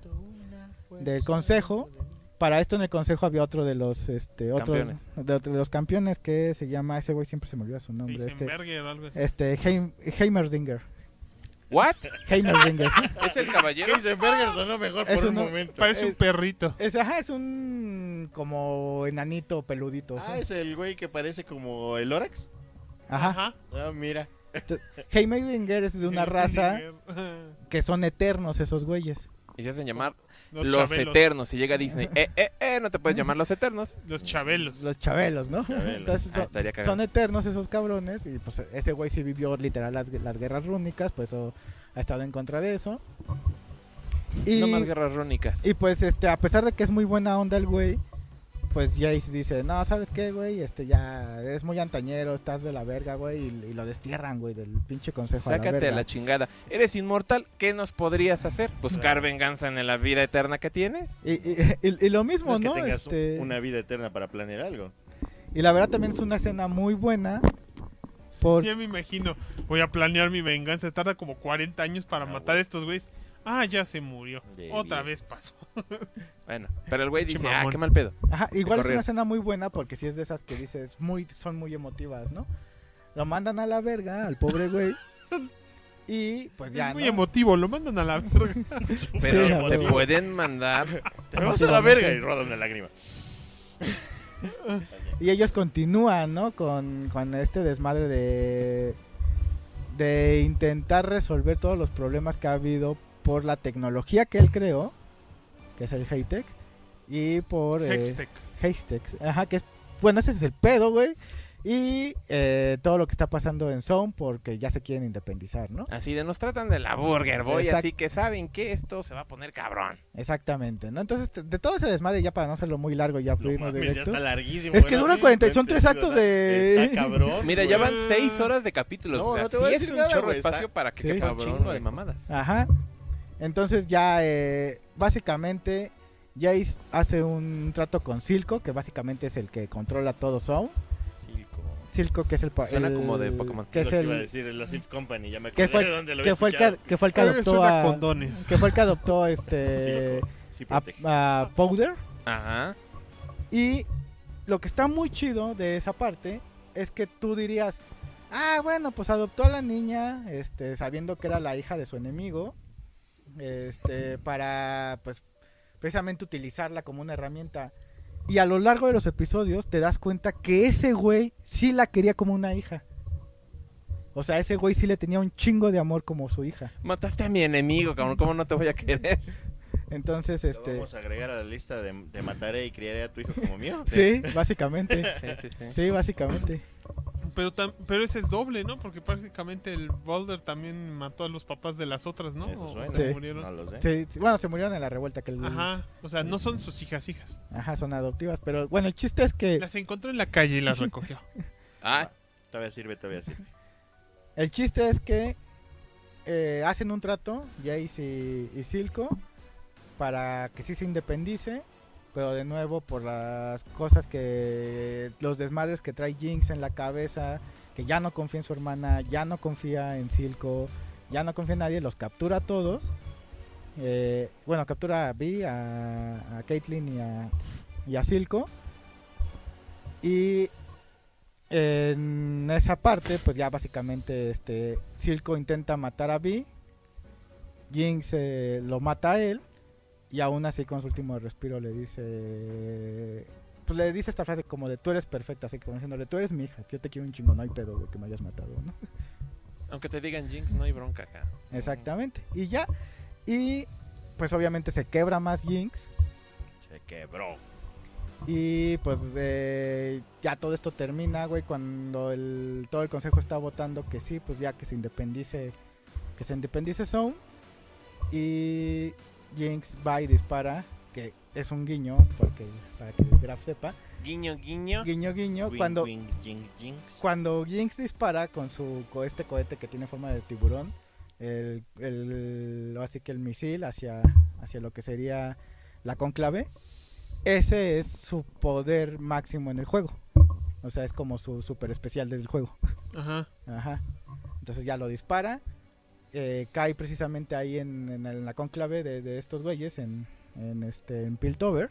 [SPEAKER 2] del consejo. Para esto en el consejo había otro de los este otro de,
[SPEAKER 4] Campeones.
[SPEAKER 2] otro de los campeones que se llama ese güey siempre se me olvida su nombre, este
[SPEAKER 3] Eisenberger o algo así.
[SPEAKER 2] Este, Heim- Heimerdinger.
[SPEAKER 4] ¿What?
[SPEAKER 2] Heimerdinger.
[SPEAKER 7] ¿Es el caballero?
[SPEAKER 1] Heisenberger sonó mejor
[SPEAKER 2] Eso
[SPEAKER 1] por un
[SPEAKER 2] no-
[SPEAKER 1] momento.
[SPEAKER 3] Parece un
[SPEAKER 2] es-
[SPEAKER 3] perrito.
[SPEAKER 2] es, ajá, es un como enanito peludito.
[SPEAKER 1] Ah, es el güey que parece como el Lorax.
[SPEAKER 2] Ajá.
[SPEAKER 1] Ah, mira.
[SPEAKER 2] Heimerdinger es de una raza que son eternos esos güeyes.
[SPEAKER 4] Y se hacen llamar
[SPEAKER 3] Los,
[SPEAKER 4] Los,
[SPEAKER 3] chabelos.
[SPEAKER 4] Eternos. Y llega Disney. Eh, eh, eh, no te puedes llamar Los Eternos.
[SPEAKER 3] Los chabelos.
[SPEAKER 2] Los chabelos, ¿no?
[SPEAKER 1] Chabelos.
[SPEAKER 2] Entonces
[SPEAKER 4] Ah,
[SPEAKER 2] son,
[SPEAKER 4] estaría cagado.
[SPEAKER 2] son eternos esos cabrones. Y pues ese güey sí vivió literal las, las guerras rúnicas, pues eso ha estado en contra de eso. Y
[SPEAKER 4] No más guerras rónicas.
[SPEAKER 2] Y pues, este, a pesar de que es muy buena onda el güey, pues Jace dice, no, ¿sabes qué, güey? Este, ya eres muy antañero, estás de la verga, güey, y, y lo destierran, güey, del pinche consejo a la
[SPEAKER 4] Sácate
[SPEAKER 2] verga.
[SPEAKER 4] a la chingada. Eres inmortal. ¿Qué nos podrías hacer? ¿Buscar venganza en la vida eterna que tienes?
[SPEAKER 2] Y, y- y- y lo
[SPEAKER 1] No
[SPEAKER 2] mismo,
[SPEAKER 1] es que
[SPEAKER 2] ¿no?
[SPEAKER 1] tengas
[SPEAKER 2] Este,
[SPEAKER 1] una vida eterna para planear algo.
[SPEAKER 2] Y la verdad también es una escena muy buena, por...
[SPEAKER 3] Ya me imagino. Voy a planear mi venganza. Tarda como 40 años para
[SPEAKER 1] Ah,
[SPEAKER 3] matar a estos güeyes. Ah, ya se murió.
[SPEAKER 1] De
[SPEAKER 3] Otra
[SPEAKER 1] bien.
[SPEAKER 3] vez pasó.
[SPEAKER 4] Bueno, pero el güey
[SPEAKER 3] Pinche
[SPEAKER 4] dice, ah,
[SPEAKER 3] mamón.
[SPEAKER 4] qué mal pedo.
[SPEAKER 2] Ajá, igual es
[SPEAKER 4] corrieron.
[SPEAKER 2] una escena muy buena porque si es de esas que dices, muy, son muy emotivas, ¿no? Lo mandan a la verga, al pobre güey. Y pues ya,
[SPEAKER 3] es muy
[SPEAKER 2] ¿no?
[SPEAKER 3] emotivo. Lo mandan a la verga.
[SPEAKER 4] Pero
[SPEAKER 2] Sí, a
[SPEAKER 4] te
[SPEAKER 2] huevo.
[SPEAKER 4] pueden mandar
[SPEAKER 2] Ah,
[SPEAKER 1] Te vas a la verga y roda una lágrima.
[SPEAKER 2] Y ellos continúan, ¿no? Con, con este desmadre de, de intentar resolver todos los problemas que ha habido por la tecnología que él creó, que es el Hightech, y por... eh,
[SPEAKER 3] Hextech.
[SPEAKER 2] Hextech, ajá, que es... Bueno, ese es el pedo, güey. Y eh, todo lo que está pasando en Zone porque ya se quieren independizar, ¿no?
[SPEAKER 4] así de, nos tratan de la Burger Boy,
[SPEAKER 2] Exacto.
[SPEAKER 4] así que saben que esto se va a poner cabrón.
[SPEAKER 2] Exactamente, ¿no? Entonces, de todo ese desmadre, ya para no hacerlo muy largo, ya
[SPEAKER 1] No mames,
[SPEAKER 2] irnos
[SPEAKER 1] ya
[SPEAKER 2] directo.
[SPEAKER 1] está larguísimo.
[SPEAKER 2] Es que
[SPEAKER 1] güey,
[SPEAKER 2] dura
[SPEAKER 1] no
[SPEAKER 2] 40 y
[SPEAKER 1] tiene
[SPEAKER 2] son tres
[SPEAKER 1] sentido,
[SPEAKER 2] actos
[SPEAKER 1] ¿no?
[SPEAKER 2] de-
[SPEAKER 1] Está cabrón.
[SPEAKER 4] Mira,
[SPEAKER 1] güey.
[SPEAKER 4] ya van seis horas de capítulos.
[SPEAKER 1] No,
[SPEAKER 4] o sea,
[SPEAKER 1] no te voy a
[SPEAKER 4] sí es
[SPEAKER 1] decir
[SPEAKER 4] un
[SPEAKER 1] nada,
[SPEAKER 4] chorro
[SPEAKER 1] güey,
[SPEAKER 4] espacio
[SPEAKER 1] está-
[SPEAKER 4] para que
[SPEAKER 2] Sí.
[SPEAKER 4] quepa un
[SPEAKER 1] Cabrón,
[SPEAKER 4] chingo
[SPEAKER 1] güey.
[SPEAKER 4] de mamadas.
[SPEAKER 2] Ajá. Entonces ya, eh, básicamente, Jace hace un trato con Silco, que básicamente es el que controla todo Sound.
[SPEAKER 1] Sí, como-
[SPEAKER 2] Silco, que es el... pa-
[SPEAKER 4] Suena
[SPEAKER 2] el-
[SPEAKER 4] como de Pokémon.
[SPEAKER 2] Que,
[SPEAKER 1] es
[SPEAKER 2] es
[SPEAKER 1] lo que iba a
[SPEAKER 2] el,
[SPEAKER 1] decir, es la Sif Company. Ya me
[SPEAKER 2] que
[SPEAKER 1] acordé
[SPEAKER 2] fue,
[SPEAKER 1] de dónde lo
[SPEAKER 2] que,
[SPEAKER 1] había
[SPEAKER 2] fue el que,
[SPEAKER 1] escuchado.
[SPEAKER 2] que fue el que
[SPEAKER 3] Ah,
[SPEAKER 2] adoptó
[SPEAKER 3] suena
[SPEAKER 2] a...
[SPEAKER 3] condones.
[SPEAKER 2] Que fue el que adoptó este...
[SPEAKER 1] Sí, loco, sí,
[SPEAKER 2] a,
[SPEAKER 1] protege.
[SPEAKER 2] a Powder.
[SPEAKER 4] Ajá.
[SPEAKER 2] Y lo que está muy chido de esa parte es que tú dirías, ah, bueno, pues adoptó a la niña, este, sabiendo que era la hija de su enemigo, este, para, pues, precisamente utilizarla como una herramienta. Y a lo largo de los episodios te das cuenta que ese güey sí la quería como una hija. O sea, ese güey sí le tenía un chingo de amor como su hija.
[SPEAKER 4] Mataste a mi enemigo, cabrón. ¿Cómo no te voy a querer?
[SPEAKER 2] Entonces,
[SPEAKER 1] ¿Lo
[SPEAKER 2] este...
[SPEAKER 1] vamos a agregar a la lista de te mataré y criaré a ¿Eh? tu hijo como mío.
[SPEAKER 2] Sí, básicamente.
[SPEAKER 4] Sí, sí, sí.
[SPEAKER 2] Sí, básicamente.
[SPEAKER 3] Pero, tam- pero ese es doble, ¿no? Porque prácticamente el Boulder también mató a los papás de las otras, ¿no?
[SPEAKER 1] Eso
[SPEAKER 3] O
[SPEAKER 1] suena.
[SPEAKER 3] se
[SPEAKER 2] Sí.
[SPEAKER 3] murieron.
[SPEAKER 1] No lo sé.
[SPEAKER 2] Sí, sí, bueno, se murieron en la revuelta que el-
[SPEAKER 3] Ajá. O sea, no son sus hijas, hijas.
[SPEAKER 2] Ajá, son adoptivas, pero bueno, el chiste es que
[SPEAKER 3] Las encontró en la calle y las recogió.
[SPEAKER 4] Ah,
[SPEAKER 1] Todavía sirve, todavía sirve.
[SPEAKER 2] el chiste es que eh, hacen un trato, Jace y, y Silco, para que sí se independice, pero de nuevo por las cosas que, los desmadres que trae Jinx en la cabeza, que ya no confía en su hermana, ya no confía en Silco, ya no confía en nadie, los captura a todos. Eh, bueno, captura a Vi, a, a Caitlyn y a, y a Silco. Y en esa parte, pues ya básicamente este Silco intenta matar a Vi. Jinx eh, lo mata a él. Y aún así con su último respiro le dice... Pues le dice esta frase como de tú eres perfecta, así como diciéndole tú eres mi hija, yo te quiero un chingón, no hay pedo güey, que me hayas matado, ¿no?
[SPEAKER 4] Aunque te digan Jinx, no hay bronca acá.
[SPEAKER 2] Exactamente. Y ya. Y pues obviamente se quebra más Jinx.
[SPEAKER 1] Se quebró.
[SPEAKER 2] Y pues eh, ya todo esto termina, güey, cuando el, todo el consejo está votando que sí, pues ya que se independice, que se independice Zone. Y Jinx va y dispara, que es un guiño, porque, para que el Graf sepa.
[SPEAKER 4] Guiño, guiño.
[SPEAKER 2] Guiño, guiño,
[SPEAKER 1] Wing,
[SPEAKER 2] cuando,
[SPEAKER 1] wing, jing, jinx.
[SPEAKER 2] cuando Jinx dispara con su co- este cohete que tiene forma de tiburón, el, el- así que el misil hacia, hacia lo que sería la conclave, ese es su poder máximo en el juego. O sea, es como su super especial del juego.
[SPEAKER 3] Ajá.
[SPEAKER 2] Ajá. Entonces ya lo dispara. eh, cae precisamente ahí en, en el- en la conclave de, de estos güeyes en, en este en Piltover.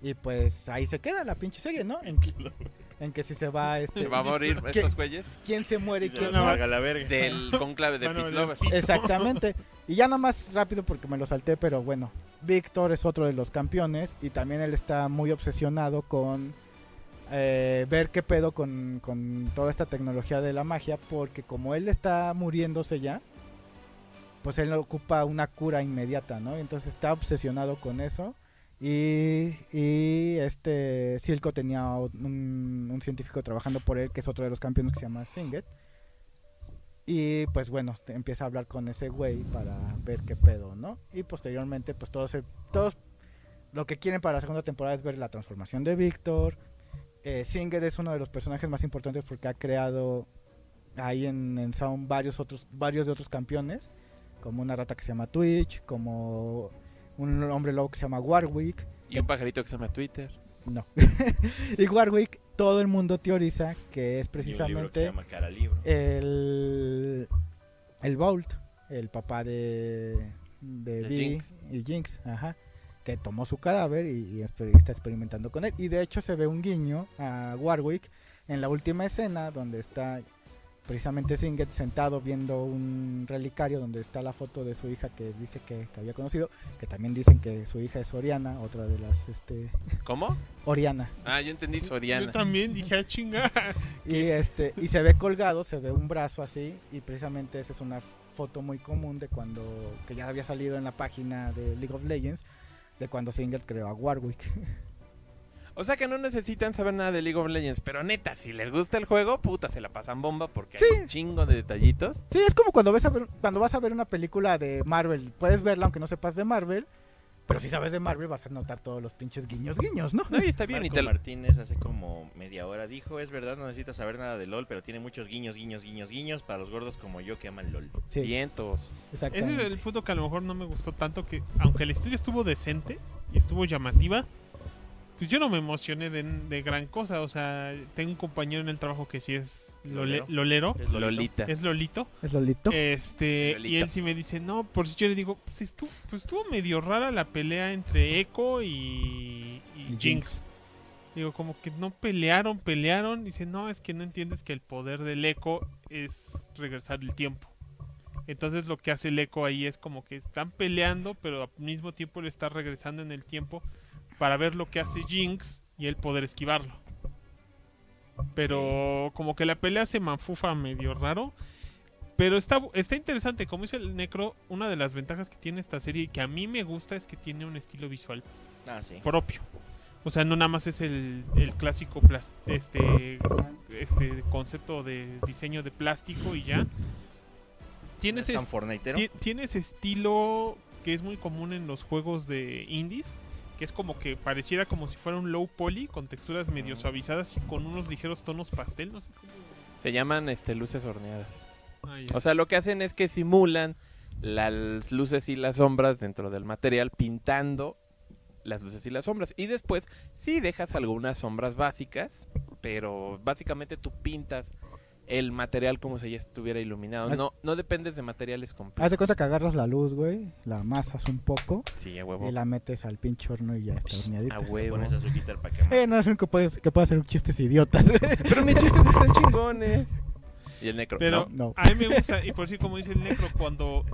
[SPEAKER 2] Y pues ahí se queda la pinche serie, ¿no? En, que- en que si se va este
[SPEAKER 7] Se va a morir pues.
[SPEAKER 2] ¿Qué?
[SPEAKER 7] estos güeyes
[SPEAKER 2] quién se muere y
[SPEAKER 1] Y se
[SPEAKER 2] quién
[SPEAKER 1] lo
[SPEAKER 3] no?
[SPEAKER 2] no.
[SPEAKER 1] carga la verga.
[SPEAKER 7] del conclave de
[SPEAKER 3] Bueno,
[SPEAKER 7] Pit
[SPEAKER 3] la-
[SPEAKER 7] Lover.
[SPEAKER 2] Exactamente. Y ya nada más rápido porque me lo salté, pero bueno. Víctor es otro de los campeones y también él está muy obsesionado con eh, ver qué pedo con, con toda esta tecnología de la magia, porque como él está muriéndose ya, pues él ocupa una cura inmediata, ¿no? Entonces está obsesionado con eso. Y, y este Silco tenía un, un científico trabajando por él, que es otro de los campeones que se llama Singet. Y pues bueno, te- empieza a hablar con ese güey para ver qué pedo, ¿no? Y posteriormente, pues todos, se- todos lo que quieren para la segunda temporada es ver la transformación de Víctor. Eh, Singer es uno de los personajes más importantes porque ha creado ahí en, en Sound varios, otros, varios de otros campeones, como una rata que se llama Twitch, como un hombre lobo que se llama Warwick.
[SPEAKER 7] Y un pajarito que se llama Twitter.
[SPEAKER 2] No. y Warwick, todo el mundo teoriza que
[SPEAKER 1] Y un libro
[SPEAKER 2] es
[SPEAKER 1] que
[SPEAKER 2] precisamente
[SPEAKER 1] se llama Cara Libro.
[SPEAKER 2] el el Bolt, el papá de de
[SPEAKER 7] De
[SPEAKER 2] Vi
[SPEAKER 7] Jinx.
[SPEAKER 2] y Jinx, ajá, que tomó su cadáver y, y exper- está experimentando con él y de hecho se ve un guiño a Warwick en la última escena donde está precisamente Singet sentado viendo un relicario donde está la foto de su hija que dice que, que había conocido, que también dicen que su hija es Oriana, otra de las este
[SPEAKER 7] ¿Cómo?
[SPEAKER 2] Oriana.
[SPEAKER 7] Ah, yo entendí
[SPEAKER 3] Yo
[SPEAKER 7] Soriana.
[SPEAKER 3] también dije, ah, chinga.
[SPEAKER 2] Y este y se ve colgado, se ve un brazo así y precisamente esa es una foto muy común de cuando que ya había salido en la página de League of Legends de cuando Singlet creó a Warwick.
[SPEAKER 7] O sea que no necesitan saber nada de League of Legends, pero neta, si les gusta el juego, puta, se la pasan bomba porque
[SPEAKER 2] Sí.
[SPEAKER 7] hay un chingo de detallitos.
[SPEAKER 2] Sí, es como cuando ves a ver, cuando vas a ver una película de Marvel, puedes verla aunque no sepas de Marvel, pero si sabes de Marvel vas a notar todos los pinches guiños guiños, ¿no?
[SPEAKER 7] No, y
[SPEAKER 3] Eh,
[SPEAKER 7] está bien, y
[SPEAKER 1] Marco
[SPEAKER 7] te,
[SPEAKER 1] Martínez hace como media hora dijo, es verdad, no necesitas saber nada de LOL, pero tiene muchos guiños, guiños, guiños, guiños para los gordos como yo que aman LOL.
[SPEAKER 2] Sí,
[SPEAKER 7] vientos.
[SPEAKER 3] Ese es
[SPEAKER 2] exactamente.
[SPEAKER 3] el punto que a lo mejor no me gustó tanto que, aunque la historia estuvo decente y estuvo llamativa, pues yo no me emocioné de, de gran cosa. O sea, tengo un compañero en el trabajo que sí es lole-
[SPEAKER 1] Lolero.
[SPEAKER 3] lolero,
[SPEAKER 1] Es Lolito.
[SPEAKER 7] Lolita.
[SPEAKER 3] es Lolito.
[SPEAKER 2] Es Lolito.
[SPEAKER 3] Este, y
[SPEAKER 7] Lolita.
[SPEAKER 3] él sí me dice, no, por si yo le digo, pues estuvo, pues estuvo medio rara la pelea entre Echo y, y
[SPEAKER 2] Jinx.
[SPEAKER 3] Jinx. Digo, como que no pelearon, pelearon. Dice, no, es que no entiendes que el poder del Echo es regresar el tiempo. Entonces lo que hace el Echo ahí es como que están peleando, pero al mismo tiempo le está regresando en el tiempo para ver lo que hace Jinx y él poder esquivarlo. Pero como que la pelea se manfufa medio raro. Pero está, está interesante, como dice el Necro, una de las ventajas que tiene esta serie y que a mí me gusta es que tiene un estilo visual
[SPEAKER 1] Ah, sí.
[SPEAKER 3] propio. O sea, no nada más es el, el clásico plas- este, este concepto de diseño de plástico y ya. Tiene ese,
[SPEAKER 1] ¿Es tan fornaitero?
[SPEAKER 3] ti- tiene ese estilo que es muy común en los juegos de indies, que es como que pareciera como si fuera un low poly con texturas
[SPEAKER 1] Ah.
[SPEAKER 3] medio suavizadas y con unos ligeros tonos pastel, no sé cómo.
[SPEAKER 7] Se llaman este luces horneadas.
[SPEAKER 3] Ah, ya.
[SPEAKER 4] O sea, lo que hacen es que simulan las luces y las sombras dentro del material pintando las luces y las sombras. Y después sí dejas algunas sombras básicas, pero básicamente tú pintas el material como si ya estuviera iluminado.
[SPEAKER 2] Ah.
[SPEAKER 4] No, no dependes de materiales completos.
[SPEAKER 2] Haz de cuenta que agarras la luz, güey, la amasas un poco
[SPEAKER 4] Sí, a huevo.
[SPEAKER 2] y la metes al pinche horno y ya
[SPEAKER 3] Pues,
[SPEAKER 2] está
[SPEAKER 3] ah,
[SPEAKER 2] horneadita.
[SPEAKER 4] A huevo.
[SPEAKER 1] Pones a su guitar para quemar.
[SPEAKER 2] Eh, no es único que puedes, que puedes hacer chistes idiotas.
[SPEAKER 4] Pero mis chistes están chingones. Y el necro.
[SPEAKER 3] Pero
[SPEAKER 2] no.
[SPEAKER 4] ¿no?
[SPEAKER 3] a mí me gusta, y por si como dice el necro, cuando,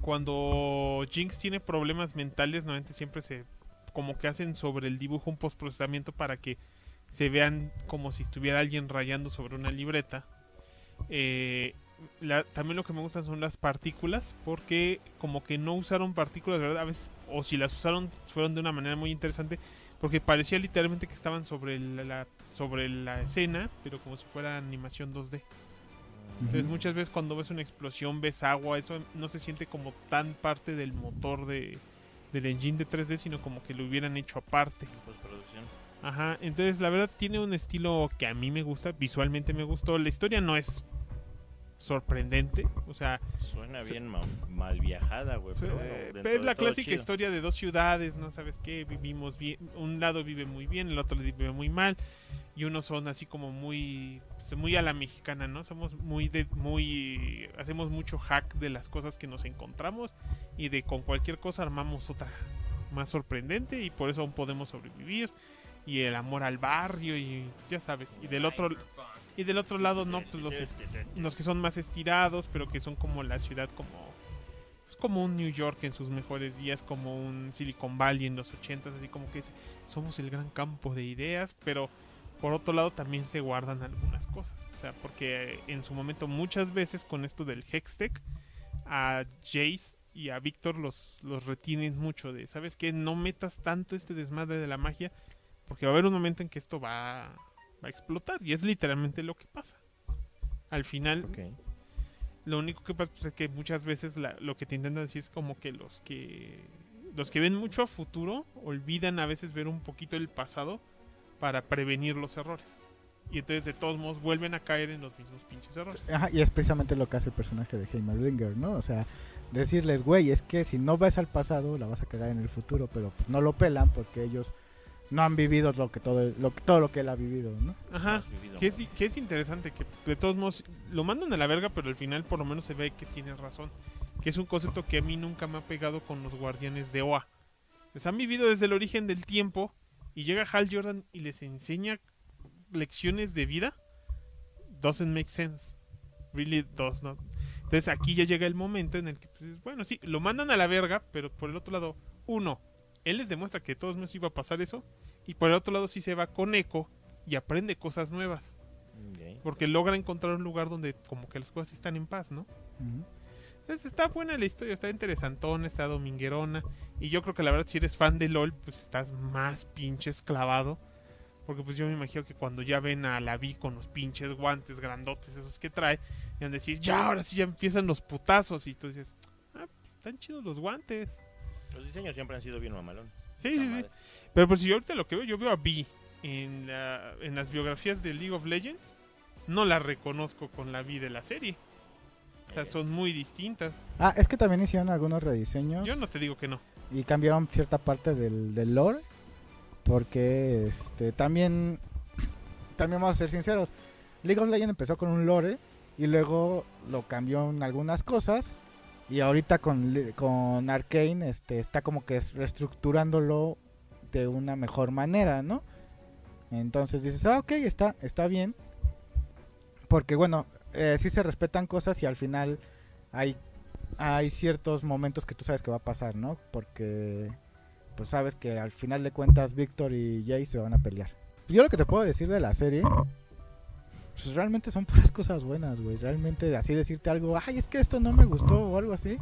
[SPEAKER 3] cuando Jinx tiene problemas mentales, normalmente siempre se como que hacen sobre el dibujo un postprocesamiento para que se vean como si estuviera alguien rayando sobre una libreta. Eh, la- también lo que me gustan son las partículas, porque como que no usaron partículas, ¿verdad? A veces, o si las usaron, fueron de una manera muy interesante, porque parecía literalmente que estaban sobre la- la, sobre la escena, pero como si fuera animación 2D. Entonces
[SPEAKER 2] Ujú.
[SPEAKER 3] muchas veces cuando ves una explosión, ves agua, eso no se siente como tan parte del motor de, del engine de 3D, sino como que lo hubieran hecho aparte.
[SPEAKER 1] Postproducción.
[SPEAKER 3] Ajá, entonces la verdad tiene un estilo que a mí me gusta, visualmente me gustó, la historia no es sorprendente, o sea,
[SPEAKER 1] Suena
[SPEAKER 3] Sí.
[SPEAKER 1] bien ma- mal viajada, güey.
[SPEAKER 3] su-
[SPEAKER 1] Pero, bueno,
[SPEAKER 3] eh,
[SPEAKER 1] dentro
[SPEAKER 3] pero es
[SPEAKER 1] de
[SPEAKER 3] la
[SPEAKER 1] todo
[SPEAKER 3] clásica
[SPEAKER 1] chido.
[SPEAKER 3] historia de dos ciudades, ¿no? Sabes qué, vivimos bien, un lado vive muy bien, el otro vive muy mal, y unos son así como muy, pues, muy a la mexicana, ¿no? Somos muy, de, muy, hacemos mucho hack de las cosas que nos encontramos y de con cualquier cosa armamos otra más sorprendente y por eso aún podemos sobrevivir y el amor al barrio y ya sabes y del otro y del otro lado no pues los es- los que son más estirados, pero que son como la ciudad como es como un New York en sus mejores días, como un Silicon Valley en los 80 así como que es- somos el gran campo de ideas, pero por otro lado también se guardan algunas cosas, o sea, porque eh, en su momento muchas veces con esto del Hextech a Jace y a Víctor los, los retienen mucho de, ¿sabes qué? No metas tanto este desmadre de la magia, porque va a haber un momento en que esto va, va a explotar, y es literalmente lo que pasa. Al final,
[SPEAKER 1] Ok.
[SPEAKER 3] lo único que pasa pues, es que muchas veces la- lo que te intentan decir es como que los que los que ven mucho a futuro olvidan a veces ver un poquito el pasado para prevenir los errores. Y entonces de todos modos vuelven a caer en los mismos pinches errores.
[SPEAKER 2] Ajá, y es precisamente lo que hace el personaje de Heimerdinger, ¿no? O sea, decirles, güey, es que si no vas al pasado, la vas a cagar en el futuro, pero pues no lo pelan porque ellos no han vivido lo que todo, lo, que- todo lo que él ha vivido, ¿no?
[SPEAKER 3] Ajá.
[SPEAKER 1] Has vivido,
[SPEAKER 3] Que es,
[SPEAKER 1] güey.
[SPEAKER 3] que es interesante, que de todos modos lo mandan a la verga, pero al final por lo menos se ve que tiene razón. Que es un concepto que a mí nunca me ha pegado con los guardianes de OA. Les han vivido desde el origen del tiempo y llega Hal Jordan y les enseña lecciones de vida. Doesn't make sense. Really does not. Entonces aquí ya llega el momento en el que, pues, bueno, sí, lo mandan a la verga, pero por el otro lado, uno, él les demuestra que de todos modos iba a pasar eso. Y por el otro lado sí se va con Echo y aprende cosas nuevas.
[SPEAKER 1] Ok.
[SPEAKER 3] Porque logra encontrar un lugar donde como que las cosas están en paz, ¿no?
[SPEAKER 2] Ujú.
[SPEAKER 3] Entonces está buena la historia, está interesantona, está dominguerona. Y yo creo que la verdad si eres fan de LOL, pues estás más pinches clavado. Porque pues yo me imagino que cuando ya ven a la Vi con los pinches guantes grandotes esos que trae, y van a decir, ya, ahora sí ya empiezan los putazos. Y tú dices, ah, están chidos los guantes.
[SPEAKER 1] Los diseños siempre han sido bien mamalón.
[SPEAKER 3] Sí, sí, sí. Pero pues si yo ahorita lo que veo, yo veo a Vi en, la- en las biografías de League of Legends, no la reconozco con la Vi de la serie. O
[SPEAKER 2] Eh.
[SPEAKER 3] sea, son muy distintas.
[SPEAKER 2] Ah, es que también hicieron algunos rediseños
[SPEAKER 3] Yo no te digo que no.
[SPEAKER 2] y cambiaron cierta parte del, del lore, porque este, también, también vamos a ser sinceros, League of Legends empezó con un lore y luego lo cambió en algunas cosas y ahorita con, Li- con Arkane este, está como que reestructurándolo de una mejor manera, ¿no? Entonces dices, ah, ok, está, está bien. Porque bueno, eh, sí se respetan cosas y al final hay, hay ciertos momentos que tú sabes que va a pasar, ¿no? Porque pues sabes que al final de cuentas Víctor y Jay se van a pelear. Yo lo que te puedo decir de la serie, pues realmente son puras cosas buenas, güey. Realmente así decirte algo, ay, es que esto no me gustó o algo así.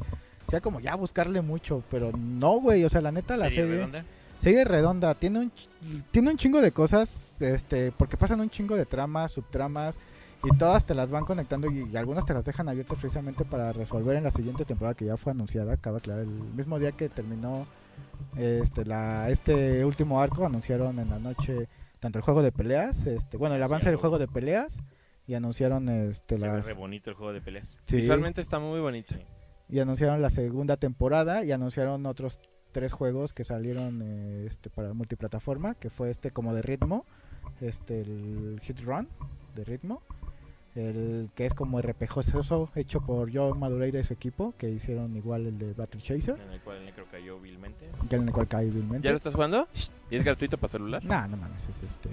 [SPEAKER 2] O sea, como ya buscarle mucho, pero no, güey. O sea, la neta, la
[SPEAKER 1] ¿Serie
[SPEAKER 2] serie...
[SPEAKER 1] redonda?
[SPEAKER 2] Sigue redonda, tiene un, ch- tiene un chingo de cosas, este, porque pasan un chingo de tramas, subtramas, y todas te las van conectando y, y algunas te las dejan abiertas precisamente para resolver en la siguiente temporada que ya fue anunciada, acaba de aclarar, el mismo día que terminó este, la, este último arco, anunciaron en la noche tanto el juego de peleas, este, bueno, el avance del juego de peleas y anunciaron este
[SPEAKER 1] Se ve
[SPEAKER 2] la
[SPEAKER 1] re bonito el juego de peleas.
[SPEAKER 2] sí,
[SPEAKER 4] Visualmente está muy bonito.
[SPEAKER 2] y anunciaron la segunda temporada y anunciaron otros tres juegos que salieron eh, este para multiplataforma, que fue este como de ritmo, este el Hit Run de ritmo, el que es como RPGoso hecho por Joe Madureira y su equipo, que hicieron igual el de Battle Chaser,
[SPEAKER 1] En el cual el necro cayó vilmente.
[SPEAKER 2] que en el cual cae vilmente.
[SPEAKER 4] ¿Ya lo estás jugando? ¿Y es gratuito para celular?
[SPEAKER 2] Nah, no mames, es este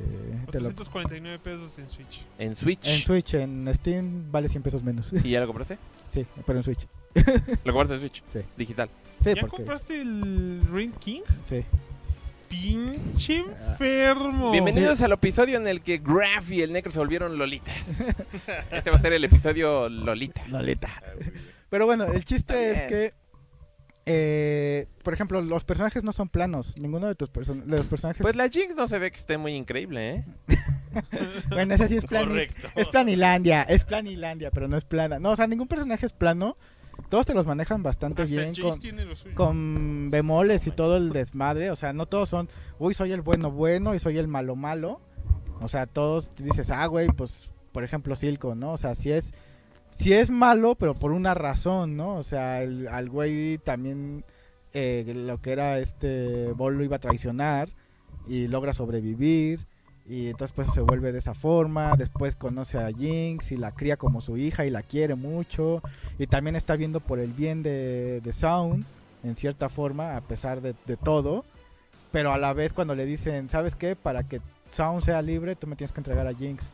[SPEAKER 2] te lo-
[SPEAKER 3] 249 pesos en Switch.
[SPEAKER 4] En Pues Switch.
[SPEAKER 2] en Switch, en Steam vale 100 pesos menos.
[SPEAKER 4] ¿Y ya lo compraste?
[SPEAKER 2] sí, pero en Switch.
[SPEAKER 4] Lo compraste en Switch.
[SPEAKER 2] Sí.
[SPEAKER 4] Digital.
[SPEAKER 2] Sí,
[SPEAKER 3] ¿Ya
[SPEAKER 2] porque
[SPEAKER 3] compraste el Ring King?
[SPEAKER 2] sí.
[SPEAKER 3] Pinche
[SPEAKER 2] Ah.
[SPEAKER 3] enfermo.
[SPEAKER 4] Bienvenidos al episodio en el que Graf y el Necro se volvieron lolitas. este va a ser el episodio Lolita.
[SPEAKER 2] Lolita.
[SPEAKER 1] Ah, muy bien.
[SPEAKER 2] Pero bueno, el chiste
[SPEAKER 4] Está
[SPEAKER 2] es que, eh, por ejemplo, los personajes no son planos. Ninguno de tus person de los personajes.
[SPEAKER 4] Pues la Jinx no se ve que esté muy increíble, ¿eh?
[SPEAKER 2] Bueno, ese sí es plan.
[SPEAKER 1] Correcto.
[SPEAKER 2] Es planilandia, es planilandia, pero no es plana. No, o sea, ningún personaje es plano. Todos te los manejan bastante
[SPEAKER 3] Hasta
[SPEAKER 2] bien
[SPEAKER 3] Jace
[SPEAKER 2] con,
[SPEAKER 3] tiene lo suyo.
[SPEAKER 2] con bemoles y todo el desmadre. O sea, no todos son, uy, soy el bueno bueno y soy el malo malo. O sea, todos dices, ah, güey, pues, por ejemplo, Silco, ¿no? O sea, si es, si es malo, pero por una razón, ¿no? O sea, el, al güey también eh, lo que era este Bol lo iba a traicionar y logra sobrevivir. Y entonces pues se vuelve de esa forma, después conoce a Jinx y la cría como su hija y la quiere mucho. Y también está viendo por el bien de, de Sound, en cierta forma, a pesar de, de todo. Pero a la vez cuando le dicen, ¿sabes qué? Para que Sound sea libre, tú me tienes que entregar a Jinx.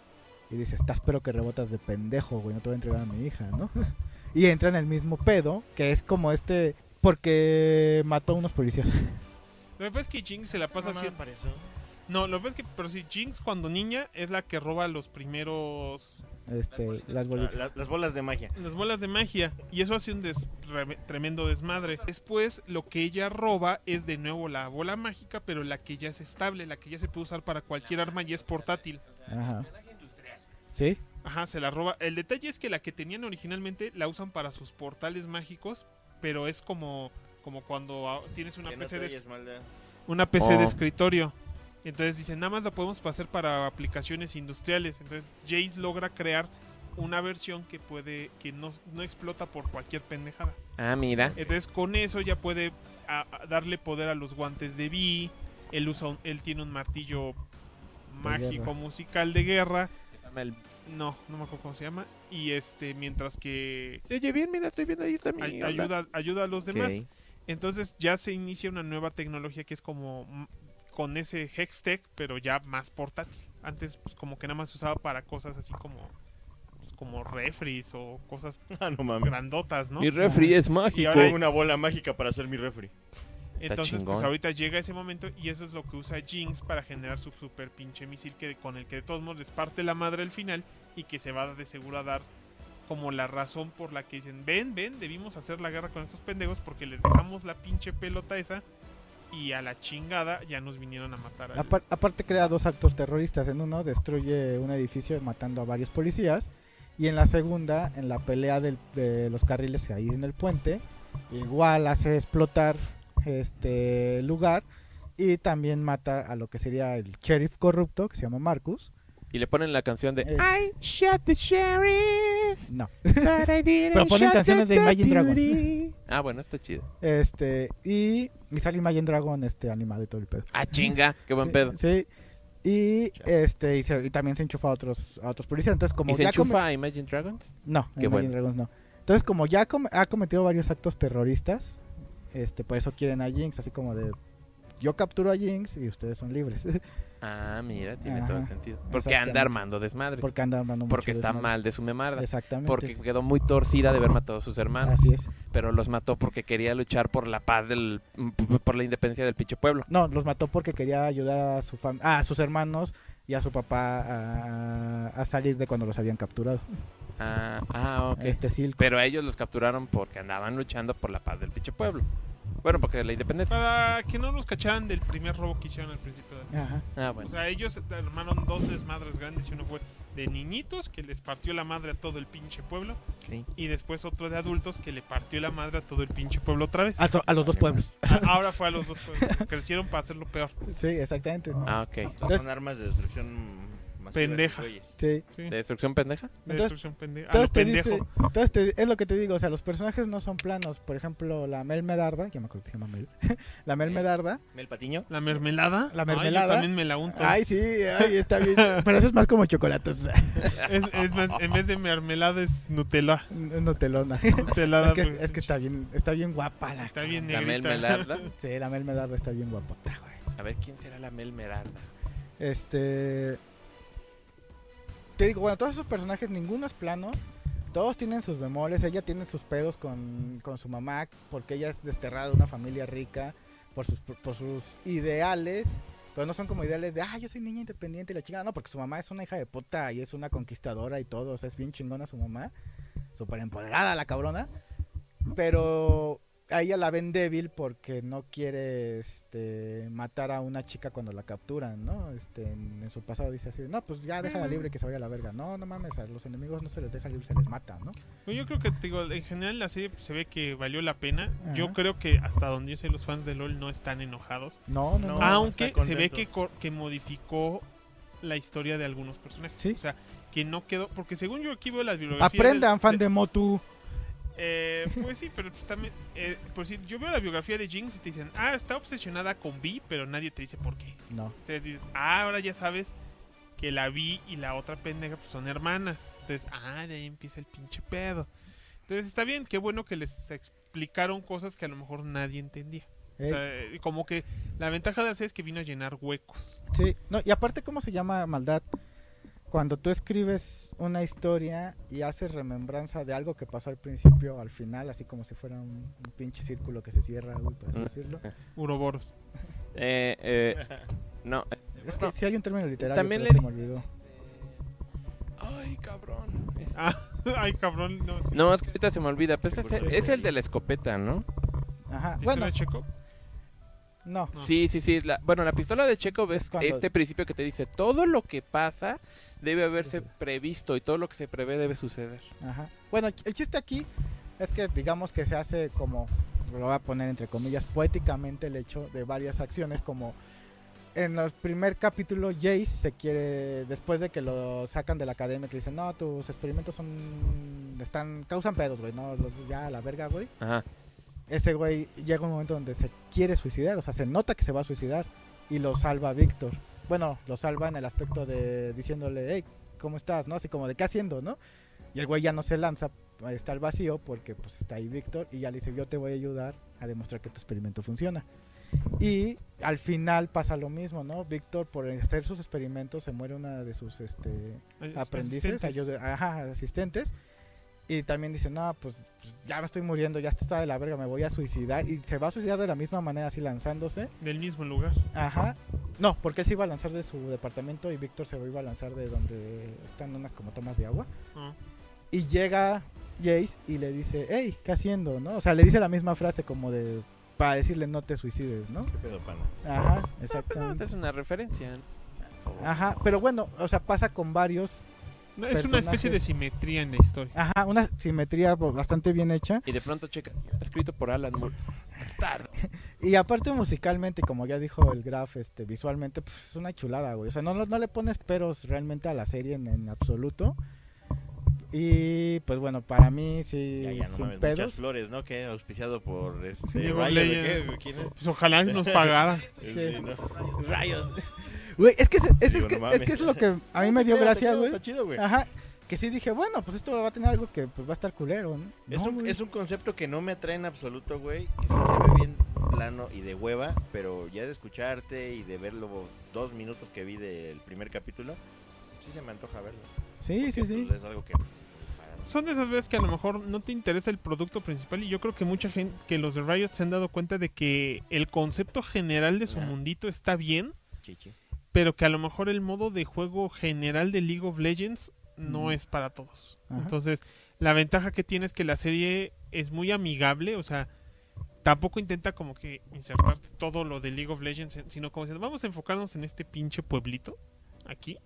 [SPEAKER 2] Y dice, estás pero que rebotas de pendejo, güey, no te voy a entregar a mi hija, ¿no? y entra en el mismo pedo, que es como este, porque mató a unos policías.
[SPEAKER 3] Lo que pasa es que Jinx se la pasa
[SPEAKER 1] Mamá,
[SPEAKER 3] haciendo.
[SPEAKER 1] para eso.
[SPEAKER 3] No, lo que pasa es que, pero si Jinx cuando niña es la que roba los primeros.
[SPEAKER 2] Este, las
[SPEAKER 1] La-
[SPEAKER 2] bolitas.
[SPEAKER 1] la- las bolas de magia.
[SPEAKER 3] las bolas de magia. Y eso hace un des- re- tremendo desmadre. Después, lo que ella roba es de nuevo la bola mágica, pero la que ya es estable, la que ya se puede usar para cualquier arma y es portátil.
[SPEAKER 2] Ajá. Sí,
[SPEAKER 3] Ajá, se la roba. El detalle es que la que tenían originalmente la usan para sus portales mágicos, pero es como, como cuando ah, tienes una
[SPEAKER 1] Que no
[SPEAKER 3] PC de
[SPEAKER 1] te oyes, maldad.
[SPEAKER 3] una PC de
[SPEAKER 4] Oh.
[SPEAKER 3] escritorio. Entonces dicen, nada más la podemos hacer para aplicaciones industriales. Entonces Jace logra crear una versión que puede que no, no explota por cualquier pendejada.
[SPEAKER 4] Ah, mira.
[SPEAKER 3] Entonces con eso ya puede a- a darle poder a los guantes de Vi. Él, usa un- él tiene un martillo mágico
[SPEAKER 2] guerra.
[SPEAKER 3] musical de guerra.
[SPEAKER 4] Se llama el-
[SPEAKER 3] No, no me acuerdo cómo se llama. Y este, mientras que
[SPEAKER 4] Se oye bien, mira, estoy viendo ahí
[SPEAKER 3] ay-
[SPEAKER 4] también.
[SPEAKER 3] ayuda, ayuda a los demás.
[SPEAKER 1] Ok.
[SPEAKER 3] Entonces ya se inicia una nueva tecnología que es como mm, con ese Hextech, pero ya más portátil. Antes pues, como que nada más se usaba para cosas así como pues, como refries o cosas
[SPEAKER 1] Ah, no mames.
[SPEAKER 3] grandotas, ¿no?
[SPEAKER 4] Mi refri es
[SPEAKER 3] Y
[SPEAKER 4] mágico.
[SPEAKER 3] ahora-
[SPEAKER 1] Tengo una bola mágica para hacer mi refri.
[SPEAKER 3] Entonces pues
[SPEAKER 4] chingón.
[SPEAKER 3] ahorita llega ese momento y eso es lo que usa Jinx para generar su super pinche misil que con el que de todos modos les parte la madre al final y que se va de seguro a dar como la razón por la que dicen, ven, ven, debimos hacer la guerra con estos pendejos porque les dejamos la pinche pelota esa y a la chingada ya nos vinieron a matar. al-
[SPEAKER 2] Apar- aparte crea dos actos terroristas. En uno destruye un edificio matando a varios policías. Y en la segunda, en la pelea del- de los carriles ahí en el puente, igual hace explotar este lugar. Y también mata a lo que sería el sheriff corrupto, que se llama Marcus.
[SPEAKER 4] Y le ponen la canción de...
[SPEAKER 2] Eh,
[SPEAKER 5] I shot the sheriff,
[SPEAKER 2] no.
[SPEAKER 5] but I didn't
[SPEAKER 2] Pero ponen
[SPEAKER 5] shot
[SPEAKER 2] canciones
[SPEAKER 5] the
[SPEAKER 2] de Imagine Dragon.
[SPEAKER 5] deputy.
[SPEAKER 4] Ah, bueno, está chido.
[SPEAKER 2] Este, y, y sale Imagine Dragon este, animado y todo el pedo.
[SPEAKER 4] Ah, chinga, qué buen
[SPEAKER 2] Sí,
[SPEAKER 4] pedo.
[SPEAKER 2] Sí. Y, este, y, se- y también se enchufa a otros, a otros policías. Entonces, como
[SPEAKER 4] ¿Y se
[SPEAKER 2] ya come-
[SPEAKER 4] enchufa a Imagine Dragons?
[SPEAKER 2] No,
[SPEAKER 4] Qué
[SPEAKER 2] Imagine
[SPEAKER 4] bueno.
[SPEAKER 2] Dragons no. Entonces, como ya com- ha cometido varios actos terroristas, este, por eso quieren a Jinx, así como de yo capturo a Jinx y ustedes son libres.
[SPEAKER 4] Ah, mira, tiene
[SPEAKER 2] Ajá,
[SPEAKER 4] todo el sentido. Porque anda
[SPEAKER 2] exactamente.
[SPEAKER 4] armando desmadre.
[SPEAKER 2] porque andan hablando mucho
[SPEAKER 4] Porque está
[SPEAKER 2] desmadre.
[SPEAKER 4] mal de su memarda.
[SPEAKER 2] Exactamente.
[SPEAKER 4] Porque quedó muy torcida de haber matado a sus hermanos.
[SPEAKER 2] Así es.
[SPEAKER 4] Pero los mató porque quería luchar por la paz del... Por la independencia del pinche pueblo.
[SPEAKER 2] No, los mató porque quería ayudar a su fam- ah, a sus hermanos y a su papá a, a salir de cuando los habían capturado.
[SPEAKER 4] Ah, ah, ok.
[SPEAKER 2] Este Silco.
[SPEAKER 4] Pero a ellos los capturaron porque andaban luchando por la paz del pinche pueblo. Bueno, porque la independencia.
[SPEAKER 3] Para que no nos cacharan del primer robo que hicieron al principio. de-
[SPEAKER 2] Ajá.
[SPEAKER 4] Ah,
[SPEAKER 3] O
[SPEAKER 4] bueno.
[SPEAKER 3] sea, ellos armaron dos desmadres grandes y uno fue de niñitos que les partió la madre a todo el pinche pueblo
[SPEAKER 4] Sí.
[SPEAKER 3] y después otro de adultos que le partió la madre a todo el pinche pueblo otra vez.
[SPEAKER 2] A, to- a los dos pueblos.
[SPEAKER 3] A- Ahora fue a los dos pueblos. Crecieron para hacerlo peor.
[SPEAKER 2] Sí, exactamente.
[SPEAKER 4] Ah, ok.
[SPEAKER 1] Son armas de destrucción masiva
[SPEAKER 3] Pendeja.
[SPEAKER 1] de güeyes.
[SPEAKER 2] Sí.
[SPEAKER 3] Sí,
[SPEAKER 4] ¿De destrucción pendeja?
[SPEAKER 3] de
[SPEAKER 2] Entonces,
[SPEAKER 3] destrucción pendeja. A lo
[SPEAKER 2] Entonces, te
[SPEAKER 3] pendejo.
[SPEAKER 2] dice- entonces te- es lo que te digo, o sea, los personajes no son planos. Por ejemplo, la Mel Medarda, ya me acuerdo que se llama Mel. la Mel
[SPEAKER 3] Eh.
[SPEAKER 1] Sí.
[SPEAKER 2] Medarda.
[SPEAKER 1] ¿Mel Patiño?
[SPEAKER 3] La mermelada.
[SPEAKER 2] La
[SPEAKER 3] Ay, yo
[SPEAKER 2] mermelada.
[SPEAKER 3] también me la unto.
[SPEAKER 2] Ay, sí, ay, está bien. Pero eso es más como chocolates.
[SPEAKER 3] Es, es más, en vez de mermelada es Nutella.
[SPEAKER 2] Nutelona.
[SPEAKER 3] Nutelada.
[SPEAKER 2] Es que,
[SPEAKER 3] pues,
[SPEAKER 2] es que está bien, está bien guapa la.
[SPEAKER 3] está bien
[SPEAKER 4] La Mel
[SPEAKER 3] negrita.
[SPEAKER 4] Melarda.
[SPEAKER 2] Sí, la Mel Medarda está bien guapota, güey.
[SPEAKER 4] A ver, ¿quién será la Mel Meralda?
[SPEAKER 2] Este. Te digo, bueno, todos esos personajes, ninguno es plano. Todos tienen sus bemoles. Ella tiene sus pedos con, con su mamá, porque ella es desterrada de una familia rica por sus, por sus ideales. Pero no son como ideales de, ah, yo soy niña independiente y la chingada. No, porque su mamá es una hija de puta y es una conquistadora y todo. O sea, es bien chingona su mamá. Súper empoderada la cabrona. Pero a ella la ven débil porque no quiere este, matar a una chica cuando la capturan, ¿no? Este, en, en su pasado dice así, de, no, pues ya déjala libre que se vaya a la verga. No, no mames, a los enemigos no se les deja libre, se les mata, ¿no?
[SPEAKER 3] Pues Yo creo que, te digo, en general la serie pues, se ve que valió la pena. Yo
[SPEAKER 2] Ajá.
[SPEAKER 3] creo que hasta donde yo sé, los fans de LOL no están enojados.
[SPEAKER 2] No, no,
[SPEAKER 1] No.
[SPEAKER 2] no.
[SPEAKER 3] aunque
[SPEAKER 1] están
[SPEAKER 3] se ve
[SPEAKER 1] contentos.
[SPEAKER 3] que, cor- que modificó la historia de algunos personajes.
[SPEAKER 2] Sí.
[SPEAKER 3] O sea, que no quedó. Porque según yo aquí veo las biografías.
[SPEAKER 2] Aprendan,
[SPEAKER 3] del-
[SPEAKER 2] fan de Motu.
[SPEAKER 3] Eh, pues sí, pero pues también. eh, por si yo veo la biografía de Jinx y te dicen, ah, está obsesionada con Vi, pero nadie te dice por qué.
[SPEAKER 2] No.
[SPEAKER 3] Entonces dices, ah, ahora ya sabes que la Vi y la otra pendeja pues, son hermanas. Entonces, ah, de ahí empieza el pinche pedo. Entonces está bien, qué bueno que les explicaron cosas que a lo mejor nadie entendía. O
[SPEAKER 2] Eh,
[SPEAKER 3] sea, eh, como que la ventaja de la serie es que vino a llenar huecos.
[SPEAKER 2] Sí, no, y aparte, ¿cómo se llama maldad? Cuando tú escribes una historia y haces remembranza de algo que pasó al principio, al final, así como si fuera un, un pinche círculo que se cierra, güey, por así
[SPEAKER 4] Mm.
[SPEAKER 2] decirlo.
[SPEAKER 3] Uroboros.
[SPEAKER 4] Eh, eh, no.
[SPEAKER 2] Es que sí hay un término literario,
[SPEAKER 4] También
[SPEAKER 2] pero
[SPEAKER 4] le
[SPEAKER 2] se me olvidó.
[SPEAKER 4] Ay, cabrón.
[SPEAKER 3] Ah, ay, cabrón, no. sí.
[SPEAKER 4] No, es que ahorita se me olvida. Pues
[SPEAKER 1] Sí,
[SPEAKER 4] es,
[SPEAKER 1] porque-
[SPEAKER 4] es el de la escopeta, ¿no?
[SPEAKER 2] Ajá,
[SPEAKER 3] ¿Pistola
[SPEAKER 2] bueno,
[SPEAKER 3] de Checo?
[SPEAKER 2] no.
[SPEAKER 3] No.
[SPEAKER 4] Sí, sí, sí. la- bueno, la pistola de Checo
[SPEAKER 2] Es
[SPEAKER 4] ves
[SPEAKER 2] cuando-
[SPEAKER 4] este principio que te dice todo lo que pasa debe haberse previsto y todo lo que se prevé debe suceder.
[SPEAKER 2] Ajá. Bueno, el chiste aquí es que digamos que se hace como, lo voy a poner entre comillas, poéticamente el hecho de varias acciones como en el primer capítulo Jace se quiere, después de que lo sacan de la academia, que le dicen, no, tus experimentos son, están, causan pedos, güey, no, los- ya a la verga, güey.
[SPEAKER 4] Ajá.
[SPEAKER 2] Ese güey llega un momento donde se quiere suicidar, o sea, se nota que se va a suicidar y lo salva Víctor. Bueno, lo salva en el aspecto de diciéndole, hey, ¿cómo estás? ¿No? Así como de, ¿qué haciendo? ¿No? Y el güey ya no se lanza, está al vacío porque pues está ahí Víctor y ya le dice, yo te voy a ayudar a demostrar que tu experimento funciona. Y al final pasa lo mismo, ¿no? Víctor por hacer sus experimentos se muere una de sus este,
[SPEAKER 3] Ay,
[SPEAKER 2] aprendices,
[SPEAKER 3] asistentes.
[SPEAKER 2] ayuda- ajá, asistentes. Y también dice, no, pues, pues, ya me estoy muriendo, ya esto está de la verga, me voy a suicidar. Y se va a suicidar de la misma manera, así lanzándose.
[SPEAKER 3] Del mismo lugar.
[SPEAKER 2] Ajá. No, porque él se iba a lanzar de su departamento y Víctor se iba a lanzar de donde están unas como tomas de agua.
[SPEAKER 3] Ah.
[SPEAKER 2] Y llega Jace y le dice, hey, ¿qué haciendo? ¿No? O sea, le dice la misma frase como de, para decirle no te suicides, ¿no?
[SPEAKER 1] ¿Qué pedo, pana?
[SPEAKER 2] Ajá,
[SPEAKER 4] Ah, pues no, esa
[SPEAKER 2] exactamente.
[SPEAKER 4] es una referencia. ¿no?
[SPEAKER 2] Ajá, pero bueno, o sea, pasa con varios.
[SPEAKER 3] No, es una especie
[SPEAKER 2] Personajes.
[SPEAKER 3] de simetría en la historia.
[SPEAKER 2] Ajá, una simetría pues, bastante bien hecha.
[SPEAKER 4] Y de pronto checa, escrito por Alan Moore. Bastardo.
[SPEAKER 2] Y aparte musicalmente, como ya dijo el Graf, este, visualmente pues, es una chulada, güey. O sea, no, no, no le pones peros realmente a la serie en, en absoluto. Y pues bueno, para mí sí,
[SPEAKER 1] Ya, ya, no
[SPEAKER 2] sin
[SPEAKER 1] mames, muchas
[SPEAKER 2] pedos.
[SPEAKER 1] flores, ¿no? Que auspiciado por este...
[SPEAKER 3] Diego
[SPEAKER 1] Riot,
[SPEAKER 3] Leyen.
[SPEAKER 1] ¿qué? ¿Quién es?
[SPEAKER 3] Pues ojalá nos pagara.
[SPEAKER 1] Sí, ¿no? Rayos.
[SPEAKER 2] Güey, es que es, es-
[SPEAKER 1] Digo,
[SPEAKER 2] es que,
[SPEAKER 1] no
[SPEAKER 2] es que es
[SPEAKER 1] mames.
[SPEAKER 2] lo que a mí me dio
[SPEAKER 1] Pero está
[SPEAKER 2] gracia,
[SPEAKER 1] chido,
[SPEAKER 2] güey.
[SPEAKER 1] Está chido, güey.
[SPEAKER 2] Ajá, que sí dije, bueno, pues esto va a tener algo que pues va a estar culero, ¿no?
[SPEAKER 1] Es,
[SPEAKER 2] No,
[SPEAKER 1] un,
[SPEAKER 2] güey.
[SPEAKER 1] es un concepto que no me atrae en absoluto, güey. Que sí se ve bien plano y de hueva, pero ya de escucharte y de ver los dos minutos que vi del primer capítulo, sí se me antoja verlo.
[SPEAKER 2] Sí, sí,
[SPEAKER 1] Porque,
[SPEAKER 2] sí.
[SPEAKER 1] pues, es algo que...
[SPEAKER 3] Son de esas veces que a lo mejor no te interesa el producto principal y yo creo que mucha gente, que los de Riot se han dado cuenta de que el concepto general de su
[SPEAKER 1] Ajá.
[SPEAKER 3] mundito está bien,
[SPEAKER 1] Chichi.
[SPEAKER 3] pero que a lo mejor el modo de juego general de League of Legends no
[SPEAKER 2] Mm.
[SPEAKER 3] es para todos.
[SPEAKER 2] Ajá.
[SPEAKER 3] Entonces, la ventaja que tiene es que la serie es muy amigable, o sea, tampoco intenta como que insertarte todo lo de League of Legends, sino como diciendo, vamos a enfocarnos en este pinche pueblito, aquí,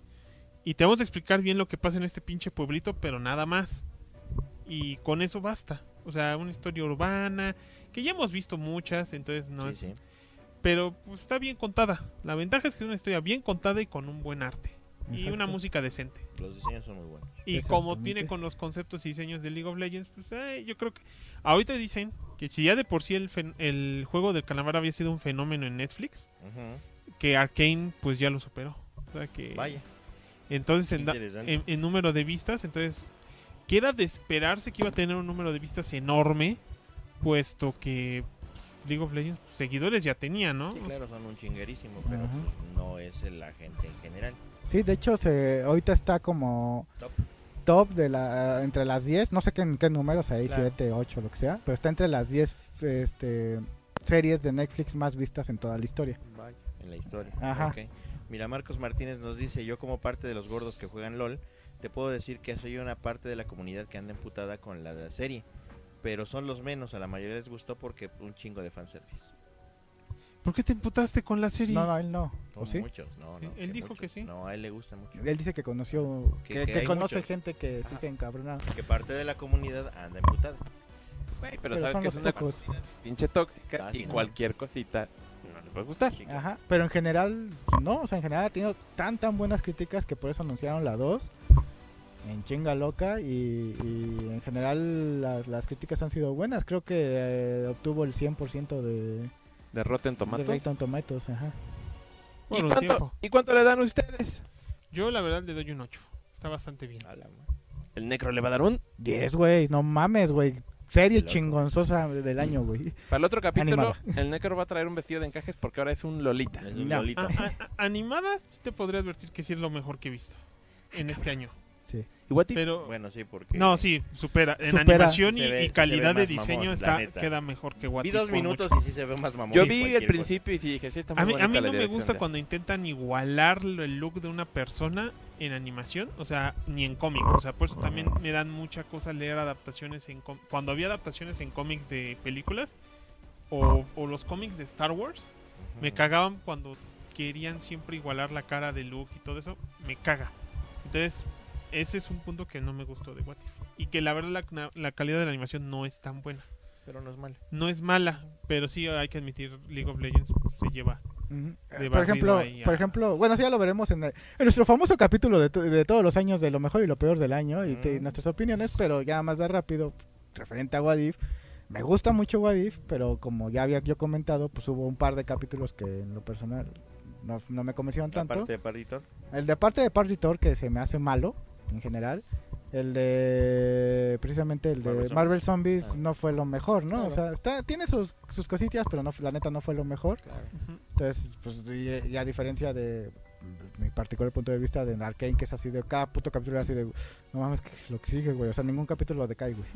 [SPEAKER 3] y te vamos a explicar bien lo que pasa en este pinche pueblito, pero nada más. Y con eso basta. O sea, una historia urbana, que ya hemos visto muchas, entonces no es
[SPEAKER 1] sí, sí.
[SPEAKER 3] pero pues, está bien contada. La ventaja es que es una historia bien contada y con un buen arte. y
[SPEAKER 2] Exacto.
[SPEAKER 3] una música decente.
[SPEAKER 1] Los diseños son muy buenos.
[SPEAKER 3] Y como
[SPEAKER 2] Exactamente.
[SPEAKER 3] tiene con los conceptos y diseños de League of Legends, pues eh, yo creo que ahorita dicen que si ya de por sí el, fen- el juego del calamar había sido un fenómeno en Netflix,
[SPEAKER 1] Ujú.
[SPEAKER 3] que Arkane pues ya lo superó. O sea
[SPEAKER 2] Eh,
[SPEAKER 3] que
[SPEAKER 1] Vaya,
[SPEAKER 3] entonces
[SPEAKER 1] qué
[SPEAKER 3] en, da-
[SPEAKER 1] interesante.
[SPEAKER 3] en- en número de vistas, entonces que era de esperarse que iba a tener un número de vistas enorme, puesto que pues, League of Legends seguidores ya tenía, ¿no?
[SPEAKER 1] Sí, claro, son un chinguerísimo, pero
[SPEAKER 2] Ajá.
[SPEAKER 1] pues, no es la gente en general.
[SPEAKER 2] Sí, de hecho, se, ahorita está como
[SPEAKER 1] Top.
[SPEAKER 2] top de la, entre las 10, no sé qué, en qué números, ahí
[SPEAKER 1] Claro.
[SPEAKER 2] 7, 8, lo que sea, pero está entre las 10 este, series de Netflix más vistas en toda la historia.
[SPEAKER 1] en la historia.
[SPEAKER 2] Ajá.
[SPEAKER 1] Ok. Mira, Marcos Martínez nos dice, yo como parte de los gordos que juegan LOL, te puedo decir que soy una parte de la comunidad que anda emputada con la de la serie, pero son los menos, a la mayoría les gustó porque un chingo de fanservice.
[SPEAKER 3] ¿Por qué te emputaste con la serie?
[SPEAKER 2] No, no, él no. ¿O
[SPEAKER 1] Como
[SPEAKER 2] ¿Oh, sí?
[SPEAKER 1] Muchos, no,
[SPEAKER 3] Sí,
[SPEAKER 1] no,
[SPEAKER 3] él dijo que
[SPEAKER 1] muchos.
[SPEAKER 3] sí.
[SPEAKER 1] No, a él le gusta mucho.
[SPEAKER 2] Él dice que conoció,
[SPEAKER 1] Que-
[SPEAKER 2] que,
[SPEAKER 1] que
[SPEAKER 2] que
[SPEAKER 1] hay
[SPEAKER 2] conoce
[SPEAKER 1] muchos.
[SPEAKER 2] gente que sí
[SPEAKER 1] Ajá.
[SPEAKER 2] se encabrona.
[SPEAKER 1] Que parte de la comunidad anda emputada.
[SPEAKER 7] Güey, pero,
[SPEAKER 2] Pero,
[SPEAKER 7] sabes
[SPEAKER 2] son
[SPEAKER 7] que
[SPEAKER 2] los
[SPEAKER 7] es una
[SPEAKER 2] pocos.
[SPEAKER 7] pinche tóxica
[SPEAKER 1] Ah, sí,
[SPEAKER 7] y
[SPEAKER 1] no.
[SPEAKER 7] cualquier cosita no les va a gustar.
[SPEAKER 1] Sí,
[SPEAKER 2] Ajá, pero en general, no, o sea, en general ha tenido tan tan buenas críticas que por eso anunciaron la 2 en chinga loca y, y en general las, las críticas han sido buenas, creo que eh, obtuvo el 100% de,
[SPEAKER 7] De Rotten
[SPEAKER 2] de
[SPEAKER 7] Tomatoes.
[SPEAKER 2] Rotten Tomatoes, ajá.
[SPEAKER 3] Por
[SPEAKER 7] ¿Y,
[SPEAKER 3] un
[SPEAKER 7] cuánto,
[SPEAKER 3] tiempo.
[SPEAKER 7] ¿Y cuánto le dan ustedes?
[SPEAKER 3] Yo la verdad le doy un 8. Está bastante bien.
[SPEAKER 1] a la ma-
[SPEAKER 7] El Necro le va a dar un.
[SPEAKER 2] 10, güey, no mames, güey. Serie
[SPEAKER 1] Qué loco.
[SPEAKER 2] chingonzosa del año, güey.
[SPEAKER 7] Para el otro capítulo,
[SPEAKER 2] Animada.
[SPEAKER 7] el Necro va a traer un vestido de encajes porque ahora es un Lolita.
[SPEAKER 1] Es un
[SPEAKER 2] No.
[SPEAKER 1] Lolita.
[SPEAKER 3] A- a- Ah, animada, sí te podría advertir que sí es lo mejor que he visto en este año.
[SPEAKER 2] Sí.
[SPEAKER 7] ¿Y what if?
[SPEAKER 3] Pero
[SPEAKER 1] Bueno, sí, porque...
[SPEAKER 3] no, sí, supera. En
[SPEAKER 2] Supera.
[SPEAKER 3] animación y,
[SPEAKER 1] Se ve-
[SPEAKER 3] y
[SPEAKER 1] se
[SPEAKER 3] calidad
[SPEAKER 1] ve
[SPEAKER 3] de
[SPEAKER 1] más mamón,
[SPEAKER 3] diseño
[SPEAKER 1] la
[SPEAKER 3] está
[SPEAKER 1] neta.
[SPEAKER 3] queda mejor que What
[SPEAKER 1] Vi
[SPEAKER 3] If
[SPEAKER 1] dos
[SPEAKER 3] por
[SPEAKER 1] minutos
[SPEAKER 3] mucho.
[SPEAKER 1] y sí se ve más mamón.
[SPEAKER 7] Yo
[SPEAKER 1] que
[SPEAKER 7] vi el
[SPEAKER 1] cualquier cosa.
[SPEAKER 7] principio y sí dije, sí, está muy
[SPEAKER 3] A mí, a
[SPEAKER 7] bonita
[SPEAKER 3] mí
[SPEAKER 7] la
[SPEAKER 3] no me
[SPEAKER 7] dirección
[SPEAKER 3] gusta
[SPEAKER 7] de-
[SPEAKER 3] cuando intentan igualar lo- el look de una persona en animación, o sea, ni en cómic. O sea, por eso también me dan mucha cosa leer adaptaciones en cómic. Cuando había adaptaciones en cómics de películas o, o los cómics de Star Wars,
[SPEAKER 1] Ujú.
[SPEAKER 3] Me cagaban cuando querían siempre igualar la cara de Luke y todo eso. Me caga. Entonces, ese es un punto que no me gustó de What If. Y que la verdad la, la calidad de la animación no es tan buena.
[SPEAKER 1] Pero no es malo.
[SPEAKER 3] No es mala, pero sí hay que admitir League of Legends se lleva.
[SPEAKER 2] Ujú.
[SPEAKER 3] De
[SPEAKER 2] Por
[SPEAKER 3] barrido
[SPEAKER 2] ejemplo,
[SPEAKER 3] ahí a-
[SPEAKER 2] por ejemplo, bueno, sí, ya lo veremos en, el- en nuestro famoso capítulo de, to- de todos los años de lo mejor y lo peor del año y te-
[SPEAKER 1] Mm.
[SPEAKER 2] nuestras opiniones, pero ya más de rápido, referente a Wadif. Me gusta mucho Wadif, pero como ya había yo comentado, pues hubo un par de capítulos que en lo personal no, no me convencieron tanto.
[SPEAKER 1] Aparte de Parditor.
[SPEAKER 2] El de parte de Party Tour que se me hace malo en general. El de precisamente el de
[SPEAKER 1] Marvel
[SPEAKER 2] Marvel,
[SPEAKER 1] Zombies.
[SPEAKER 2] Zombies
[SPEAKER 1] Ah.
[SPEAKER 2] no fue lo mejor,
[SPEAKER 1] Claro.
[SPEAKER 2] ¿no? O sea, está, tiene sus, sus cositas, pero no, la neta no fue lo mejor.
[SPEAKER 3] Ujú.
[SPEAKER 2] Entonces, pues y, y a diferencia de mi particular punto de vista de Arkane, que es así de cada puto capítulo es así de no mames que lo que sigue, güey. O sea, ningún capítulo decae, güey.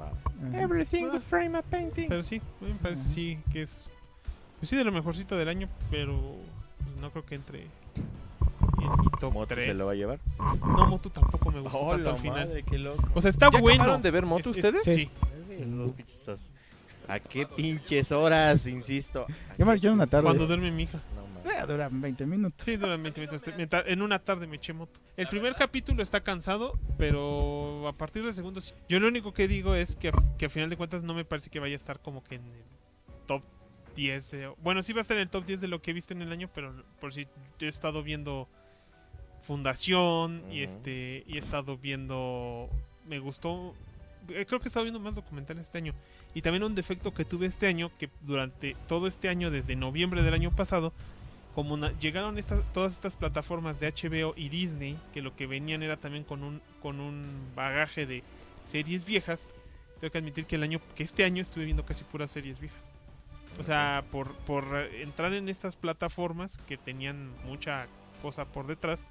[SPEAKER 1] Va.
[SPEAKER 2] Ajá.
[SPEAKER 1] Eh,
[SPEAKER 7] Every single frame a painting.
[SPEAKER 3] Pero sí, a mí me parece
[SPEAKER 2] Ajá.
[SPEAKER 3] sí que es. pues sí, de lo mejorcito del año, pero pues, no creo que entre en mi top
[SPEAKER 1] Motu se
[SPEAKER 3] 3.
[SPEAKER 1] lo va a llevar.
[SPEAKER 3] No, Motu tampoco me gustó
[SPEAKER 1] Oh,
[SPEAKER 3] tanto
[SPEAKER 1] la
[SPEAKER 3] al final.
[SPEAKER 1] madre, qué loco.
[SPEAKER 3] O sea, está
[SPEAKER 7] ¿Ya
[SPEAKER 3] bueno.
[SPEAKER 7] acabaron de ver Motu
[SPEAKER 3] Es- es-
[SPEAKER 7] ustedes?
[SPEAKER 3] sí.
[SPEAKER 2] Sí.
[SPEAKER 1] Esos pinches- ¿A qué pinches horas, insisto?
[SPEAKER 2] Yo me lo eché en una tarde.
[SPEAKER 3] cuando duerme mi hija.
[SPEAKER 1] No mames.
[SPEAKER 2] Eh, dura 20 minutos.
[SPEAKER 3] Sí, duramente, mientras te- mientras- en una tarde me eché moto. El primer capítulo está cansado, pero a partir del segundo sí. Yo lo único que digo es que, que a final de cuentas no me parece que vaya a estar como que en el top 10. de- bueno, sí va a estar en el top 10 de lo que he visto en el año, pero por si yo he estado viendo Fundación y
[SPEAKER 1] Ujú.
[SPEAKER 3] este y he estado viendo... Me gustó... eh, Creo que he estado viendo más documentales este año. Y también un defecto que tuve este año, que durante todo este año, desde noviembre del año pasado, como na- llegaron estas, todas estas plataformas de HBO y Disney, que lo que venían era también con un, con un bagaje de series viejas, tengo que admitir que el año, que este año estuve viendo casi puras series viejas. O sea, por, por eh, entrar en estas plataformas que tenían mucha cosa por detrás,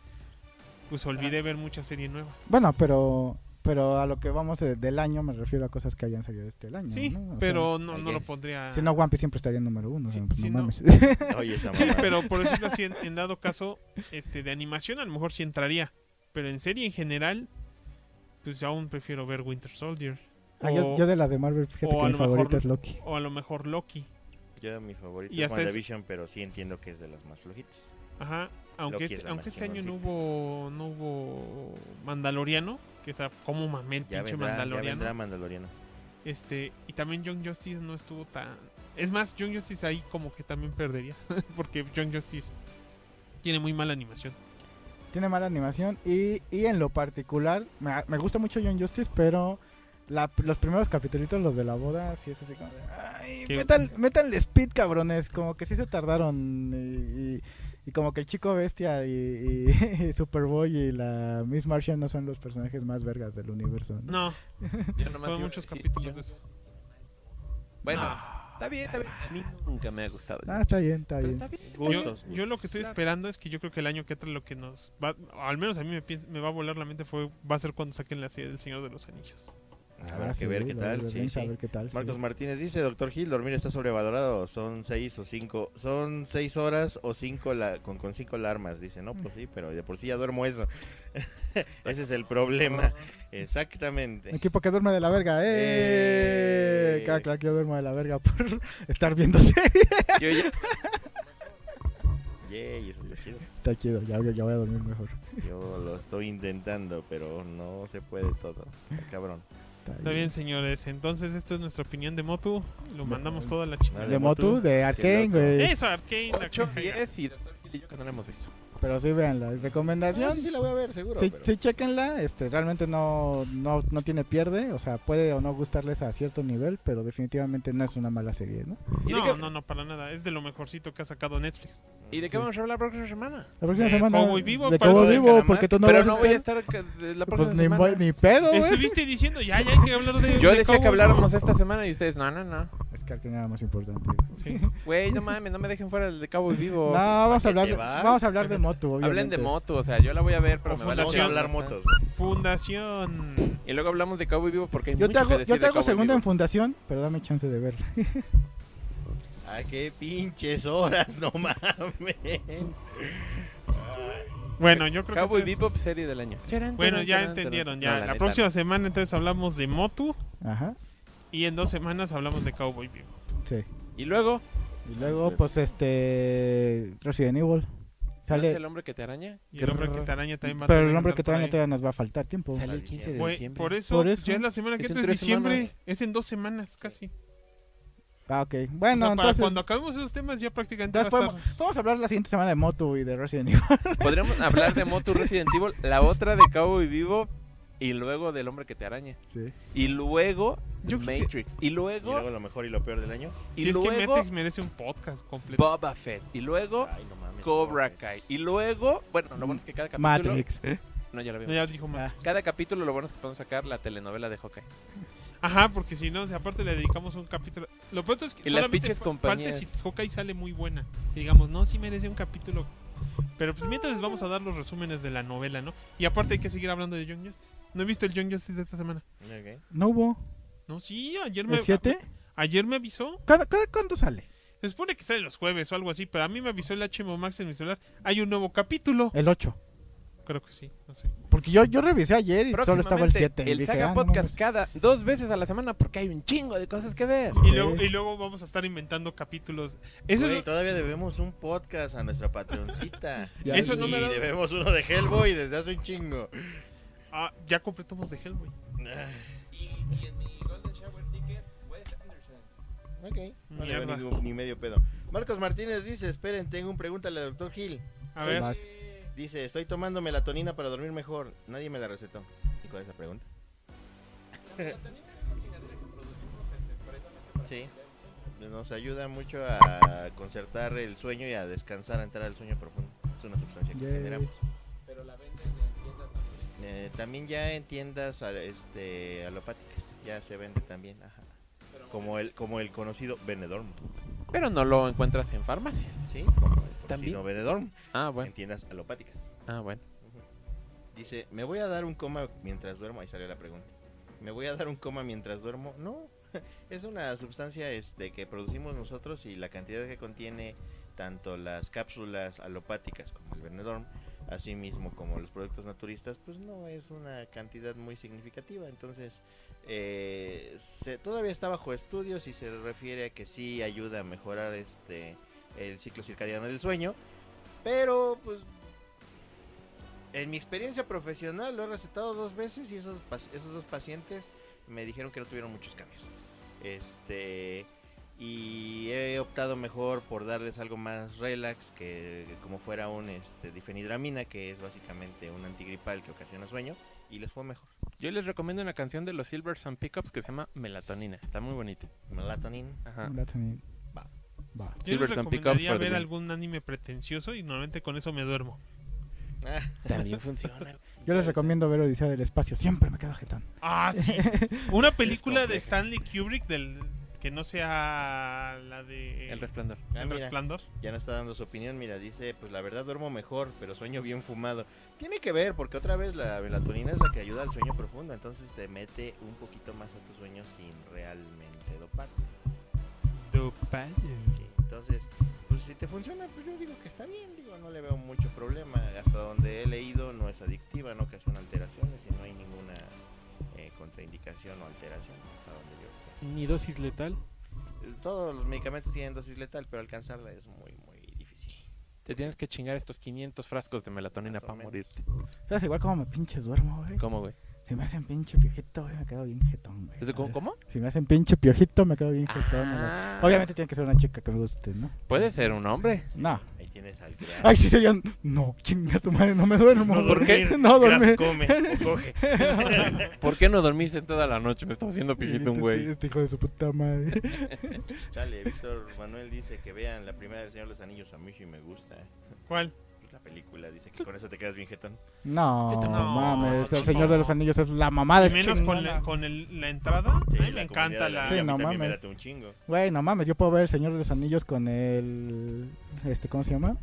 [SPEAKER 3] pues olvidé ver mucha serie nueva.
[SPEAKER 2] Bueno, pero pero a lo que vamos eh, del año me refiero a cosas que hayan salido este año,
[SPEAKER 3] Sí,
[SPEAKER 2] ¿no? O sea,
[SPEAKER 3] pero no, no
[SPEAKER 1] ahí
[SPEAKER 3] lo
[SPEAKER 1] es.
[SPEAKER 3] pondría...
[SPEAKER 2] Si no, One Piece siempre estaría en número uno.
[SPEAKER 3] Ah. Sí,
[SPEAKER 2] o sea, pues
[SPEAKER 3] sí,
[SPEAKER 2] no
[SPEAKER 3] no.
[SPEAKER 2] mames.
[SPEAKER 1] Oye, esa
[SPEAKER 3] Sí,
[SPEAKER 1] mamá.
[SPEAKER 3] pero por decirlo así, en, en dado caso, este, de animación a lo mejor sí entraría. Pero en serie en general, pues aún prefiero ver Winter Soldier.
[SPEAKER 2] Ah,
[SPEAKER 3] O-
[SPEAKER 2] yo, yo de las de Marvel, fíjate que
[SPEAKER 3] o a
[SPEAKER 2] mi
[SPEAKER 3] lo mejor-
[SPEAKER 2] favorita es Loki.
[SPEAKER 3] O a lo mejor Loki.
[SPEAKER 1] Yo mi favorito
[SPEAKER 3] Y
[SPEAKER 1] es
[SPEAKER 3] hasta es-
[SPEAKER 1] WandaVision, pero sí entiendo que es de las más flojitas.
[SPEAKER 3] Ajá. Aunque,
[SPEAKER 1] Loki es
[SPEAKER 3] este,
[SPEAKER 1] la
[SPEAKER 3] aunque
[SPEAKER 1] más
[SPEAKER 3] este año no hubo, no hubo Mandaloriano, que es como mamé el
[SPEAKER 1] Ya
[SPEAKER 3] pinche
[SPEAKER 1] vendrá, ya
[SPEAKER 3] Mandaloriano.
[SPEAKER 1] vendrá Mandaloriano.
[SPEAKER 3] Este, y también Young Justice no estuvo tan. Es más, Young Justice ahí como que también perdería. porque Young Justice tiene muy mala animación.
[SPEAKER 2] Tiene mala animación y, y en lo particular, me, me gusta mucho John Justice, pero la- los primeros capítulos, los de la boda, sí es así como de, ay,
[SPEAKER 3] Qué-
[SPEAKER 2] metan- métanle speed, cabrones, como que sí se tardaron y, y- y como que el chico bestia y, y- y Superboy y la Miss Martian no son los personajes más vergas del universo. ¿no?
[SPEAKER 3] No,
[SPEAKER 4] Yo nomás
[SPEAKER 3] fueron
[SPEAKER 4] iba a
[SPEAKER 3] muchos
[SPEAKER 4] decir,
[SPEAKER 3] capítulos de
[SPEAKER 4] yo-
[SPEAKER 3] eso.
[SPEAKER 4] Bueno, está bien, está bien. A mí nunca me ha gustado.
[SPEAKER 2] Ah, está bien, está
[SPEAKER 4] Pero
[SPEAKER 2] bien.
[SPEAKER 4] está bien.
[SPEAKER 3] Yo,
[SPEAKER 1] Gustos.
[SPEAKER 3] yo lo que estoy
[SPEAKER 4] Claro.
[SPEAKER 3] esperando es que yo creo que el año que entra lo que nos va, al menos a mí me, piens- me va a volar la mente fue va a ser cuando saquen la serie del Señor de los Anillos.
[SPEAKER 1] Habrá que
[SPEAKER 2] Ah, sí,
[SPEAKER 1] ver qué
[SPEAKER 2] lo
[SPEAKER 1] tal. sí, sí.
[SPEAKER 2] deben saber qué tal, sí.
[SPEAKER 1] Marcos Martínez dice, doctor Gil, dormir está sobrevalorado. Son seis o cinco, son seis horas o cinco la, con, con cinco alarmas. Dice, no, pues sí, pero de por sí ya duermo eso. Ese es el problema. Exactamente.
[SPEAKER 2] Equipo que duerme de la verga, ¡eh!
[SPEAKER 1] Eh.
[SPEAKER 2] Claro, claro que yo duermo de la verga por estar viendo series.
[SPEAKER 4] Yo ya-
[SPEAKER 1] Yay, eso está chido.
[SPEAKER 2] Está chido, ya, ya voy a dormir mejor.
[SPEAKER 1] Yo lo estoy intentando, pero no se puede todo. Está Cabrón.
[SPEAKER 3] Está bien, señores. Entonces, esto es nuestra opinión de Motu. Lo mandamos toda la chingada.
[SPEAKER 2] De Motu, de Arkane,
[SPEAKER 1] loco.
[SPEAKER 2] güey.
[SPEAKER 3] Eso, Arkane. la
[SPEAKER 4] Ocho,
[SPEAKER 3] caga.
[SPEAKER 4] diez y Doctor Gil y yo que no lo hemos visto.
[SPEAKER 2] Pero sí, vean la recomendación.
[SPEAKER 1] sí, sí la voy a ver, seguro.
[SPEAKER 2] Sí,
[SPEAKER 1] pero-
[SPEAKER 2] sí, chequenla, este, realmente no, no, no tiene pierde, o sea, puede o no gustarles a cierto nivel, pero definitivamente no es una mala serie, ¿no?
[SPEAKER 4] ¿Y de
[SPEAKER 3] No,
[SPEAKER 4] qué-
[SPEAKER 3] no, no, para nada. Es de lo mejorcito que ha sacado Netflix.
[SPEAKER 4] ¿Y de qué
[SPEAKER 2] Sí.
[SPEAKER 4] vamos a hablar la próxima semana?
[SPEAKER 2] La próxima
[SPEAKER 3] De
[SPEAKER 2] semana...
[SPEAKER 3] Cowboy Bebop,
[SPEAKER 2] de
[SPEAKER 3] para
[SPEAKER 2] Cowboy
[SPEAKER 1] eso de
[SPEAKER 2] Bebop,
[SPEAKER 1] Calamar.
[SPEAKER 2] porque tú no pues
[SPEAKER 4] Pero
[SPEAKER 2] vas
[SPEAKER 4] no
[SPEAKER 2] a
[SPEAKER 4] voy a
[SPEAKER 2] estar...
[SPEAKER 4] estar acá de la próxima
[SPEAKER 2] Pues ni,
[SPEAKER 4] semana.
[SPEAKER 2] voy- ni pedo, güey.
[SPEAKER 3] Estuviste diciendo, ya, ya hay que hablar de.
[SPEAKER 4] eh. Yo
[SPEAKER 3] de
[SPEAKER 4] decía que
[SPEAKER 3] Cowboy
[SPEAKER 4] habláramos
[SPEAKER 3] Bebop.
[SPEAKER 4] esta semana y ustedes, no, no, no.
[SPEAKER 2] Es que Arkane era más importante.
[SPEAKER 3] Sí.
[SPEAKER 4] Güey, no mames, no me dejen fuera el de Cabo
[SPEAKER 2] No,
[SPEAKER 4] Vivo.
[SPEAKER 2] vamos a hablar
[SPEAKER 1] te
[SPEAKER 2] de,
[SPEAKER 1] vas?
[SPEAKER 2] vamos a hablar de Motu, obviamente.
[SPEAKER 4] Hablen de moto, o sea, yo la voy a ver, pero
[SPEAKER 3] O
[SPEAKER 4] me vale
[SPEAKER 1] Vamos a
[SPEAKER 3] fundación.
[SPEAKER 1] hablar motos.
[SPEAKER 3] Fundación.
[SPEAKER 4] Y luego hablamos de Cowboy Vivo porque hay
[SPEAKER 2] Yo
[SPEAKER 4] mucho
[SPEAKER 2] te
[SPEAKER 4] que
[SPEAKER 2] hago,
[SPEAKER 4] decir
[SPEAKER 2] yo te
[SPEAKER 4] de
[SPEAKER 2] hago
[SPEAKER 4] Cowboy
[SPEAKER 2] segunda en
[SPEAKER 4] Vivo.
[SPEAKER 2] fundación, pero dame chance de verla.
[SPEAKER 1] ¿A qué pinches horas? No mames.
[SPEAKER 3] Bueno, yo creo
[SPEAKER 4] Cowboy
[SPEAKER 3] que. entonces-
[SPEAKER 4] Vivo serie del año.
[SPEAKER 3] Bueno, ya entendieron.
[SPEAKER 4] No,
[SPEAKER 3] Ya
[SPEAKER 4] la
[SPEAKER 3] la
[SPEAKER 4] neta,
[SPEAKER 3] próxima semana, entonces hablamos de Motu.
[SPEAKER 2] Ajá,
[SPEAKER 3] Y en dos semanas hablamos de Cowboy Vivo.
[SPEAKER 2] sí.
[SPEAKER 4] no. Y luego,
[SPEAKER 2] Y luego, pues, este... Resident Evil.
[SPEAKER 4] ¿sale el
[SPEAKER 2] Sale...
[SPEAKER 4] hombre que te araña?
[SPEAKER 3] Y el hombre que te araña también va a
[SPEAKER 2] Pero
[SPEAKER 3] tener
[SPEAKER 2] el hombre
[SPEAKER 3] que
[SPEAKER 2] que
[SPEAKER 3] andar
[SPEAKER 2] trae
[SPEAKER 3] por ahí.
[SPEAKER 2] todavía nos va a faltar tiempo.
[SPEAKER 4] Sale el 15 de
[SPEAKER 3] Güey,
[SPEAKER 4] diciembre.
[SPEAKER 3] por eso,
[SPEAKER 2] Por eso.
[SPEAKER 3] ya es la semana que
[SPEAKER 4] Es en
[SPEAKER 3] entra es
[SPEAKER 4] tres
[SPEAKER 3] diciembre.
[SPEAKER 4] semanas.
[SPEAKER 3] Es en dos semanas casi.
[SPEAKER 2] Ah, ok.
[SPEAKER 3] O
[SPEAKER 2] Bueno,
[SPEAKER 3] sea, para
[SPEAKER 2] entonces...
[SPEAKER 3] cuando acabemos esos temas ya prácticamente va a
[SPEAKER 2] Entonces podemos,
[SPEAKER 3] estar...
[SPEAKER 2] podemos hablar la siguiente semana de Motu y de Resident Evil.
[SPEAKER 4] Podríamos hablar de Motu Resident Evil, la otra de Cowboy Vivo y luego del hombre que te araña.
[SPEAKER 2] Sí.
[SPEAKER 4] Y luego
[SPEAKER 3] Yo creo que-
[SPEAKER 4] Matrix. Y
[SPEAKER 1] Y
[SPEAKER 4] luego,
[SPEAKER 1] luego lo mejor y lo peor del año.
[SPEAKER 4] y
[SPEAKER 3] si es que
[SPEAKER 4] luego
[SPEAKER 3] Matrix merece un podcast completo.
[SPEAKER 4] Boba Fett. Y luego
[SPEAKER 1] Ay, no mames.
[SPEAKER 4] Cobra Kai. Y luego, bueno, lo bueno es que cada capítulo.
[SPEAKER 2] Matrix.
[SPEAKER 3] ¿Eh?
[SPEAKER 4] No, ya lo
[SPEAKER 3] No,
[SPEAKER 4] vimos.
[SPEAKER 3] ya dijo más.
[SPEAKER 4] Cada capítulo lo bueno es que podemos sacar la telenovela de Hawkeye.
[SPEAKER 3] Ajá, porque si no, si aparte le dedicamos un capítulo... Lo pronto es que
[SPEAKER 4] Y las
[SPEAKER 3] solamente
[SPEAKER 4] pinches
[SPEAKER 3] fa- falta
[SPEAKER 4] compañías.
[SPEAKER 3] si Hawkeye sale muy buena. Y digamos, no, sí merece un capítulo. Pero pues mientras les vamos a dar los resúmenes de la novela, ¿no? Y aparte hay que seguir hablando de John Justice. No he visto el John Justice de esta semana.
[SPEAKER 1] Ok.
[SPEAKER 2] ¿No hubo?
[SPEAKER 3] No, sí, ayer me...
[SPEAKER 2] ¿El 7?
[SPEAKER 3] Ayer me avisó.
[SPEAKER 2] ¿Cuándo, cuándo- cuándo sale?
[SPEAKER 3] Se supone que sale los jueves o algo así, pero a mí me avisó el HMO Max en mi celular. Hay un nuevo capítulo.
[SPEAKER 2] El 8.
[SPEAKER 3] Creo que sí, no sé.
[SPEAKER 2] Porque yo, yo revisé ayer y "Ah, solo estaba el
[SPEAKER 4] Próximamente,
[SPEAKER 2] 7.
[SPEAKER 4] El Saga Podcast cada dos veces a la semana porque hay un chingo de cosas que ver.
[SPEAKER 3] Y,
[SPEAKER 2] Sí.
[SPEAKER 3] luego, y luego vamos a estar inventando capítulos. Eso,
[SPEAKER 1] Güey,
[SPEAKER 3] es,
[SPEAKER 1] todavía debemos un podcast a nuestra patroncita.
[SPEAKER 2] Ya
[SPEAKER 3] eso
[SPEAKER 1] y
[SPEAKER 3] no me da-
[SPEAKER 1] debemos uno de Hellboy desde hace un chingo.
[SPEAKER 3] ah, ya compré tomos de Hellboy.
[SPEAKER 4] Y, en mi Golden Shower Ticket, Wes Anderson.
[SPEAKER 1] Ok. No le veo
[SPEAKER 3] Mierda.
[SPEAKER 1] ningún- ni medio pedo. Marcos Martínez dice, esperen, tengo un pregúntale al doctor Gil.
[SPEAKER 3] A
[SPEAKER 2] Sí,
[SPEAKER 3] ver,
[SPEAKER 2] vas.
[SPEAKER 1] Dice, estoy tomando melatonina para dormir mejor. Nadie me la recetó. ¿Y cuál es la pregunta? Sí. Nos ayuda mucho a concertar el sueño y a descansar, a entrar al sueño profundo. Es una sustancia que
[SPEAKER 2] Yay.
[SPEAKER 1] generamos. Eh, también ya en tiendas al- este, alopáticas. Ya se vende también. ajá. Como el, como el conocido Benedorm.
[SPEAKER 4] Pero no lo encuentras en farmacias.
[SPEAKER 1] Sí, como el
[SPEAKER 4] También.
[SPEAKER 1] conocido Benedorm.
[SPEAKER 4] Ah,
[SPEAKER 1] En
[SPEAKER 4] bueno.
[SPEAKER 1] tiendas alopáticas.
[SPEAKER 4] Ah, bueno.
[SPEAKER 1] Dice, ¿me voy a dar un coma mientras duermo? Ahí salió la pregunta. ¿Me voy a dar un coma mientras duermo? No, es una sustancia este, que producimos nosotros y la cantidad que contiene tanto las cápsulas alopáticas como el Benedorm, así mismo como los productos naturistas, pues no es una cantidad muy significativa. Entonces, eh, se, todavía está bajo estudios y se refiere a que sí ayuda a mejorar este el ciclo circadiano del sueño, pero pues en mi experiencia profesional lo he recetado dos veces y esos, pas- esos dos pacientes me dijeron que no tuvieron muchos cambios. Este. y he optado mejor por darles algo más relax que como fuera un este, difenidramina, que es básicamente un antigripal que ocasiona sueño, y les fue mejor.
[SPEAKER 4] Yo les recomiendo una canción de los Silver Sun Pickups que se llama Melatonina. Está muy bonita.
[SPEAKER 1] Melatonin.
[SPEAKER 3] Ah.
[SPEAKER 4] Ajá.
[SPEAKER 1] Va.
[SPEAKER 2] Va.
[SPEAKER 3] Yo les
[SPEAKER 4] Silver Sun Pickups
[SPEAKER 3] recomendaría
[SPEAKER 4] for the
[SPEAKER 3] ver
[SPEAKER 4] win.
[SPEAKER 3] algún anime pretencioso y normalmente con eso me duermo.
[SPEAKER 1] Ah,
[SPEAKER 4] También funciona.
[SPEAKER 2] Yo les recomiendo ver Odisea del Espacio. Siempre me quedo jetón.
[SPEAKER 3] Ah, sí. Una película de
[SPEAKER 1] compleja.
[SPEAKER 3] Stanley Kubrick del que no sea la de
[SPEAKER 4] El resplandor.
[SPEAKER 1] ah,
[SPEAKER 3] El
[SPEAKER 1] mira,
[SPEAKER 3] Resplandor.
[SPEAKER 1] ya no está dando su opinión, mira, dice, pues la verdad duermo mejor, pero sueño bien fumado. Tiene que ver, porque otra vez la melatonina es la que ayuda al sueño profundo, entonces te mete un poquito más a tu sueño sin realmente dopar. Sí, Entonces, pues si te funciona, pues yo digo que está bien, digo, no le veo mucho problema. Hasta donde he leído no es adictiva, no ocasiona alteraciones y no hay ninguna eh, contraindicación o alteración. Hasta donde yo.
[SPEAKER 4] Ni dosis letal.
[SPEAKER 1] Eh, Todos los medicamentos tienen dosis letal, pero alcanzarla es muy, muy difícil.
[SPEAKER 4] Te tienes que chingar estos 500 frascos de melatonina
[SPEAKER 1] Más o
[SPEAKER 4] para
[SPEAKER 1] menos.
[SPEAKER 4] morirte.
[SPEAKER 2] ¿Sabes igual cómo me pinches duermo, güey?
[SPEAKER 4] ¿Cómo, güey?
[SPEAKER 2] Si me hacen pinche piojito, güey, me quedo bien jetón, güey.
[SPEAKER 4] ¿Es de- ¿Cómo? cómo?
[SPEAKER 2] Si me hacen pinche piojito, me quedo bien jetón. güey.
[SPEAKER 4] Ah,
[SPEAKER 2] Obviamente tiene que ser una chica que me guste, ¿no?
[SPEAKER 4] Puede ser un hombre.
[SPEAKER 2] No.
[SPEAKER 1] Ahí tienes al gran.
[SPEAKER 2] Ay, sí serían. No, chinga tu madre, no me duermo.
[SPEAKER 4] No ¿Por qué?
[SPEAKER 2] No
[SPEAKER 1] Gran
[SPEAKER 2] dormí.
[SPEAKER 1] come o coge.
[SPEAKER 4] ¿Por qué no dormiste toda la noche? Me estaba haciendo pijito un güey.
[SPEAKER 2] Este hijo de su puta madre.
[SPEAKER 1] Chale, Víctor Manuel dice que vean la primera del Señor de los Anillos. A mí sí me gusta.
[SPEAKER 3] ¿Cuál?
[SPEAKER 1] Pues la película dice que con eso te quedas bien jetón.
[SPEAKER 2] No,
[SPEAKER 3] No,
[SPEAKER 2] mames, el
[SPEAKER 3] chico.
[SPEAKER 2] Señor de los Anillos es la mamada.
[SPEAKER 3] Y menos con, la,
[SPEAKER 2] chingona.
[SPEAKER 3] con el- la entrada.
[SPEAKER 1] Sí,
[SPEAKER 3] Ay,
[SPEAKER 1] la
[SPEAKER 3] me encanta
[SPEAKER 1] comunidad de
[SPEAKER 3] la.
[SPEAKER 1] anillo
[SPEAKER 2] Sí,
[SPEAKER 1] a mí
[SPEAKER 2] no
[SPEAKER 1] también me
[SPEAKER 2] mames.
[SPEAKER 1] late un chingo.
[SPEAKER 2] Güey, no mames, yo puedo ver el Señor de los Anillos con el. Este, ¿cómo se llama?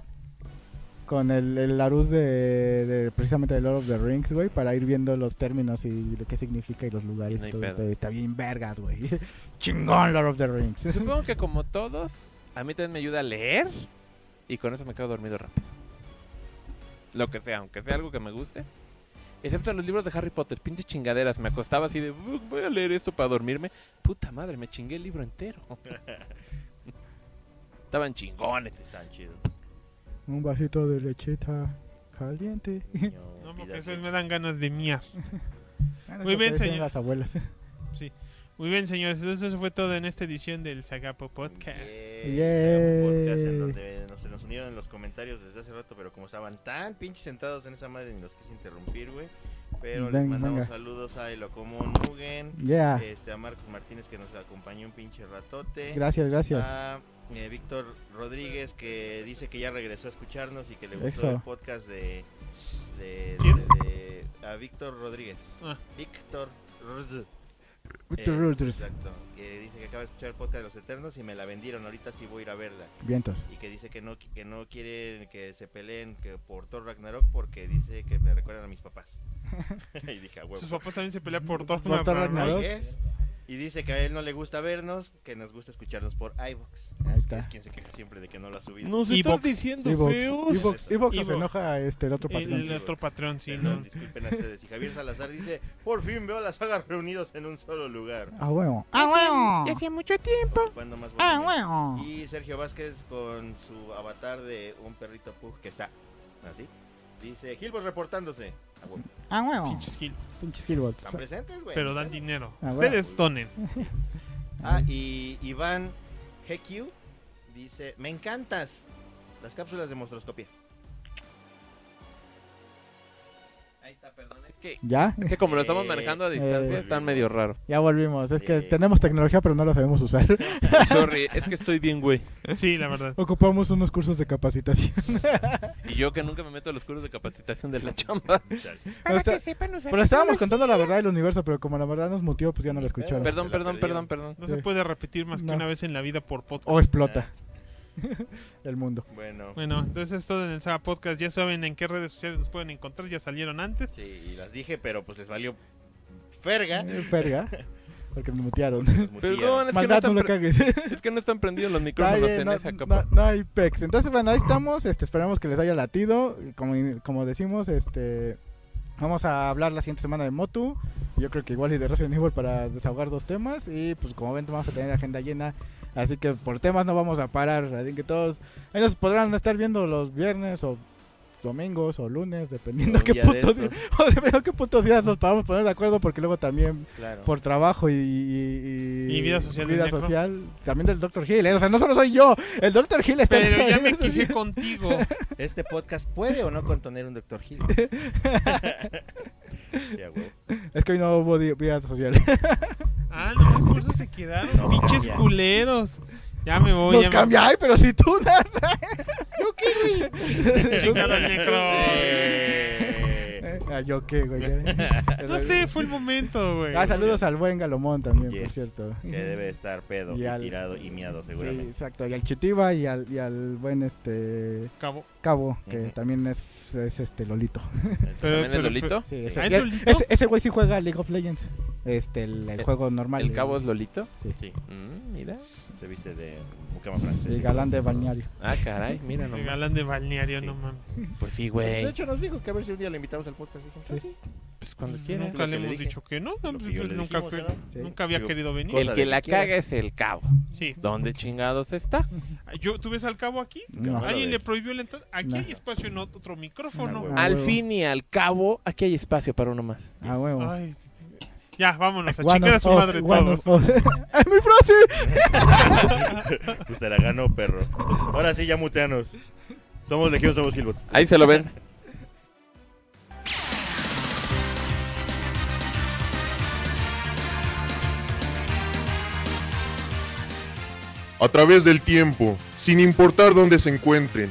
[SPEAKER 2] Con el, el Larus de, de- Precisamente de Lord of the Rings, güey, para ir viendo los términos y lo que significa y los lugares.
[SPEAKER 4] Y
[SPEAKER 2] y
[SPEAKER 4] no hay
[SPEAKER 2] todo el
[SPEAKER 4] pedo.
[SPEAKER 2] pedo. Está bien vergas, güey. Chingón Lord of the Rings.
[SPEAKER 4] Supongo que como todos, a mí también me ayuda a leer y con eso me quedo dormido rápido. Lo que sea, aunque sea algo que me guste. Excepto los libros de Harry Potter, pinches chingaderas. Me acostaba así de, "Uh, voy a leer esto para dormirme. Puta madre, me chingué el libro entero. Estaban chingones.
[SPEAKER 1] Sí, están chidos.
[SPEAKER 2] Un vasito de lechita caliente.
[SPEAKER 1] Niño,
[SPEAKER 3] No, porque
[SPEAKER 1] pídate.
[SPEAKER 3] después me dan ganas de miar.
[SPEAKER 2] Bueno, es
[SPEAKER 3] Muy
[SPEAKER 2] lo que
[SPEAKER 3] bien,
[SPEAKER 2] decían
[SPEAKER 3] señor.
[SPEAKER 2] las abuelas.
[SPEAKER 3] Muy bien, señores. Entonces, eso fue todo en esta edición del Sagapo Podcast.
[SPEAKER 1] Yay. Un
[SPEAKER 2] Yay.
[SPEAKER 1] podcast en donde nos- se nos unieron en los comentarios desde hace rato, pero como estaban tan pinches sentados en esa madre, ni los quise interrumpir, güey. Pero les
[SPEAKER 2] Venga,
[SPEAKER 1] mandamos
[SPEAKER 2] venga. Ah.
[SPEAKER 1] saludos a Elocomón Mugen,
[SPEAKER 2] Yeah.
[SPEAKER 1] este, a Marcos Martínez que nos acompañó un pinche ratote.
[SPEAKER 2] Gracias, gracias.
[SPEAKER 1] A eh, Víctor Rodríguez que dice que ya regresó a escucharnos y que le gustó
[SPEAKER 2] Eso.
[SPEAKER 1] el podcast de. de-
[SPEAKER 3] ¿Quién?
[SPEAKER 1] de- de- a Víctor Rodríguez.
[SPEAKER 3] Ah.
[SPEAKER 1] Víctor Rodríguez.
[SPEAKER 2] Victor
[SPEAKER 1] Eh,
[SPEAKER 2] Reuters.
[SPEAKER 1] Exacto. Que dice que acaba de escuchar el podcast de los Eternos y me la vendieron. Ahorita sí voy a ir a verla.
[SPEAKER 2] Vientos.
[SPEAKER 1] Y que dice que no, que no quieren que se peleen que por Thor Ragnarok porque dice que me recuerdan a mis papás. y dije, a huevo.
[SPEAKER 3] Sus papás también se pelean por Thor
[SPEAKER 2] Por Thor
[SPEAKER 3] Ragnarok.
[SPEAKER 1] Ahí
[SPEAKER 2] Ragnarok.
[SPEAKER 1] es. Y dice que a él no le gusta vernos, que nos gusta escucharnos por iVoox.
[SPEAKER 2] Ahí
[SPEAKER 1] Es que
[SPEAKER 2] está.
[SPEAKER 1] Es quien se queja siempre de que no lo ha subido.
[SPEAKER 4] Nos
[SPEAKER 3] estás
[SPEAKER 4] estás
[SPEAKER 3] Evox,
[SPEAKER 4] diciendo
[SPEAKER 2] Evox.
[SPEAKER 4] feos.
[SPEAKER 2] Evox-
[SPEAKER 1] Eso.
[SPEAKER 2] Evox se
[SPEAKER 3] Evox.
[SPEAKER 2] enoja este, el otro
[SPEAKER 3] El,
[SPEAKER 2] patrón.
[SPEAKER 3] el otro patrón, sí,
[SPEAKER 1] Perdón,
[SPEAKER 3] ¿no?
[SPEAKER 1] disculpen a ustedes. Y Javier Salazar dice, por fin veo a las sagas reunidos en un solo lugar.
[SPEAKER 2] Ah, huevo.
[SPEAKER 5] ¡Ah, huevo! Ya hacía mucho tiempo.
[SPEAKER 1] Ocupando más
[SPEAKER 5] ¡Ah,
[SPEAKER 1] volumen.
[SPEAKER 5] huevo!
[SPEAKER 1] Y Sergio Vázquez con su avatar de un perrito pug que está así. Dice, Gilbert reportándose. Ah, bueno,
[SPEAKER 5] ¡Ah, huevo!
[SPEAKER 3] Pinches Gil.
[SPEAKER 2] Pinches Gilbots.
[SPEAKER 1] ¿Están presentes, güey?
[SPEAKER 3] Pero dan dinero.
[SPEAKER 2] Ah, bueno.
[SPEAKER 3] Ustedes donen.
[SPEAKER 1] Ah, y Iván GQ dice, me encantas las cápsulas de monstroscopía.
[SPEAKER 7] Ahí está, perdón. Es que
[SPEAKER 2] ¿Ya?
[SPEAKER 4] Es que como lo estamos manejando a distancia,
[SPEAKER 2] Eh.
[SPEAKER 4] están medio raro.
[SPEAKER 2] Ya volvimos. Es que
[SPEAKER 1] Sí.
[SPEAKER 2] tenemos tecnología, pero no la sabemos usar.
[SPEAKER 4] Sorry, es que estoy bien, güey.
[SPEAKER 3] Sí, la verdad.
[SPEAKER 2] Ocupamos unos cursos de capacitación.
[SPEAKER 4] Y yo que nunca me meto a los cursos de capacitación de la chamba.
[SPEAKER 5] Para
[SPEAKER 2] Está-
[SPEAKER 5] que sepan usar
[SPEAKER 2] Pero estábamos
[SPEAKER 5] tecnología.
[SPEAKER 2] contando la verdad del universo, pero como la verdad nos mutió, pues ya no la escucharon.
[SPEAKER 1] Pero-
[SPEAKER 4] Perdón,
[SPEAKER 1] Se la
[SPEAKER 4] perdón,
[SPEAKER 1] perdieron.
[SPEAKER 4] perdón, perdón.
[SPEAKER 3] No se puede repetir más que
[SPEAKER 2] No. Oh,
[SPEAKER 3] una vez en la vida por podcast.
[SPEAKER 2] O explota el mundo.
[SPEAKER 1] Bueno,
[SPEAKER 3] Bueno, entonces es todo en el Saga Podcast. Ya saben en qué redes sociales nos pueden encontrar. Ya salieron antes.
[SPEAKER 1] sí, y las dije, pero pues les valió ferga.
[SPEAKER 2] Eh, Verga. Porque nos mutearon.
[SPEAKER 1] Los mutilaron.
[SPEAKER 4] Perdón, es que, no
[SPEAKER 2] Maldad, no
[SPEAKER 4] están
[SPEAKER 2] le
[SPEAKER 4] pre-
[SPEAKER 2] cagues.
[SPEAKER 4] es que no están prendidos los micrófonos
[SPEAKER 2] Nadie,
[SPEAKER 4] en
[SPEAKER 2] no,
[SPEAKER 4] esa capa.
[SPEAKER 2] no- no hay pex. Entonces, bueno, ahí estamos. Este, esperamos que les haya latido. Como, como decimos, este, vamos a hablar la siguiente semana de Motu. Yo creo que igual y de Resident Evil para desahogar dos temas. Y pues, como ven, vamos a tener agenda llena. Así que por temas no vamos a parar. Así que todos ahí nos podrán estar viendo los viernes o domingos o lunes, dependiendo
[SPEAKER 1] Un
[SPEAKER 2] qué
[SPEAKER 1] día de
[SPEAKER 2] putos,
[SPEAKER 1] estos,
[SPEAKER 2] o dependiendo qué putos días nos podamos poner de acuerdo, porque luego también
[SPEAKER 1] Claro.
[SPEAKER 2] por trabajo y, y,
[SPEAKER 3] Y vida social del
[SPEAKER 2] vida
[SPEAKER 3] necro.
[SPEAKER 2] social también del Dr. Hill. ¿eh? O sea, no solo soy yo, el Dr. Hill está en
[SPEAKER 3] Pero
[SPEAKER 2] esa-
[SPEAKER 3] ya me quejé contigo.
[SPEAKER 1] Este podcast puede o no contener un Dr. Hill. Ya, güey.
[SPEAKER 2] Es que hoy no hubo di- vida social.
[SPEAKER 3] Ah, no, los cursos se quedaron.
[SPEAKER 1] No,
[SPEAKER 3] pinches
[SPEAKER 1] ya.
[SPEAKER 3] culeros. Ya me voy.
[SPEAKER 2] Nos
[SPEAKER 3] ya me-
[SPEAKER 2] cambia, ay, pero si tú nada.
[SPEAKER 3] Chingado al necro.
[SPEAKER 1] Eh,
[SPEAKER 2] Ah, yo qué, güey. ya.
[SPEAKER 3] No sé, fue el momento, güey.
[SPEAKER 2] Ah, saludos al buen Galomón también, por
[SPEAKER 1] Yes.
[SPEAKER 2] cierto.
[SPEAKER 1] Que debe estar pedo,
[SPEAKER 2] Y
[SPEAKER 1] y
[SPEAKER 2] al-
[SPEAKER 1] tirado y miado
[SPEAKER 2] Sí,
[SPEAKER 1] seguramente.
[SPEAKER 2] exacto. Y al Chitiba y al, y al buen este
[SPEAKER 3] Cabo.
[SPEAKER 2] Cabo, que
[SPEAKER 1] Ujú.
[SPEAKER 2] también es, es este Lolito.
[SPEAKER 4] ¿También el
[SPEAKER 3] pero-
[SPEAKER 4] Lolito?
[SPEAKER 2] Sí, ese,
[SPEAKER 3] ¿Ah, es
[SPEAKER 2] y-
[SPEAKER 3] Lolito?
[SPEAKER 2] ese- ese güey sí juega League of Legends. Este, el, el
[SPEAKER 4] El-
[SPEAKER 2] juego normal.
[SPEAKER 4] ¿El cabo es Lolito?
[SPEAKER 1] Sí,
[SPEAKER 4] Mm, mira.
[SPEAKER 1] se viste de mucama francés.
[SPEAKER 2] El galán de balneario.
[SPEAKER 4] Ah, caray, mira
[SPEAKER 3] Me
[SPEAKER 4] nomás.
[SPEAKER 3] galan de balneario,
[SPEAKER 1] Sí.
[SPEAKER 3] no mames.
[SPEAKER 4] Pues sí,
[SPEAKER 1] De
[SPEAKER 4] güey.
[SPEAKER 1] hecho, nos dijo que a ver si un día le invitamos al podcast. Dije, ah,
[SPEAKER 2] Sí.
[SPEAKER 1] sí.
[SPEAKER 4] Pues cuando quieras.
[SPEAKER 3] Nunca
[SPEAKER 1] Lo que
[SPEAKER 3] le
[SPEAKER 1] le
[SPEAKER 3] hemos
[SPEAKER 1] dije.
[SPEAKER 3] dicho que no. no,
[SPEAKER 1] Lo que
[SPEAKER 3] pues,
[SPEAKER 1] yo le
[SPEAKER 3] nunca,
[SPEAKER 1] dijimos,
[SPEAKER 3] que-
[SPEAKER 1] ¿no?
[SPEAKER 2] Sí.
[SPEAKER 3] nunca había
[SPEAKER 1] Digo,
[SPEAKER 3] querido venir.
[SPEAKER 1] cosa
[SPEAKER 4] El que
[SPEAKER 1] de
[SPEAKER 4] la
[SPEAKER 1] que quieras.
[SPEAKER 4] caga es el cabo.
[SPEAKER 3] Sí.
[SPEAKER 4] ¿Dónde chingados está?
[SPEAKER 3] Yo, ¿Tú ves al cabo aquí?
[SPEAKER 2] No.
[SPEAKER 1] Claro,
[SPEAKER 3] ¿Alguien
[SPEAKER 1] de
[SPEAKER 3] le
[SPEAKER 1] hecho.
[SPEAKER 3] prohibió la entrada? Aquí
[SPEAKER 2] No.
[SPEAKER 3] hay espacio en otro, otro micrófono.
[SPEAKER 1] Ah,
[SPEAKER 2] huevo.
[SPEAKER 4] al
[SPEAKER 2] huevo.
[SPEAKER 4] fin y al cabo, aquí hay espacio para uno más.
[SPEAKER 2] Ah, huevo.
[SPEAKER 3] Ay, ya, vámonos. A
[SPEAKER 2] One
[SPEAKER 3] chingar a
[SPEAKER 2] of
[SPEAKER 3] su
[SPEAKER 2] us,
[SPEAKER 3] madre
[SPEAKER 2] one
[SPEAKER 3] todos.
[SPEAKER 2] of us. ¡Es mi frase!
[SPEAKER 1] Pues te la ganó, perro. Ahora sí, ya muteanos. Somos Legión, somos Killbots.
[SPEAKER 4] Ahí se lo ven.
[SPEAKER 8] a través del tiempo, sin importar dónde se encuentren.